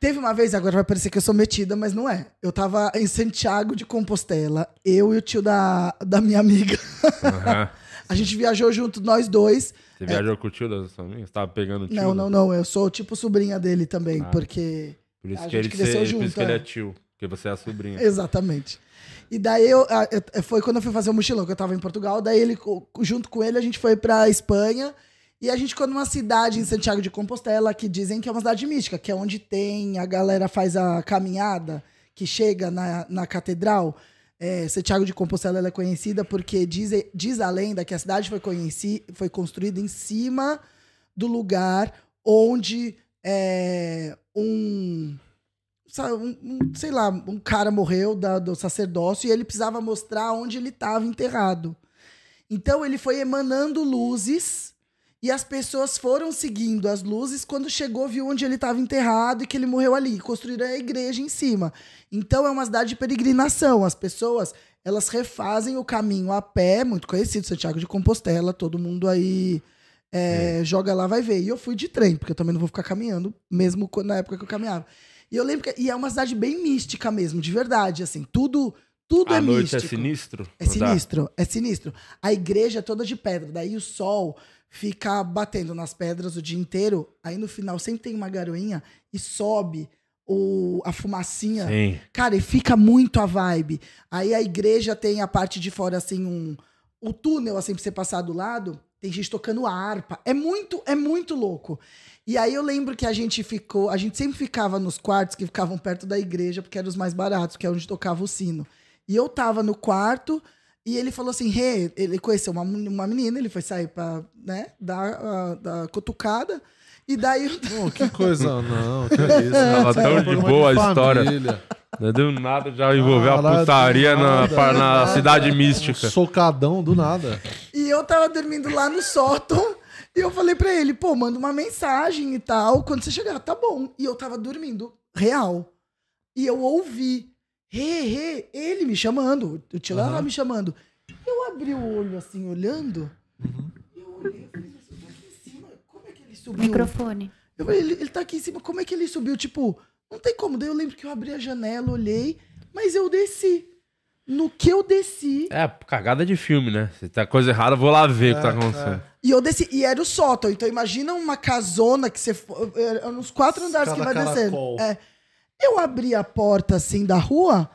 Speaker 1: Teve uma vez, agora vai parecer que eu sou metida, mas não é. Eu tava em Santiago de Compostela, eu e o tio da, da minha amiga.
Speaker 2: Aham.
Speaker 1: <laughs> A gente viajou junto, nós dois.
Speaker 2: Você viajou com o tio das suas amigas? Você tava pegando o tio? né?
Speaker 1: Não, não, não. Eu sou tipo sobrinha dele também,
Speaker 2: Ah.
Speaker 1: porque.
Speaker 2: Por isso,
Speaker 1: A
Speaker 2: que ele,
Speaker 1: gente cresceu
Speaker 2: se- por
Speaker 1: junto,
Speaker 2: isso que ele
Speaker 1: é.
Speaker 2: é tio. Porque você é a sobrinha.
Speaker 1: Exatamente. E daí eu, a- eu- eh, foi quando eu fui fazer o mochilão, que eu tava em Portugal, daí ele, co- junto com ele, a gente foi pra Espanha. E a gente ficou numa cidade em Santiago de Compostela que dizem que é uma cidade mística, que é onde tem, a galera faz a caminhada que chega na, na catedral. É, Santiago de Compostela ela é conhecida porque diz, diz a lenda que a cidade foi, conheci, foi construída em cima do lugar onde é, um sabe, um- um, sei lá, um cara morreu da- do sacerdócio e ele precisava mostrar onde ele estava enterrado. Então ele foi emanando luzes e as pessoas foram seguindo as luzes. Quando chegou, viu onde ele estava enterrado e que ele morreu ali. Construíram a igreja em cima. Então é uma cidade de peregrinação. As pessoas elas refazem o caminho a pé, muito conhecido, Santiago de Compostela. Todo mundo aí
Speaker 2: É.
Speaker 1: é, joga lá, vai ver. E eu fui de trem, porque eu também não vou ficar caminhando, mesmo quando- na época que eu caminhava. E eu lembro que. E é uma cidade bem mística mesmo, de verdade. Assim, tudo, tudo
Speaker 2: A
Speaker 1: é
Speaker 2: noite
Speaker 1: místico.
Speaker 2: é sinistro?
Speaker 1: É
Speaker 2: Não dá?
Speaker 1: sinistro, é sinistro. A igreja é toda de pedra, daí o sol fica batendo nas pedras o dia inteiro. Aí no final sempre tem uma garoinha e sobe o, a fumacinha.
Speaker 2: Sim.
Speaker 1: Cara, e fica muito a vibe. Aí a igreja tem a parte de fora, assim, um. O túnel, assim, pra você passar do lado, tem gente tocando harpa. É muito, é muito louco. E aí eu lembro que a gente ficou. A gente sempre ficava nos quartos que ficavam perto da igreja, porque eram os mais baratos, que é onde tocava o sino. E eu tava no quarto. E ele falou assim, Rê, ele conheceu uma, men- uma menina, ele foi sair pra, né, dar a- da cutucada. E daí eu
Speaker 3: Pô, que coisa,
Speaker 1: <laughs>
Speaker 3: não. Que é isso?
Speaker 2: Tava
Speaker 3: Isso é
Speaker 2: tão de
Speaker 3: problema
Speaker 2: boa a
Speaker 3: família.
Speaker 2: é Do nada já envolveu a
Speaker 3: Caralho,
Speaker 2: putaria na,
Speaker 3: nada,
Speaker 2: pa- na
Speaker 3: nada.
Speaker 2: cidade
Speaker 3: <laughs>
Speaker 2: mística.
Speaker 3: Socadão do nada.
Speaker 1: E eu tava dormindo lá no sótão. E eu falei pra ele, pô, manda uma mensagem e tal. Quando você chegar, tá bom. E eu tava dormindo, real. E eu ouvi, re, re, ele me chamando, o tio lá me chamando. Eu abri o olho assim, olhando. E eu olhei, eu falei, mas eu tô aqui em cima, como é que ele subiu?
Speaker 5: Microfone.
Speaker 1: Eu falei, ele, ele tá aqui em cima, como é que ele subiu? Tipo, não tem como. Daí eu lembro que eu abri a janela, olhei, mas eu desci. No que eu desci,
Speaker 2: É, cagada de filme, né? Se tá coisa errada, eu vou lá ver o que
Speaker 3: É,
Speaker 2: tá acontecendo.
Speaker 1: E eu desci, e era o sótão, então imagina uma casona que você. fo- é, é Uns quatro andares que
Speaker 3: Escada
Speaker 1: vai descendo.
Speaker 3: caracol.
Speaker 1: É. Eu abri a porta assim da rua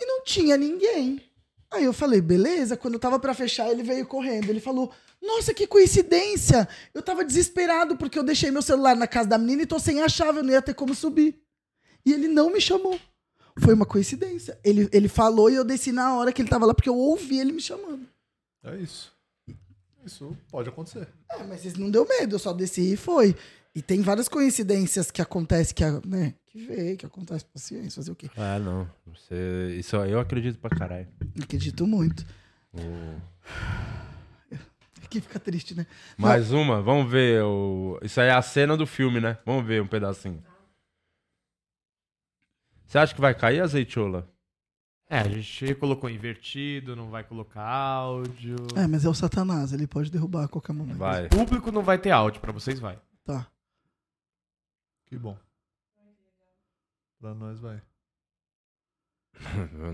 Speaker 1: e não tinha ninguém. Aí eu falei, beleza. Quando eu tava pra fechar, ele veio correndo. Ele falou: Nossa, que coincidência! Eu tava desesperado porque eu deixei meu celular na casa da menina e tô sem a chave, eu não ia ter como subir. E ele não me chamou. Foi uma coincidência. Ele, ele falou e eu desci na hora que ele tava lá, porque eu ouvi ele me chamando.
Speaker 3: É isso. Isso pode acontecer.
Speaker 1: É, mas isso não deu medo, eu só desci e foi. E tem várias coincidências que acontecem, que, a- né, que vê, que acontece paciência, fazer o quê?
Speaker 2: Ah, não. Você- Isso aí eu acredito pra caralho.
Speaker 1: Acredito muito. Aqui fica triste, né?
Speaker 2: Mais uma, vamos ver. O... Isso aí é a cena do filme, né? Vamos ver um pedacinho. Você acha que vai cair azeitola?
Speaker 6: É, a gente colocou invertido, não vai colocar áudio.
Speaker 1: É, mas é o Satanás, ele pode derrubar a qualquer momento.
Speaker 2: Vai.
Speaker 6: Público não vai ter áudio, pra vocês vai.
Speaker 1: Tá.
Speaker 3: Que bom. Pra nós vai.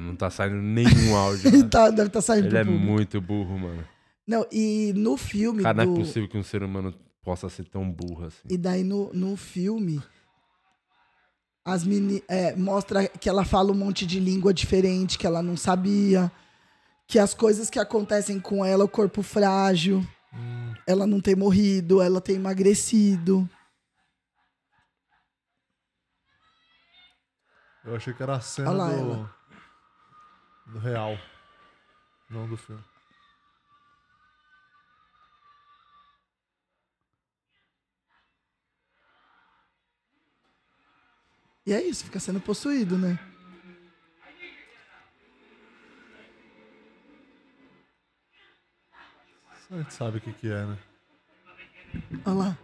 Speaker 2: Não tá saindo
Speaker 1: <laughs>
Speaker 2: nenhum áudio.
Speaker 1: Ele
Speaker 2: cara.
Speaker 1: <laughs> tá, deve estar saindo
Speaker 2: Ele é
Speaker 1: pro público.
Speaker 2: muito burro, mano.
Speaker 1: Não, e no filme.
Speaker 2: Cara, não
Speaker 1: do-
Speaker 2: é possível que um ser humano possa ser tão burro assim.
Speaker 1: E daí no, no filme as meni, é, mostra que ela fala um monte de língua diferente que ela não sabia, que as coisas que acontecem com ela, o corpo frágil,
Speaker 3: Hum.
Speaker 1: ela não tem morrido, ela tem emagrecido.
Speaker 3: Eu achei que era a cena
Speaker 1: Olha lá
Speaker 3: do.
Speaker 1: ela.
Speaker 3: Do real. Não do filme.
Speaker 1: E é isso, fica sendo possuído, né?
Speaker 3: A gente sabe o que, que é, né?
Speaker 1: Olha lá.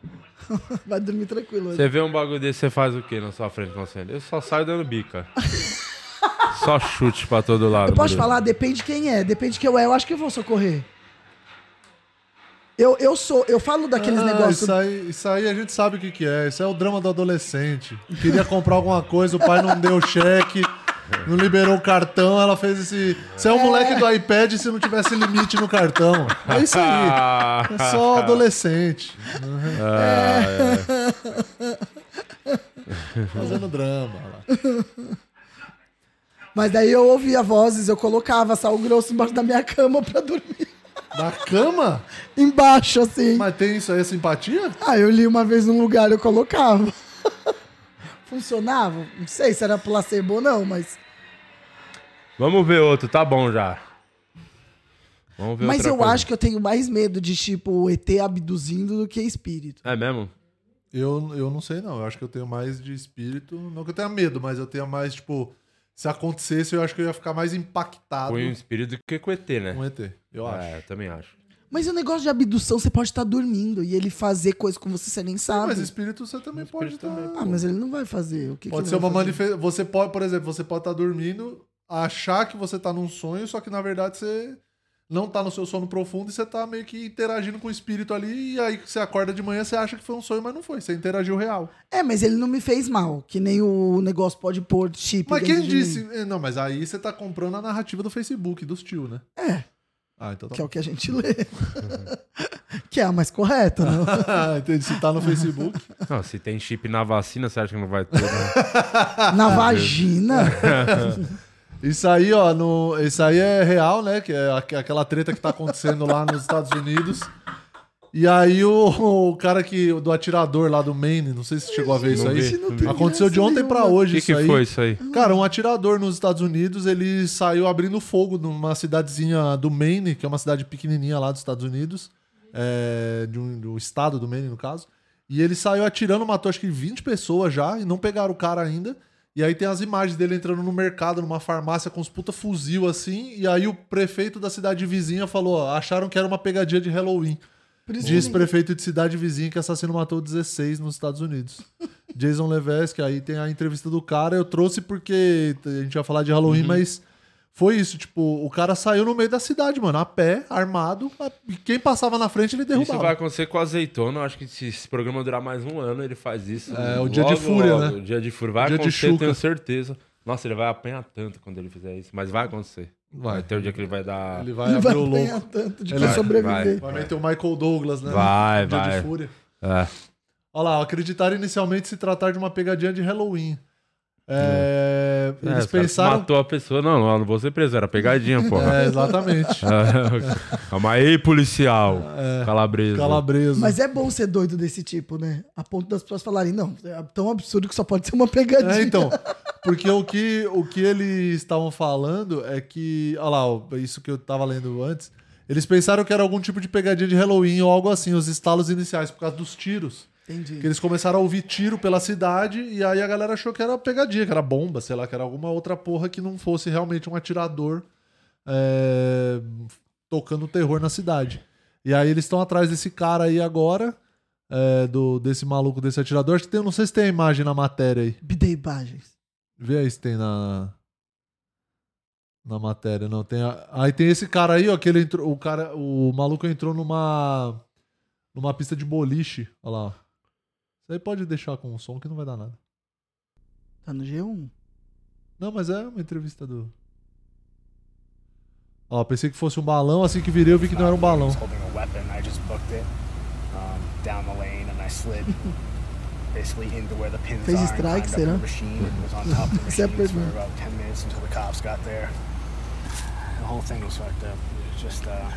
Speaker 1: <laughs> Vai dormir tranquilo. hoje.
Speaker 2: Você vê um bagulho desse, você faz o que na sua frente, Conselho? Eu só saio dando
Speaker 1: <laughs>
Speaker 2: bica. só chute pra todo
Speaker 3: é
Speaker 2: lado.
Speaker 1: Eu posso
Speaker 2: mano.
Speaker 1: falar, depende quem é, depende quem eu é, eu acho que eu vou socorrer. Eu, eu sou, eu falo daqueles
Speaker 3: Ah,
Speaker 1: negócios
Speaker 3: Isso aí, isso aí a gente sabe o que, que é. Isso é o drama do adolescente. Queria comprar alguma coisa, o pai não deu cheque, não liberou o cartão, ela fez esse. Você é o moleque do iPad se não tivesse limite no cartão. É
Speaker 1: assim?
Speaker 3: isso <laughs> aí.
Speaker 2: Ah,
Speaker 3: É só adolescente. Fazendo drama. olha lá.
Speaker 1: Mas daí eu ouvia vozes, eu colocava sal grosso embaixo da minha cama pra dormir. <laughs>
Speaker 3: Na cama?
Speaker 1: Embaixo, assim.
Speaker 3: Mas tem isso aí, simpatia?
Speaker 1: Ah, eu li uma vez num lugar, eu colocava. <laughs> Funcionava? Não sei se era placebo ou não, mas.
Speaker 2: Vamos ver outro, tá bom já. Vamos ver
Speaker 1: Mas
Speaker 2: outra
Speaker 1: eu
Speaker 2: coisa.
Speaker 1: acho que eu tenho mais medo de, tipo, o ET abduzindo do que espírito.
Speaker 2: É mesmo?
Speaker 3: Eu, eu não sei, não. Eu acho que eu tenho mais de espírito. Não que eu tenha medo, mas eu tenha mais, tipo. Se acontecesse, eu acho que eu ia ficar mais impactado
Speaker 2: Foi um espírito que com ET, né?
Speaker 3: com ET. Um Eu acho.
Speaker 2: É, eu também acho.
Speaker 1: Mas o negócio de abdução, você pode estar dormindo e ele fazer coisa com você, você nem sabe.
Speaker 3: Mas espírito você também pode tá
Speaker 2: espírito
Speaker 3: também.
Speaker 1: Ah, mas ele não vai fazer. O que
Speaker 3: Pode
Speaker 1: que
Speaker 3: ser
Speaker 1: ele vai
Speaker 3: uma
Speaker 1: fazer?
Speaker 3: manifestação. Você tá pode, por exemplo, você pode estar dormindo, achar que você tá num sonho, só que na verdade você não tá no seu sono profundo e você tá meio que interagindo com o espírito ali. E aí você acorda de manhã, você acha que foi um sonho, mas não foi. Você interagiu real.
Speaker 1: É, mas ele não me fez mal, que nem o negócio pode pôr chip.
Speaker 3: Mas
Speaker 1: dentro
Speaker 3: quem
Speaker 1: de
Speaker 3: disse.
Speaker 1: mim,
Speaker 3: eh, Não, mas aí você tá comprando a narrativa do Facebook, dos tio, né?
Speaker 1: É.
Speaker 3: Ah, então tá.
Speaker 1: que é o que a gente lê. <laughs> que é a mais correta, né?
Speaker 3: <laughs> Ah, entendi. Se tá no Facebook.
Speaker 2: Não, se tem chip na vacina, você acha que não vai ter?
Speaker 3: <laughs>
Speaker 2: né?
Speaker 1: Na vagina.
Speaker 3: É. Isso aí, ó, no, isso aí é real, né? Que é aqu- aquela treta que tá acontecendo lá nos Estados Unidos. E aí o, o cara que do atirador lá do Maine, não sei se você chegou a ver isso
Speaker 2: Não
Speaker 3: aí.
Speaker 2: vi.
Speaker 1: Isso não tem
Speaker 3: Aconteceu
Speaker 1: graça
Speaker 3: de ontem pra
Speaker 1: nenhuma.
Speaker 2: O
Speaker 3: hoje
Speaker 2: que,
Speaker 3: isso
Speaker 2: que
Speaker 3: aí.
Speaker 2: foi isso aí?
Speaker 3: Cara, um atirador nos Estados Unidos, ele saiu abrindo fogo numa cidadezinha do Maine, que é uma cidade pequenininha lá dos Estados Unidos, é, de um- do estado do Maine, no caso. E ele saiu atirando, matou acho que 20 pessoas já, e não pegaram o cara ainda. E aí tem as imagens dele entrando no mercado, numa farmácia, com os puta fuzil assim. E aí o prefeito da cidade vizinha falou, ó, acharam que era uma pegadinha de Halloween.
Speaker 1: Por isso
Speaker 3: Diz
Speaker 1: que-
Speaker 3: prefeito de cidade vizinha que assassino matou 16 nos Estados Unidos. Jason Levesque, aí tem a entrevista do cara. Eu trouxe porque a gente ia falar de Halloween,
Speaker 2: Uhum.
Speaker 3: mas foi isso. Tipo, o cara saiu no meio da cidade, mano, a pé, armado. a- e Quem passava na frente, ele derrubava.
Speaker 2: Isso vai acontecer com o azeitona. Eu acho que se esse programa durar mais um ano, ele faz isso.
Speaker 3: É, o dia de fúria, né?
Speaker 2: O dia de fúria. Vai
Speaker 3: Dia de
Speaker 2: acontecer, eu
Speaker 3: chuca.
Speaker 2: tenho certeza. Nossa, ele vai apanhar tanto quando ele fizer isso. Mas vai acontecer. Vai ter o dia que ele vai dar.
Speaker 3: Ele vai
Speaker 1: Ele
Speaker 3: abrir
Speaker 1: vai
Speaker 3: o
Speaker 1: apanhar
Speaker 3: louco.
Speaker 1: tanto de
Speaker 3: Ele
Speaker 1: que
Speaker 3: vai-
Speaker 1: sobreviver.
Speaker 3: Vai meter o Michael Douglas, né?
Speaker 2: Vai,
Speaker 3: Dia
Speaker 2: vai.
Speaker 3: de fúria.
Speaker 2: É.
Speaker 3: Olha lá, acreditar inicialmente se tratar de uma pegadinha de Halloween. É,
Speaker 2: É,
Speaker 3: eles
Speaker 2: os caras
Speaker 3: pensaram.
Speaker 2: Matou né? a pessoa. Não, não, eu não vou ser preso. Era pegadinha, pô.
Speaker 3: <laughs> É, exatamente.
Speaker 2: <laughs> Calma aí, policial.
Speaker 3: É.
Speaker 2: Calabreso.
Speaker 3: Calabreso.
Speaker 1: Mas é bom ser doido desse tipo, né? A ponto das pessoas falarem, não, é tão absurdo que só pode ser uma pegadinha.
Speaker 3: É, então. Porque o que, o que eles estavam falando é que. Olha lá, ó, isso que eu tava lendo antes. Eles pensaram que era algum tipo de pegadinha de Halloween ou algo assim, os estalos iniciais, por causa dos tiros.
Speaker 1: Entendi.
Speaker 3: Que eles começaram a ouvir tiro pela cidade e aí a galera achou que era pegadinha, que era bomba, sei lá, que era alguma outra porra que não fosse realmente um atirador é, tocando terror na cidade. E aí eles estão atrás desse cara aí agora, é, do, desse maluco, desse atirador. Acho que tem, não sei se tem a imagem na matéria aí.
Speaker 1: Me dê imagens.
Speaker 3: Vê aí se tem na. Na matéria, não. Tem a- Aí tem esse cara aí, ó, que ele entrou. O, cara, o maluco entrou numa. numa pista de boliche. Olha lá, ó. Isso aí pode deixar com o som que não vai dar nada.
Speaker 1: Tá no G1.
Speaker 3: Não, mas é uma entrevista do. Ó, pensei que fosse um balão, assim que virei eu vi que não era um balão.
Speaker 7: was holding a weapon. I just booked it um, down the lane and I slid basically into where the pins
Speaker 1: Fez
Speaker 7: are. and
Speaker 1: strike,
Speaker 7: climbed up
Speaker 1: será?
Speaker 7: the machine and was on top of the
Speaker 1: Isso é a
Speaker 7: machines for
Speaker 1: pergunta.
Speaker 7: about 10 minutes until the cops got there. The whole thing was fucked up. It was just, uh,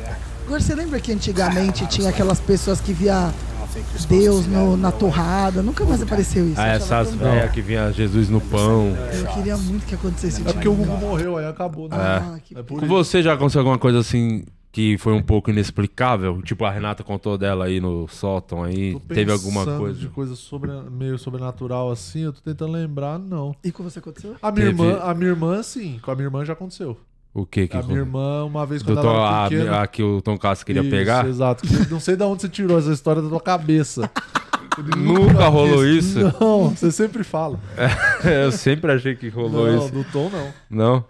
Speaker 7: yeah,
Speaker 1: Agora, você lembra que antigamente tinha aquelas pessoas que via
Speaker 7: I don't think you're supposed
Speaker 1: Deus
Speaker 7: to see that
Speaker 1: no-
Speaker 7: in
Speaker 1: na
Speaker 7: real life.
Speaker 1: torrada? Nunca mais apareceu isso.
Speaker 2: Ah,
Speaker 1: Eu achava
Speaker 2: essas
Speaker 1: tão-
Speaker 2: velhas que vinha Jesus no pão.
Speaker 1: Eu queria muito que acontecesse isso.
Speaker 3: É porque o Gugu morreu, aí acabou, né?
Speaker 1: Ah, que
Speaker 3: É por
Speaker 2: Com
Speaker 3: isso.
Speaker 2: você já aconteceu alguma coisa assim que foi um pouco inexplicável? Tipo, a Renata contou dela aí no sótão aí.
Speaker 3: Tô
Speaker 2: Teve alguma
Speaker 3: pensando
Speaker 2: coisa?
Speaker 3: De coisa sobre, meio sobrenatural assim, eu tô tentando lembrar, não.
Speaker 1: E com você aconteceu?
Speaker 3: A minha,
Speaker 2: Teve-
Speaker 3: irmã, a minha irmã, sim. Com a minha irmã já aconteceu.
Speaker 2: O que que
Speaker 3: a minha
Speaker 2: aconteceu?
Speaker 3: irmã, uma vez quando
Speaker 2: Do Tom,
Speaker 3: ela
Speaker 2: a,
Speaker 3: era pequena...
Speaker 2: a que o Tom Cássio queria
Speaker 3: Isso,
Speaker 2: pegar?
Speaker 3: Exato. Que- Não sei de onde você tirou essa história da tua cabeça.
Speaker 2: <laughs> Nunca rolou isso?
Speaker 3: Não, você sempre fala.
Speaker 2: <laughs> Eu sempre achei que rolou
Speaker 3: não,
Speaker 2: isso.
Speaker 3: do Tom não.
Speaker 2: Não?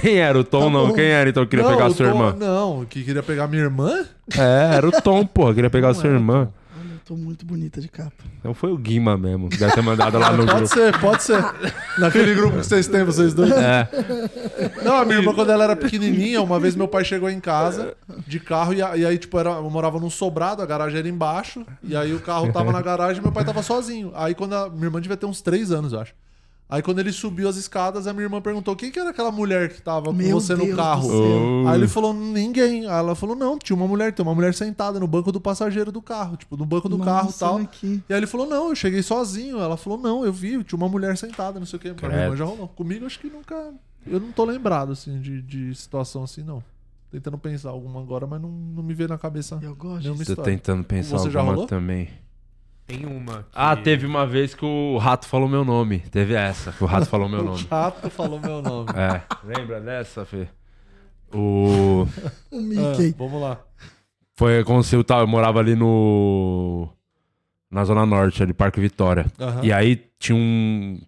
Speaker 2: Quem era o Tom,
Speaker 1: Tá
Speaker 2: não?
Speaker 1: bom.
Speaker 2: Quem era então que queria
Speaker 3: não,
Speaker 2: pegar a
Speaker 3: o
Speaker 2: sua
Speaker 3: Tom-
Speaker 2: irmã?
Speaker 3: Não, que queria pegar minha irmã?
Speaker 2: É, era o Tom, porra, queria pegar a sua irmã.
Speaker 1: Olha, eu tô muito bonita de capa.
Speaker 2: Então foi o Guima mesmo. Deve ter mandado
Speaker 3: <laughs>
Speaker 2: lá no
Speaker 3: Pode
Speaker 2: grupo.
Speaker 3: ser,
Speaker 2: <laughs>
Speaker 3: pode ser. Naquele grupo que vocês têm, vocês dois.
Speaker 2: É,
Speaker 3: Não, a minha irmã, quando ela era pequenininha, uma vez meu pai chegou em casa de carro e, a- e aí, tipo, era, eu morava num sobrado, a garagem era embaixo, e aí o carro tava na garagem e meu pai tava sozinho. Aí quando a minha irmã devia ter uns três anos, eu acho. Aí quando ele subiu as escadas, a minha irmã perguntou: quem que era aquela mulher que tava com
Speaker 1: Meu
Speaker 3: você
Speaker 1: Deus
Speaker 3: no
Speaker 1: do
Speaker 3: carro?
Speaker 1: céu.
Speaker 3: Aí ele falou: ninguém. Aí ela falou: não, tinha uma mulher, tem uma mulher sentada no banco do passageiro do carro, tipo, no banco do carro e
Speaker 1: Nossa,
Speaker 3: tal.
Speaker 1: olha aqui.
Speaker 3: E aí ele falou: não, eu cheguei sozinho. Ela falou: não, eu vi, tinha uma mulher sentada, não sei o que. Pra minha irmã
Speaker 2: Credo.
Speaker 3: já rolou. Comigo acho que nunca. Eu não tô lembrado, assim, de, de situação assim, não. Tentando pensar alguma agora, mas não, não me veio na cabeça
Speaker 1: Eu gosto
Speaker 3: nenhuma
Speaker 2: tô
Speaker 3: história.
Speaker 2: tentando pensar
Speaker 3: Você já
Speaker 2: alguma
Speaker 3: rolou?
Speaker 2: também.
Speaker 6: Tem uma. que-
Speaker 2: Ah, teve uma vez que o rato falou meu nome. Teve essa, que o rato falou meu
Speaker 3: O <laughs>
Speaker 2: nome.
Speaker 3: chato falou meu
Speaker 1: <laughs>
Speaker 3: nome.
Speaker 2: É. Lembra dessa, Fê? O.
Speaker 1: O
Speaker 3: Ah,
Speaker 1: Mickey.
Speaker 3: vamos lá.
Speaker 2: Foi como se eu, tava, eu morava ali no. Na Zona Norte, ali, Parque Vitória.
Speaker 3: Aham.
Speaker 2: E aí tinha um.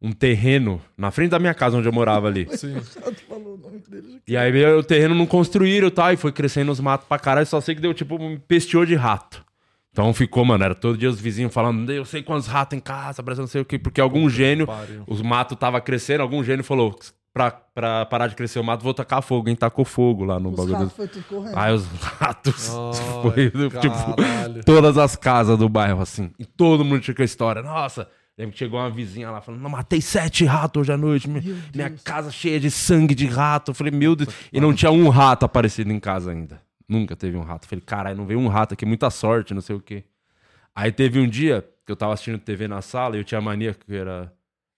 Speaker 2: um terreno na frente da minha casa onde eu morava ali.
Speaker 3: Sim.
Speaker 1: Eu tô
Speaker 2: Ah.
Speaker 1: falando o nome dele.
Speaker 2: E aí o terreno não construíram, tá? E foi crescendo os matos pra caralho. Só sei que deu tipo um pesteou de rato. Então ficou, mano, era todo dia os vizinhos falando, eu sei quantos ratos em casa, parece não sei o quê, porque algum gênio,
Speaker 3: pariu.
Speaker 2: os matos tava crescendo, algum gênio falou, pra, pra parar de crescer o mato, vou tacar fogo, hein? Tacou fogo lá no
Speaker 1: Os
Speaker 2: bagulho. Ah.
Speaker 1: ratos foi tudo correndo.
Speaker 2: Aí os <laughs> ratos
Speaker 3: Ai,
Speaker 2: foi,
Speaker 3: caralho.
Speaker 2: tipo, todas as casas do bairro, assim. E todo mundo tinha com a história. Nossa, lembro que chegou uma vizinha lá falando: Não, matei sete ratos hoje à noite. Minha, minha casa cheia de sangue de rato. Eu falei: Meu Deus. E não tinha um rato aparecido em casa ainda. Nunca teve um rato. Eu falei: Caralho, não veio um rato aqui. Muita sorte, não sei o quê. Aí teve um dia que eu tava assistindo TV na sala e eu tinha mania que era.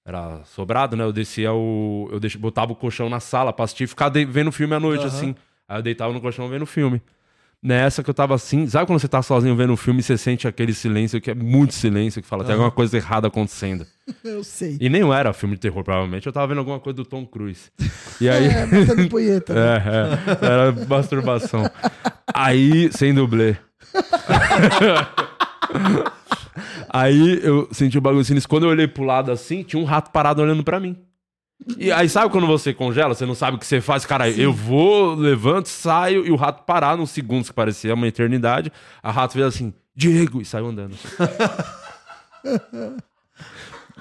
Speaker 2: Era sobrado, né? Eu descia o. Eu deixa- botava o colchão na sala pra assistir e ficar de- vendo filme à noite, assim. Aí eu deitava no colchão vendo filme nessa que eu tava assim. Sabe quando você tá sozinho vendo um filme e você sente aquele silêncio que é muito silêncio, que fala, tem alguma coisa errada acontecendo.
Speaker 1: Eu sei.
Speaker 2: E nem era filme de terror, provavelmente. Eu tava vendo alguma coisa do Tom Cruise. E aí.
Speaker 1: <laughs> É,
Speaker 2: <laughs>
Speaker 1: batendo punheta. né?
Speaker 2: É, é. Era masturbação. Aí, sem dublê. <laughs> Aí eu senti o bagulho sinistro. Quando eu olhei pro lado assim, tinha um rato parado olhando pra mim. E aí, sabe quando você congela? Você não sabe o que você faz? Cara, eu vou, levanto, saio e o rato parar nos segundos que parecia uma eternidade. A rato fez assim, Diego, e saiu andando.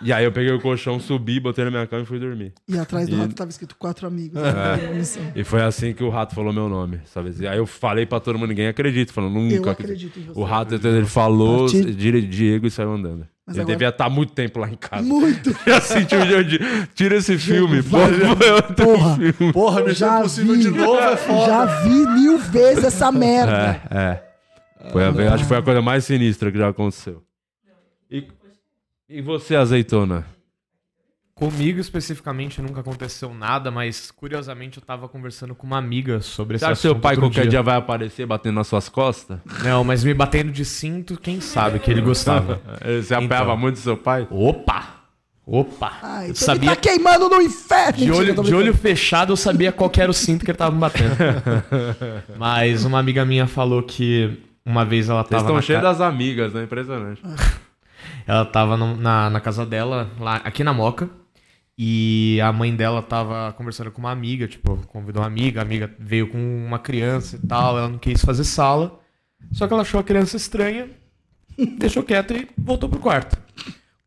Speaker 2: e aí eu peguei o colchão, subi, botei na minha cama e fui dormir.
Speaker 1: E atrás do rato tava escrito quatro amigos.
Speaker 2: <laughs>
Speaker 1: É.
Speaker 2: E foi assim que o rato falou meu nome, sabe? E Aí eu falei pra todo mundo, ninguém acredita, falando nunca.
Speaker 1: Eu
Speaker 2: acredito."
Speaker 1: acredito em você.
Speaker 2: O rato, ele falou,
Speaker 1: Partiu.
Speaker 2: dire- Diego e saiu andando.
Speaker 1: Mas
Speaker 2: ele
Speaker 1: agora-
Speaker 2: devia estar muito tempo lá em casa. <laughs>
Speaker 1: Muito.
Speaker 2: Já sentiu o dia Tira esse filme, pô.
Speaker 1: Porra.
Speaker 3: Porra, Missão
Speaker 1: Hum. Já
Speaker 3: Impossível
Speaker 1: vi.
Speaker 3: de novo é foda.
Speaker 1: Já vi mil vezes essa merda.
Speaker 2: <laughs> É, é. Foi
Speaker 1: Ah,
Speaker 2: a, acho que foi a coisa mais sinistra que já aconteceu. E, e você, azeitona?
Speaker 6: Comigo especificamente nunca aconteceu nada, mas curiosamente eu tava conversando com uma amiga sobre esse
Speaker 2: Será que
Speaker 6: é assunto.
Speaker 2: seu pai
Speaker 6: outro
Speaker 2: qualquer dia. vai aparecer batendo nas suas costas?
Speaker 6: Não, mas me batendo de cinto, quem sabe que
Speaker 2: <laughs>
Speaker 6: ele gostava.
Speaker 2: Você apanhava
Speaker 6: Então.
Speaker 2: muito seu pai?
Speaker 6: Opa!
Speaker 2: Ah,
Speaker 6: Opa!
Speaker 1: Ai,
Speaker 6: eu
Speaker 1: então
Speaker 6: sabia.
Speaker 1: ele tá queimando no inferno.
Speaker 6: De
Speaker 1: Mentira, tô
Speaker 6: olho, de
Speaker 1: brincando.
Speaker 6: olho fechado, eu sabia qual que era o cinto que ele tava me batendo. Mas uma amiga minha falou que uma vez ela
Speaker 2: Vocês
Speaker 6: tava.
Speaker 2: estão
Speaker 6: na
Speaker 2: cheios
Speaker 6: ca-
Speaker 2: das amigas, né? Impressionante.
Speaker 6: Ela tava no- na, na casa dela, lá aqui na Moca. E a mãe dela tava conversando com uma amiga, tipo, convidou uma amiga, a amiga veio com uma criança e tal, ela não quis fazer sala. Só que ela achou a criança estranha, <laughs> deixou quieto e voltou pro quarto.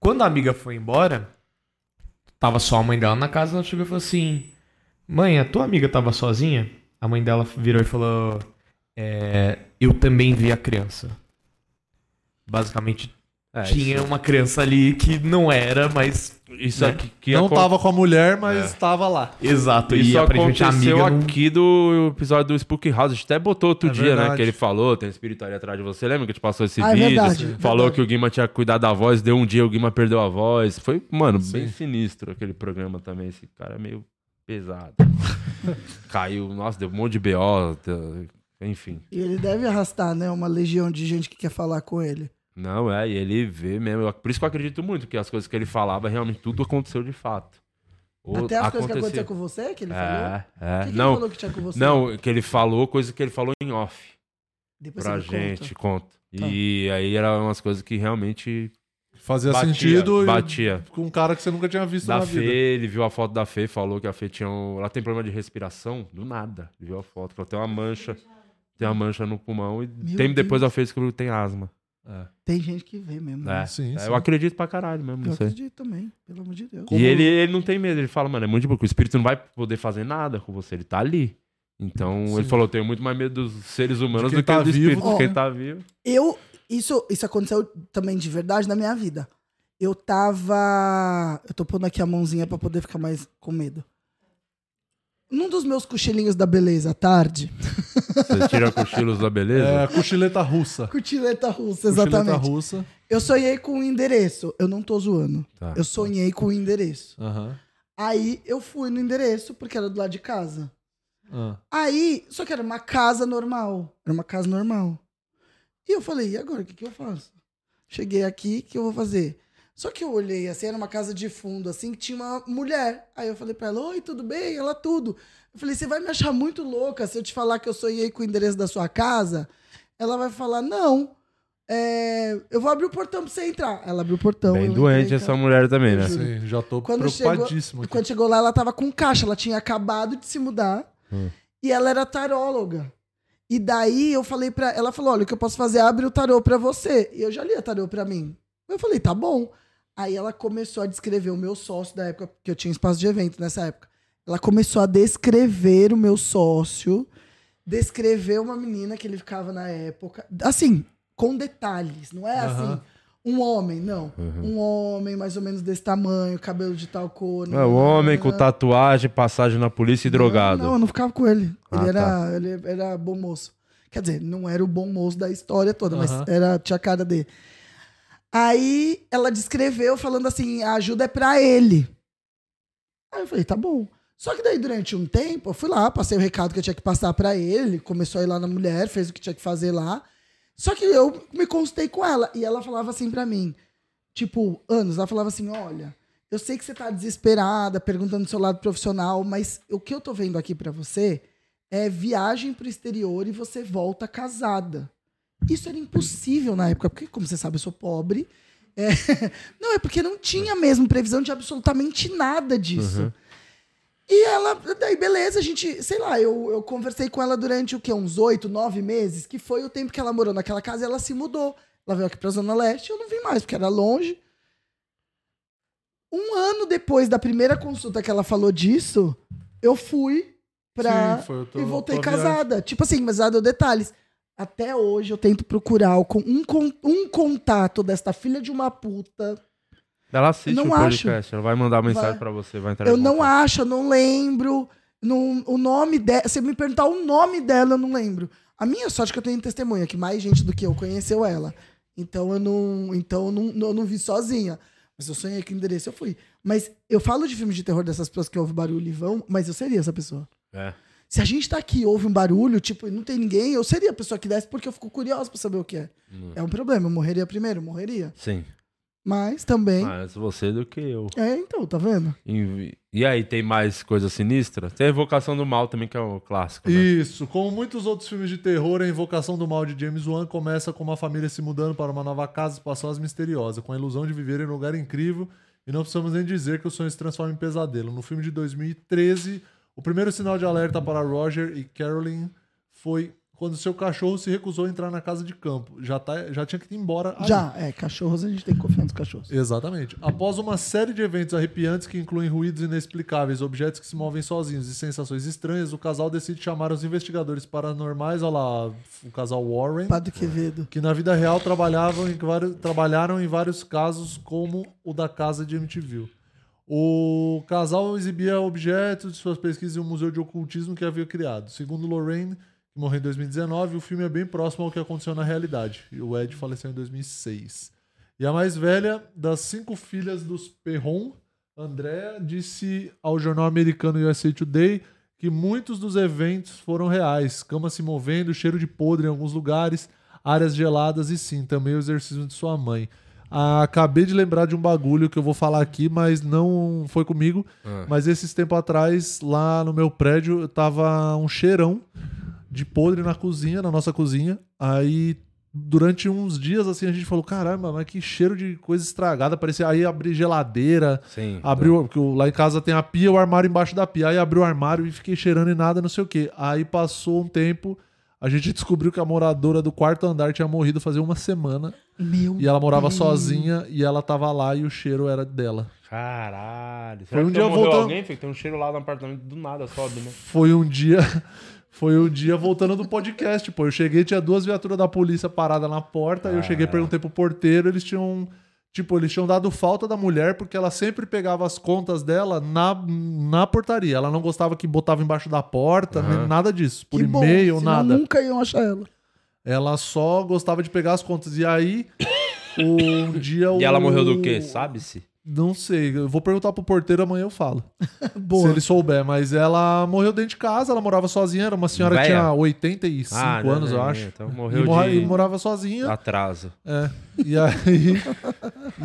Speaker 6: Quando a amiga foi embora, tava só a mãe dela na casa, ela chegou e falou assim: Mãe, a tua amiga tava sozinha? A mãe dela virou e falou: É, eu também vi a criança. Basicamente,
Speaker 2: É,
Speaker 6: tinha uma criança ali que não era, mas.
Speaker 2: Isso
Speaker 1: Né?
Speaker 2: aqui que
Speaker 3: Não
Speaker 2: acon-
Speaker 3: tava com a mulher,
Speaker 1: É.
Speaker 3: mas tava lá.
Speaker 6: Exato,
Speaker 2: Isso
Speaker 6: e é aparentemente a amiga.
Speaker 2: aconteceu
Speaker 6: não-
Speaker 2: aqui do episódio do Spook House. A gente até botou outro
Speaker 3: É
Speaker 2: dia, né?
Speaker 3: verdade.
Speaker 2: Que ele falou, tem espirituaria atrás de você. Lembra que a gente passou esse
Speaker 1: Ah, é
Speaker 2: vídeo?
Speaker 1: verdade,
Speaker 2: falou
Speaker 1: verdade.
Speaker 2: que o Guima tinha cuidado da voz, deu um dia, o Guima perdeu a voz. Foi, mano, bem sinistro aquele programa também. Esse cara é meio
Speaker 1: <laughs>
Speaker 2: pesado. Caiu, nossa, deu um monte de BO. tá- Enfim.
Speaker 1: E ele deve arrastar, né? Uma legião de gente que quer falar com ele.
Speaker 2: Não, é, e ele vê mesmo. Eu- Por isso que eu acredito muito que as coisas que ele falava, realmente tudo aconteceu de fato. Ou
Speaker 1: Até as coisas que
Speaker 2: acontecia.
Speaker 1: aconteceram com você, que ele falou.
Speaker 2: É, é.
Speaker 1: O que, que
Speaker 2: não,
Speaker 1: ele falou que tinha com você?
Speaker 2: Não, que ele falou coisa que ele falou em off
Speaker 1: Depois
Speaker 2: pra
Speaker 1: você me conta. Tá.
Speaker 2: gente, conta. E aí eram umas coisas que realmente
Speaker 3: Fazia
Speaker 2: batia,
Speaker 3: sentido e-
Speaker 2: batia.
Speaker 3: com um cara que você nunca tinha visto
Speaker 2: Da
Speaker 3: na
Speaker 2: Fê,
Speaker 3: vida.
Speaker 2: ele viu a foto da Fê, falou que a Fê tinha um... Ela tem problema de respiração, do nada. Ele viu a foto, falou, tem uma mancha, tem uma mancha no pulmão. E
Speaker 1: Meu É.
Speaker 2: tem, depois a Fê descobriu que tem asma.
Speaker 1: Tem gente que vê mesmo. né?
Speaker 2: É.
Speaker 3: Sim, sim.
Speaker 2: Eu acredito pra caralho mesmo,
Speaker 1: Eu
Speaker 2: não sei.
Speaker 1: acredito também, pelo amor de Deus.
Speaker 2: E ele, ele não tem medo, ele fala, mano, é muito de boa, porque o espírito não vai poder fazer nada com você, ele tá ali. Então, ele
Speaker 3: Sim.
Speaker 2: falou, eu tenho muito mais medo dos seres humanos
Speaker 3: De quem
Speaker 2: do que
Speaker 3: tá
Speaker 2: do
Speaker 3: vivo,
Speaker 2: espírito,
Speaker 1: né?
Speaker 2: de quem tá vivo.
Speaker 1: Eu, isso, isso aconteceu também de verdade na minha vida. Eu tava. Eu tô pondo aqui a mãozinha pra poder ficar mais com medo. Num dos meus cochilinhos da beleza à tarde.
Speaker 2: <laughs>
Speaker 1: <laughs>
Speaker 2: Você tira cochilos da beleza?
Speaker 3: É, cochileta
Speaker 1: <laughs>
Speaker 3: russa.
Speaker 1: Curtileta russa,
Speaker 3: Cochileta
Speaker 1: exatamente.
Speaker 3: russa.
Speaker 1: Eu sonhei com um endereço. Eu não tô zoando.
Speaker 2: Tá.
Speaker 1: Eu sonhei com um endereço.
Speaker 3: Aham.
Speaker 1: Aí eu fui no endereço, porque era do lado de casa.
Speaker 3: Ah.
Speaker 1: Aí, só que era uma casa normal. Era uma casa normal. E eu falei, e agora, o que, que eu faço? Cheguei aqui, o que eu vou fazer? Só que eu olhei, assim, era uma casa de fundo, assim, que tinha uma mulher. Aí eu falei pra ela, oi, tudo bem? Ela, tudo. Eu falei, você vai me achar muito louca se eu te falar que eu sonhei com o endereço da sua casa? Ela vai falar, não. é, eu vou abrir o portão pra você entrar. Ela abriu o portão. eu
Speaker 2: Bem
Speaker 1: entrei,
Speaker 2: doente
Speaker 1: cara.
Speaker 2: essa mulher também, né?
Speaker 3: Sim, já tô
Speaker 1: Quando
Speaker 3: preocupadíssimo.
Speaker 1: chegou, quando chegou lá, ela tava com caixa, ela tinha acabado de se mudar.
Speaker 3: Hum.
Speaker 1: E ela era taróloga. E daí eu falei pra ela falou: "Olha, o que eu posso fazer? é Abre o tarô pra você". E eu já li a tarô pra mim. Eu falei: "Tá bom". Aí ela começou a descrever o meu sócio da época, porque eu tinha espaço de evento nessa época. Ela começou a descrever o meu sócio, descrever uma menina que ele ficava na época, assim, com detalhes, não é assim, um homem, não.
Speaker 2: Uhum.
Speaker 1: Um homem mais ou menos desse tamanho, cabelo de tal cor.
Speaker 2: É, o homem é com tatuagem, passagem na polícia e drogado.
Speaker 1: Não, não, eu não ficava com ele.
Speaker 2: Ah,
Speaker 1: ele, era, ele era bom moço. Quer dizer, não era o bom moço da história toda, mas era, tinha a cara dele. Aí ela descreveu falando assim: a ajuda é pra ele. Aí eu falei, tá bom. Só que daí, durante um tempo, eu fui lá, passei o recado que eu tinha que passar pra ele, ele começou a ir lá na mulher, fez o que tinha que fazer lá. Só que eu me consultei com ela e ela falava assim pra mim, tipo, anos, ela falava assim: "Olha, eu sei que você tá desesperada, perguntando do seu lado profissional, mas o que eu tô vendo aqui pra você é viagem pro exterior e você volta casada. Isso era impossível na época, porque como você sabe, eu sou pobre. É, <laughs> Não, é porque não tinha mesmo previsão de absolutamente nada disso. E ela, daí beleza, a gente, sei lá, eu, eu conversei com ela durante o quê? Uns oito, nove meses, que foi o tempo que ela morou naquela casa e ela se mudou. Ela veio aqui pra Zona Leste, eu não vim mais, porque era longe. Um ano depois da primeira consulta que ela falou disso, eu fui pra.
Speaker 3: Sim, foi, eu tô-
Speaker 1: e voltei
Speaker 3: tô
Speaker 1: casada. Tipo assim, mas ela deu detalhes. Até hoje eu tento procurar o con- um, con- um contato desta filha de uma puta
Speaker 2: Ela assiste
Speaker 1: Não
Speaker 2: o
Speaker 1: acho.
Speaker 2: podcast, ela vai mandar mensagem
Speaker 1: Vai.
Speaker 2: pra você, vai entrar
Speaker 1: Eu
Speaker 2: em
Speaker 1: não
Speaker 2: contato.
Speaker 1: acho, eu não lembro. Não, o nome dela. Se me perguntar o nome dela, eu não lembro. A minha sorte é que eu tenho testemunha, que mais gente do que eu conheceu ela. Então eu não. Então eu não, eu não vi sozinha. Mas eu sonhei que endereço eu fui. Mas eu falo de filmes de terror dessas pessoas que ouvem barulho e vão, mas eu seria essa pessoa.
Speaker 2: É.
Speaker 1: Se a gente tá aqui e ouve um barulho, tipo, e não tem ninguém, eu seria a pessoa que desce porque eu fico curiosa pra saber o que é. É um problema, eu morreria primeiro, eu morreria.
Speaker 2: Sim.
Speaker 1: Mas também.
Speaker 2: Mais você do que eu.
Speaker 1: É, então, tá vendo?
Speaker 2: E, e aí, tem mais coisa sinistra? Tem a Invocação do Mal também, que é o clássico. né?
Speaker 3: Isso, como muitos outros filmes de terror, a Invocação do Mal de James Wan começa com uma família se mudando para uma nova casa espaçosa e misteriosa, com a ilusão de viver em um lugar incrível, e não precisamos nem dizer que o sonho se transforma em pesadelo. No filme de 2013, o primeiro sinal de alerta para Roger e Carolyn foi quando seu cachorro se recusou a entrar na casa de campo. Já, tá, já tinha que ir embora. aí.
Speaker 1: Já, é, cachorros, a gente tem que confiar nos cachorros.
Speaker 3: Exatamente. Após uma série de eventos arrepiantes que incluem ruídos inexplicáveis, objetos que se movem sozinhos e sensações estranhas, o casal decide chamar os investigadores paranormais, olha lá, o casal Warren,
Speaker 1: Padre Quevedo.
Speaker 3: que na vida real trabalhavam em vários, trabalharam em vários casos, como o da casa de MTV. O casal exibia objetos de suas pesquisas em um museu de ocultismo que havia criado. Segundo Lorraine, que morreu em 2019, o filme é bem próximo ao que aconteceu na realidade. E o Ed faleceu em 2006. E a mais velha das cinco filhas dos Perron, Andrea, disse ao jornal americano USA Today que muitos dos eventos foram reais. Camas se movendo, cheiro de podre em alguns lugares, áreas geladas e sim, também o exorcismo de sua mãe. Ah, acabei de lembrar de um bagulho que eu vou falar aqui, mas não foi comigo. Mas esses tempos atrás, lá no meu prédio, eu tava um cheirão de podre na cozinha, na nossa cozinha. Aí, durante uns dias, assim, a gente falou: caramba, mas que cheiro de coisa estragada. Parecia. Aí abri geladeira,
Speaker 2: Sim.
Speaker 3: abriu. Porque o- lá em casa tem a pia, o armário embaixo da pia. Aí abri o armário e fiquei cheirando e nada, não sei o quê. Aí passou um tempo. A gente <laughs> descobriu que a moradora do quarto andar tinha morrido fazia uma semana
Speaker 1: Meu
Speaker 3: e ela morava sozinha e ela tava lá e o cheiro era dela.
Speaker 2: Caralho.
Speaker 3: Foi
Speaker 2: Será
Speaker 3: um
Speaker 2: que
Speaker 3: dia
Speaker 2: morreu
Speaker 3: voltando-
Speaker 2: alguém? filho? Tem um cheiro lá no apartamento, do nada sobe, né?
Speaker 3: Foi um dia. <laughs> Foi um dia voltando do podcast, pô. Eu cheguei, tinha duas viaturas da polícia paradas na porta. Eu cheguei,
Speaker 2: Ah.
Speaker 3: perguntei pro porteiro, eles tinham. Tipo, eles tinham dado falta da mulher porque ela sempre pegava as contas dela na, na portaria. Ela não gostava que botava embaixo da porta, nem nada disso. Por
Speaker 1: Que bom,
Speaker 3: e-mail,
Speaker 1: senão
Speaker 3: nada.
Speaker 1: Nunca iam achar ela.
Speaker 3: Ela só gostava de pegar as contas. E aí, <coughs> um dia.
Speaker 2: E ela
Speaker 3: o-
Speaker 2: morreu do quê? Sabe-se?
Speaker 3: Não sei. Eu vou perguntar pro porteiro, amanhã eu falo.
Speaker 1: <laughs> Boa.
Speaker 3: Se ele souber, mas ela morreu dentro de casa, ela morava sozinha, era uma senhora que
Speaker 2: Véia.
Speaker 3: tinha 85
Speaker 2: Ah, né,
Speaker 3: anos,
Speaker 2: né,
Speaker 3: eu
Speaker 2: né,
Speaker 3: acho.
Speaker 2: então
Speaker 3: e,
Speaker 2: morreu
Speaker 3: mora-
Speaker 2: de- Tá.
Speaker 3: e morava sozinha.
Speaker 2: Atraso.
Speaker 3: é. E aí,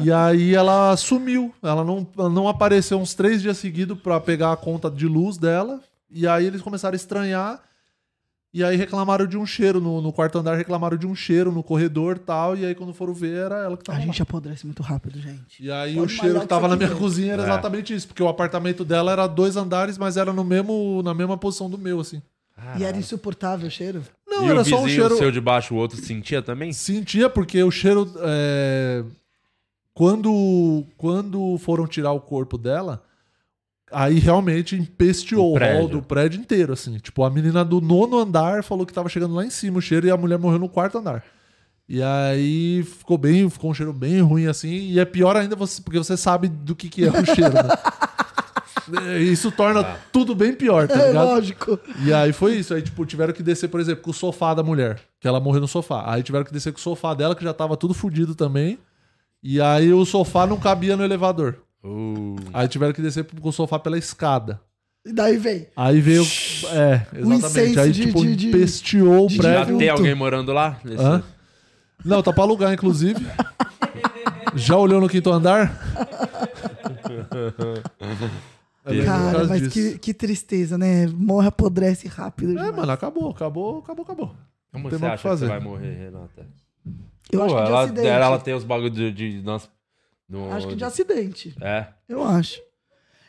Speaker 3: e aí <laughs> ela sumiu. Ela não, ela não apareceu uns três dias seguidos pra pegar a conta de luz dela. E aí eles começaram a estranhar. E aí reclamaram de um cheiro, no, no quarto andar reclamaram de um cheiro no corredor e tal. E aí quando foram ver, era ela que tava
Speaker 1: A
Speaker 3: lá.
Speaker 1: gente apodrece muito rápido, gente.
Speaker 3: E aí
Speaker 1: Pode
Speaker 3: o cheiro
Speaker 1: malhar
Speaker 3: que
Speaker 1: que
Speaker 3: tava
Speaker 1: você
Speaker 3: na minha
Speaker 1: quiser.
Speaker 3: cozinha era
Speaker 2: É.
Speaker 3: exatamente isso, porque o apartamento dela era dois andares, mas era no mesmo, na mesma posição do meu, assim.
Speaker 1: E era insuportável o cheiro.
Speaker 3: Não,
Speaker 2: e
Speaker 3: era
Speaker 2: o
Speaker 3: só
Speaker 2: vizinho
Speaker 3: um cheiro.
Speaker 2: seu de baixo, o outro sentia também?
Speaker 3: Sentia, porque o cheiro. é, Quando, quando foram tirar o corpo dela, aí realmente empesteou
Speaker 2: O
Speaker 3: o hall
Speaker 2: prédio.
Speaker 3: do prédio inteiro, assim. Tipo, a menina do nono andar falou que tava chegando lá em cima o cheiro e a mulher morreu no quarto andar. E aí ficou bem, ficou um cheiro bem ruim, assim. E é pior ainda você, porque você sabe do que, que é o <laughs>
Speaker 2: <laughs>
Speaker 3: cheiro, né? É, Isso torna tudo bem pior, tá
Speaker 1: É
Speaker 3: ligado?
Speaker 1: lógico.
Speaker 3: E aí foi isso. Aí, tipo, tiveram que descer, por exemplo, com o sofá da mulher, que ela morreu no sofá. Aí tiveram que descer com o sofá dela, que já tava tudo fudido também. E aí o sofá não cabia no elevador.
Speaker 2: Uh,
Speaker 3: Aí tiveram que descer com o sofá pela escada.
Speaker 1: E daí vem.
Speaker 3: Aí veio. É, exatamente.
Speaker 1: Um incenso
Speaker 3: Aí,
Speaker 1: de-
Speaker 3: tipo,
Speaker 1: de- de-
Speaker 3: empesteou o
Speaker 1: de-
Speaker 2: já
Speaker 3: prédio.
Speaker 2: tem alguém morando lá? Nesse-
Speaker 3: Hã? Não, tá pra alugar, inclusive. Já olhou no quinto andar? É bem por
Speaker 1: Cara,
Speaker 3: causa
Speaker 1: mas
Speaker 3: disso.
Speaker 1: que, que tristeza, né? Morre, apodrece rápido.
Speaker 3: É,
Speaker 1: demais.
Speaker 3: mano, acabou, acabou, acabou, acabou.
Speaker 2: Como
Speaker 3: Não
Speaker 2: você
Speaker 3: tem mais o
Speaker 2: acha
Speaker 3: que
Speaker 2: que, você
Speaker 3: fazer.
Speaker 2: vai morrer, Renata?
Speaker 1: Eu acho
Speaker 2: Pô,
Speaker 1: que de
Speaker 2: ela,
Speaker 1: acidente.
Speaker 2: ela, tá ela tem os bagulhos de, de, nas- no-
Speaker 1: Acho que de acidente.
Speaker 2: É.
Speaker 1: Eu acho.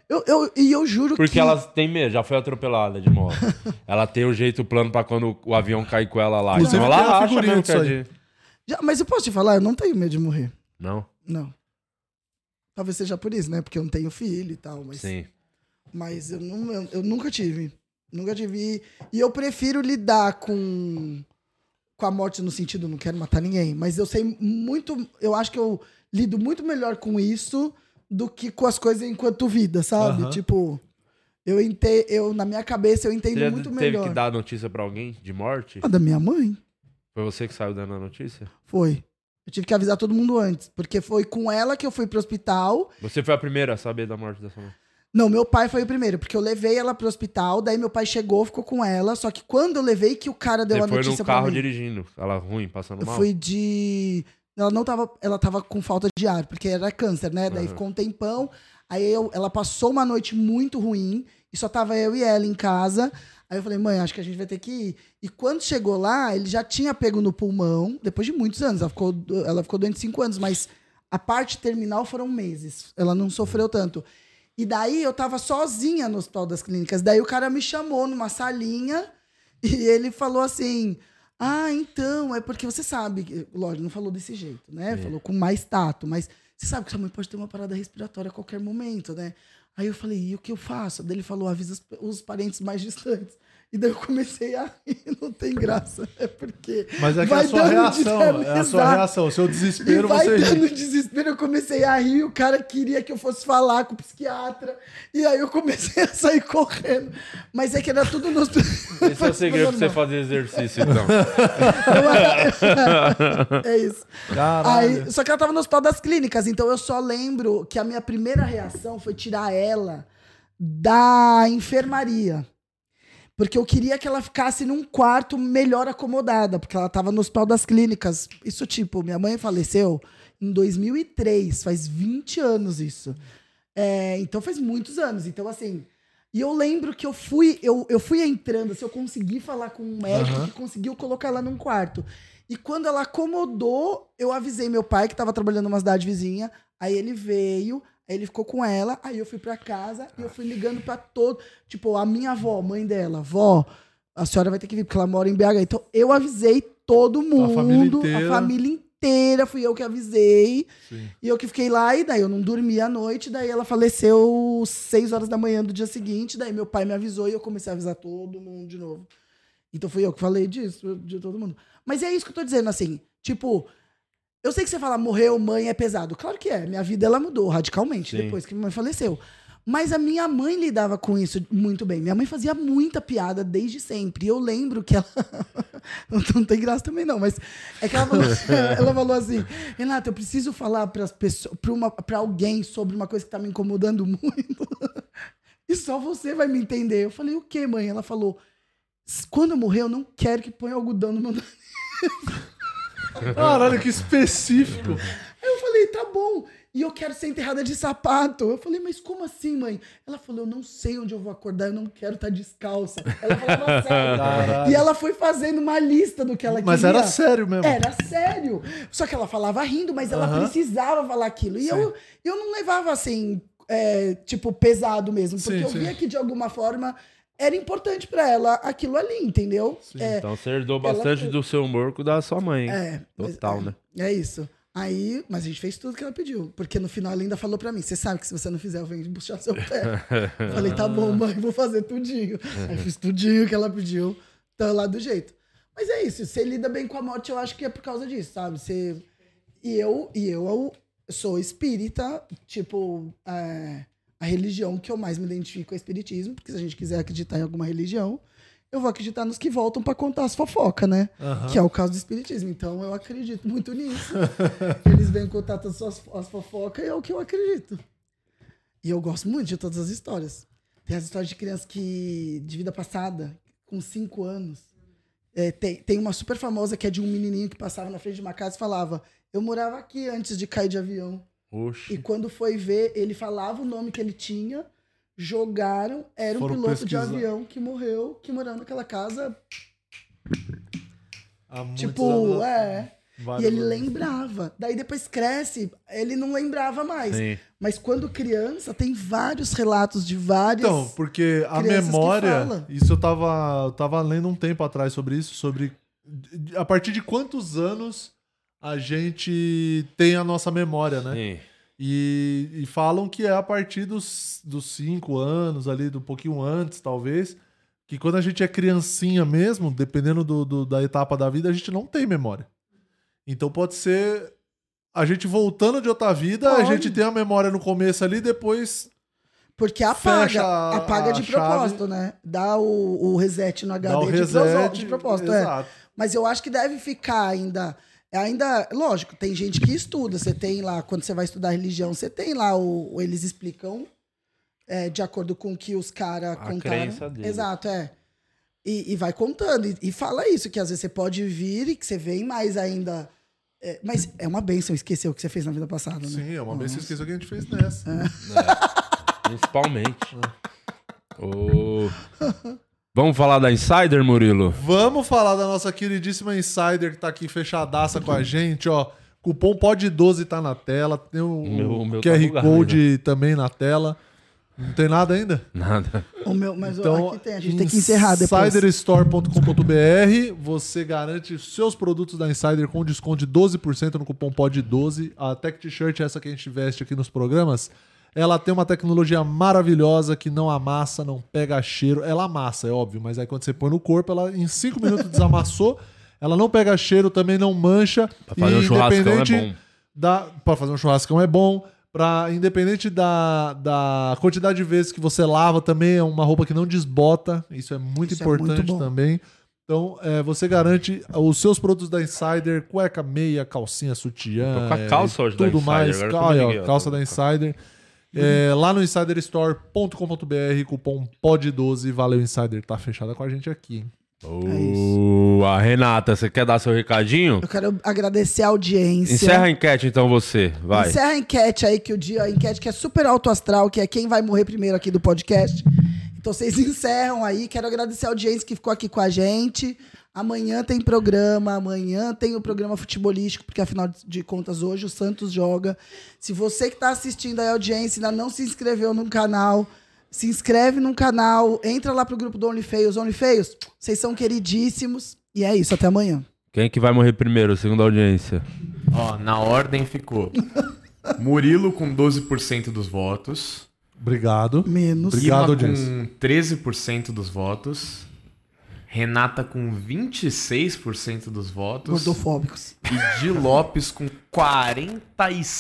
Speaker 1: Eu, eu, e eu juro
Speaker 2: Porque
Speaker 1: que.
Speaker 2: ela tem medo, já foi atropelada de
Speaker 3: <laughs>
Speaker 2: moto. ela tem o jeito plano pra quando o avião cair com ela lá.
Speaker 3: Inclusive,
Speaker 2: Então ela
Speaker 3: tem uma
Speaker 2: acha
Speaker 3: figurinha
Speaker 1: né,
Speaker 2: mesmo que é
Speaker 3: disso aí.
Speaker 2: de-
Speaker 1: Já- mas eu posso te falar, eu não tenho medo de morrer.
Speaker 2: Não?
Speaker 1: Não. Talvez seja por isso, né? Porque eu não tenho filho e tal. Mas,
Speaker 2: Sim.
Speaker 1: mas eu, não, eu, eu nunca tive. Nunca tive. E eu prefiro lidar com, com a morte no sentido, não quero matar ninguém. Mas eu sei muito. Eu acho que eu lido muito melhor com isso do que com as coisas enquanto vida, sabe?
Speaker 3: Aham.
Speaker 1: Tipo, eu, ente, eu na minha cabeça eu entendo
Speaker 2: Você já
Speaker 1: é muito
Speaker 2: teve
Speaker 1: melhor.
Speaker 2: que dar a notícia pra alguém de morte?
Speaker 1: Ah, da minha mãe?
Speaker 2: Foi você que saiu dando a notícia?
Speaker 1: Foi. Eu tive que avisar todo mundo antes, porque foi com ela que eu fui pro hospital.
Speaker 2: Você foi a primeira a saber da morte da sua mãe.
Speaker 1: Não, meu pai foi o primeiro, porque eu levei ela pro hospital, daí meu pai chegou, ficou com ela, só que quando eu levei que o cara deu a
Speaker 2: você foi
Speaker 1: notícia
Speaker 2: no carro
Speaker 1: pra mim.
Speaker 2: dirigindo. Ela ruim, passando
Speaker 1: Eu
Speaker 2: mal.
Speaker 1: fui de ela não tava, ela tava com falta de ar, porque era câncer, né? Daí
Speaker 2: Aham.
Speaker 1: ficou um tempão. Aí eu, ela passou uma noite muito ruim e só tava eu e ela em casa. Aí eu falei: "Mãe, acho que a gente vai ter que ir". E quando chegou lá, ele já tinha pego no pulmão, depois de muitos anos. Ela ficou do- ela ficou doente cinco anos, mas a parte terminal foram meses. Ela não sofreu tanto. E daí eu tava sozinha no Hospital das Clínicas. Daí o cara me chamou numa salinha e ele falou assim: Ah, então, é porque você sabe. que-" Lógico, não falou desse jeito, né?
Speaker 3: É.
Speaker 1: Falou com mais tato, mas você sabe que sua mãe pode ter uma parada respiratória a qualquer momento, né? Aí eu falei: E o que eu faço? Daí ele falou: Avisa os, os parentes mais distantes. E daí eu comecei a rir, <laughs> não tem graça. É porque.
Speaker 3: Mas é que é
Speaker 1: vai
Speaker 3: a sua
Speaker 1: dando de
Speaker 3: reação, é a sua
Speaker 1: amizade.
Speaker 3: reação. Seu
Speaker 1: E
Speaker 3: desespero,
Speaker 1: vai
Speaker 3: você ri.
Speaker 1: dando desespero, eu comecei a rir, o cara queria que eu fosse falar com o psiquiatra, e aí eu comecei a sair correndo. Mas é que era tudo no... <laughs>
Speaker 2: Esse é o segredo pra você fazer exercício, então.
Speaker 1: É isso.
Speaker 3: Caralho.
Speaker 1: Aí, só que ela tava no hospital das clínicas, então eu só lembro que a minha primeira reação foi tirar ela da enfermaria. Porque eu queria que ela ficasse num quarto melhor acomodada, porque ela tava no hospital das clínicas. Isso, tipo, minha mãe faleceu em 2003, faz 20 anos isso. É, então faz muitos anos. Então, assim. E eu lembro que eu fui, eu, eu fui entrando, assim, eu consegui falar com um médico que conseguiu colocar ela num quarto. E quando ela acomodou, eu avisei meu pai, que tava trabalhando numa cidade vizinha. Aí ele veio, aí ele ficou com ela, aí eu fui pra casa e eu fui ligando pra todo. Tipo, a minha avó, mãe dela, vó, a senhora vai ter que vir, porque ela mora em BH. Então eu avisei todo mundo,
Speaker 3: família inteira.
Speaker 1: a família inteira, fui eu que avisei.
Speaker 3: Sim.
Speaker 1: E eu que fiquei lá, e daí eu não dormi à noite, daí ela faleceu 6 horas da manhã do dia seguinte, daí meu pai me avisou e eu comecei a avisar todo mundo de novo. Então fui eu que falei disso, de todo mundo. Mas é isso que eu tô dizendo, assim, tipo, eu sei que você fala morreu, mãe é pesado. Claro que é, minha vida ela mudou radicalmente
Speaker 2: Sim.
Speaker 1: depois que minha mãe faleceu. Mas a minha mãe lidava com isso muito bem. Minha mãe fazia muita piada desde sempre. E eu lembro que ela. <laughs> não tem graça também, não, mas é que ela falou, <laughs> ela falou assim: Renata, eu preciso falar para alguém sobre uma coisa que tá me incomodando muito. <laughs> e só você vai me entender. Eu falei: o quê, mãe? Ela falou: quando eu morrer, eu não quero que ponha algodão no meu nariz.
Speaker 3: Caralho, que específico.
Speaker 1: Eu falei, tá bom. E eu quero ser enterrada de sapato. Eu falei, mas como assim, mãe? Ela falou, eu não sei onde eu vou acordar, eu não quero estar descalça. Ela falava sério.
Speaker 3: Caralho.
Speaker 1: E ela foi fazendo uma lista do que ela
Speaker 3: Mas
Speaker 1: queria. É,
Speaker 3: era sério mesmo.
Speaker 1: Era sério. Só que ela falava rindo, mas ela
Speaker 3: Aham.
Speaker 1: precisava falar aquilo. E eu, eu não levava assim, é, tipo, pesado mesmo. Porque
Speaker 3: Sim,
Speaker 1: eu
Speaker 3: sim.
Speaker 1: via que de alguma forma era importante pra ela aquilo ali, entendeu? <laughs> É,
Speaker 2: Então você herdou
Speaker 1: Ela-
Speaker 2: bastante do seu humor com o da sua mãe. hein?
Speaker 1: é, mas-
Speaker 2: Total, né?
Speaker 1: É isso. Aí, mas a gente fez tudo que ela pediu. Porque no final ela ainda falou pra mim: você sabe que se você não fizer, eu venho puxar seu pé. Eu Falei, tá
Speaker 2: <laughs>
Speaker 1: bom, mãe, vou fazer tudinho. Aí fiz tudinho que ela pediu. Então lá do jeito. Mas é isso, você lida bem com a morte, eu acho que é por causa disso, sabe? Você. E eu, e eu sou espírita, tipo, é, a religião que eu mais me identifico é o espiritismo, porque se a gente quiser acreditar em alguma religião, eu vou acreditar nos que voltam pra contar as fofocas, né? Que é o caso do espiritismo. Então eu acredito muito nisso. Eles vêm contar todas as suas- as fofocas e é o que eu acredito. E eu gosto muito de todas as histórias. Tem as histórias de criança que, de vida passada, com cinco anos. É, tem, tem uma super famosa que é de um menininho que passava na frente de uma casa e falava: Eu morava aqui antes de cair de avião. E
Speaker 2: Oxi.
Speaker 1: quando foi ver, ele falava o nome que ele tinha, jogaram, era um
Speaker 3: Foram
Speaker 1: piloto
Speaker 3: pesquisar.
Speaker 1: de avião que morreu, que morava naquela casa.
Speaker 3: Há muitos
Speaker 1: tipo,
Speaker 3: anos-
Speaker 1: é.
Speaker 3: vários
Speaker 1: E ele
Speaker 3: anos.
Speaker 1: lembrava. Daí depois cresce, ele não lembrava mais.
Speaker 2: Sim.
Speaker 1: Mas quando criança, tem vários relatos de vários.
Speaker 3: Então, porque a
Speaker 1: crianças que
Speaker 3: memória.
Speaker 1: falam.
Speaker 3: Isso eu tava, eu tava lendo um tempo atrás sobre isso, sobre de- a partir de quantos anos a gente tem a nossa memória, né?
Speaker 2: Sim.
Speaker 1: é.
Speaker 3: E, e falam que é a partir dos, dos cinco anos, ali, do pouquinho antes, talvez. Que quando a gente é criancinha mesmo, dependendo do, do- da etapa da vida, a gente não tem memória. Então pode ser. A gente voltando de outra vida, a
Speaker 1: Pode.
Speaker 3: gente tem a memória no começo ali, depois.
Speaker 1: Porque apaga.
Speaker 3: Fecha a-
Speaker 1: apaga
Speaker 3: a
Speaker 1: de
Speaker 3: chave.
Speaker 1: propósito, né? Dá o, o reset no HD
Speaker 3: dá o
Speaker 1: de,
Speaker 3: reset,
Speaker 1: de propósito. É.
Speaker 3: Exato.
Speaker 1: Mas eu acho que deve ficar ainda. é Ainda, lógico, tem gente que estuda. Você tem lá, quando você vai estudar religião, você tem lá o. o- eles explicam é, de acordo com o que os caras contaram.
Speaker 2: crença deles.
Speaker 1: Exato, é. E, e vai contando. E, e fala isso, que às vezes você pode vir e que você vem mais ainda. É, mas é uma bênção esquecer o que você fez na vida passada, né?
Speaker 3: Sim, é uma vez que esqueceu o que a gente fez nessa.
Speaker 2: Principalmente. Ô. Vamos falar da Insider, Murilo?
Speaker 3: Vamos falar da nossa queridíssima Insider que tá aqui fechadaça com a gente, ó. Cupom POD12 tá na tela, tem o
Speaker 2: Meu- o meu tá
Speaker 3: QR
Speaker 2: bugado
Speaker 3: Code também na tela. Não tem nada ainda?
Speaker 2: Nada.
Speaker 1: O meu, mas
Speaker 3: Então,
Speaker 1: aqui tem, a gente tem que encerrar depois.
Speaker 3: insiderstore.com.br, você garante os seus produtos da Insider com desconto de 12% no cupom POD12. A Tech T-shirt, essa que a gente veste aqui nos programas, ela tem uma tecnologia maravilhosa que não amassa, não pega cheiro. Ela amassa, é óbvio, mas aí quando você põe no corpo, ela em 5 minutos desamassou. Ela não pega cheiro, também não mancha.
Speaker 2: Pra fazer um churrascão é bom.
Speaker 3: da, pra fazer um churrascão é bom. Pra, independente da, da quantidade de vezes que você lava, também é uma roupa que não desbota. Isso é muito
Speaker 1: Isso é muito
Speaker 3: importante
Speaker 1: bom.
Speaker 3: também. Então, é, você garante os seus produtos da Insider, cueca meia, calcinha, sutiã.
Speaker 2: Tô com a
Speaker 3: é,
Speaker 2: calça hoje da
Speaker 3: Tudo
Speaker 2: Insider,
Speaker 3: mais.
Speaker 2: agora
Speaker 3: Cal-
Speaker 2: que eu me
Speaker 3: aí, ó,
Speaker 2: liguei, ó,
Speaker 3: calça
Speaker 2: tô
Speaker 3: da
Speaker 2: com-
Speaker 3: Insider. É, lá no insiderstore.com.br, cupom POD12. Valeu, Insider. Tá fechada com a gente aqui. hein?
Speaker 1: É
Speaker 2: Boa. Renata, você quer dar seu recadinho?
Speaker 1: Eu quero agradecer a audiência.
Speaker 2: Encerra a enquete então você, vai.
Speaker 1: Encerra a enquete aí, que o dia, a enquete que é super alto astral, que é quem vai morrer primeiro aqui do podcast. Então vocês <laughs> encerram aí. Quero agradecer a audiência que ficou aqui com a gente. Amanhã tem programa, amanhã tem o programa futebolístico, porque afinal de contas hoje o Santos joga. Se você que está assistindo aí a audiência e ainda não se inscreveu no canal, se inscreve no canal, entra lá pro grupo do OnlyFeios. OnlyFeios, vocês são queridíssimos. E é isso, até amanhã.
Speaker 2: Quem é que vai morrer primeiro, segundo a audiência?
Speaker 6: Ó, na
Speaker 2: <laughs>
Speaker 6: ordem ficou Murilo com 12% dos votos,
Speaker 3: Obrigado.
Speaker 1: Menos.
Speaker 3: Obrigado,
Speaker 6: Ima
Speaker 3: audiência.
Speaker 6: com 13% dos votos, Renata com 26% dos votos
Speaker 1: Gordofóbicos.
Speaker 6: e Di Lopes com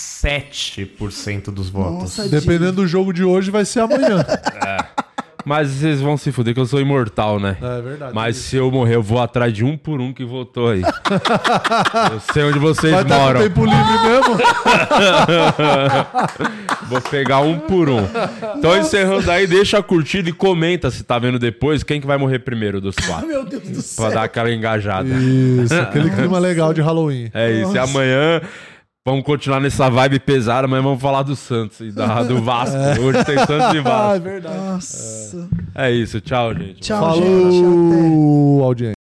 Speaker 6: 47% dos votos.
Speaker 1: Nossa,
Speaker 3: Dependendo do jogo de hoje, vai ser
Speaker 2: <laughs>
Speaker 3: amanhã.
Speaker 2: Mas vocês vão se fuder que eu sou imortal, né?
Speaker 3: é verdade.
Speaker 2: Mas se eu morrer, eu vou atrás de um por um que votou
Speaker 3: <laughs>
Speaker 2: aí. eu sei onde vocês
Speaker 3: vai estar com
Speaker 2: moram.
Speaker 3: tempo livre mesmo?
Speaker 2: Vou pegar um por um. Então encerrando aí, deixa a curtida e comenta se tá vendo depois quem que vai morrer primeiro dos
Speaker 3: <laughs>
Speaker 2: quatro.
Speaker 1: Meu Deus do céu.
Speaker 2: pra dar aquela engajada.
Speaker 3: Isso, aquele clima legal de Halloween.
Speaker 2: É isso, é amanhã. Vamos continuar nessa vibe pesada, mas vamos falar do Santos e da, do Vasco. Hoje tem Santos e
Speaker 3: Ah, é <laughs>
Speaker 2: Vasco.
Speaker 3: verdade.
Speaker 1: Nossa.
Speaker 2: É isso, tchau, gente.
Speaker 1: Tchau, gente. Até.
Speaker 3: Falou, audiência.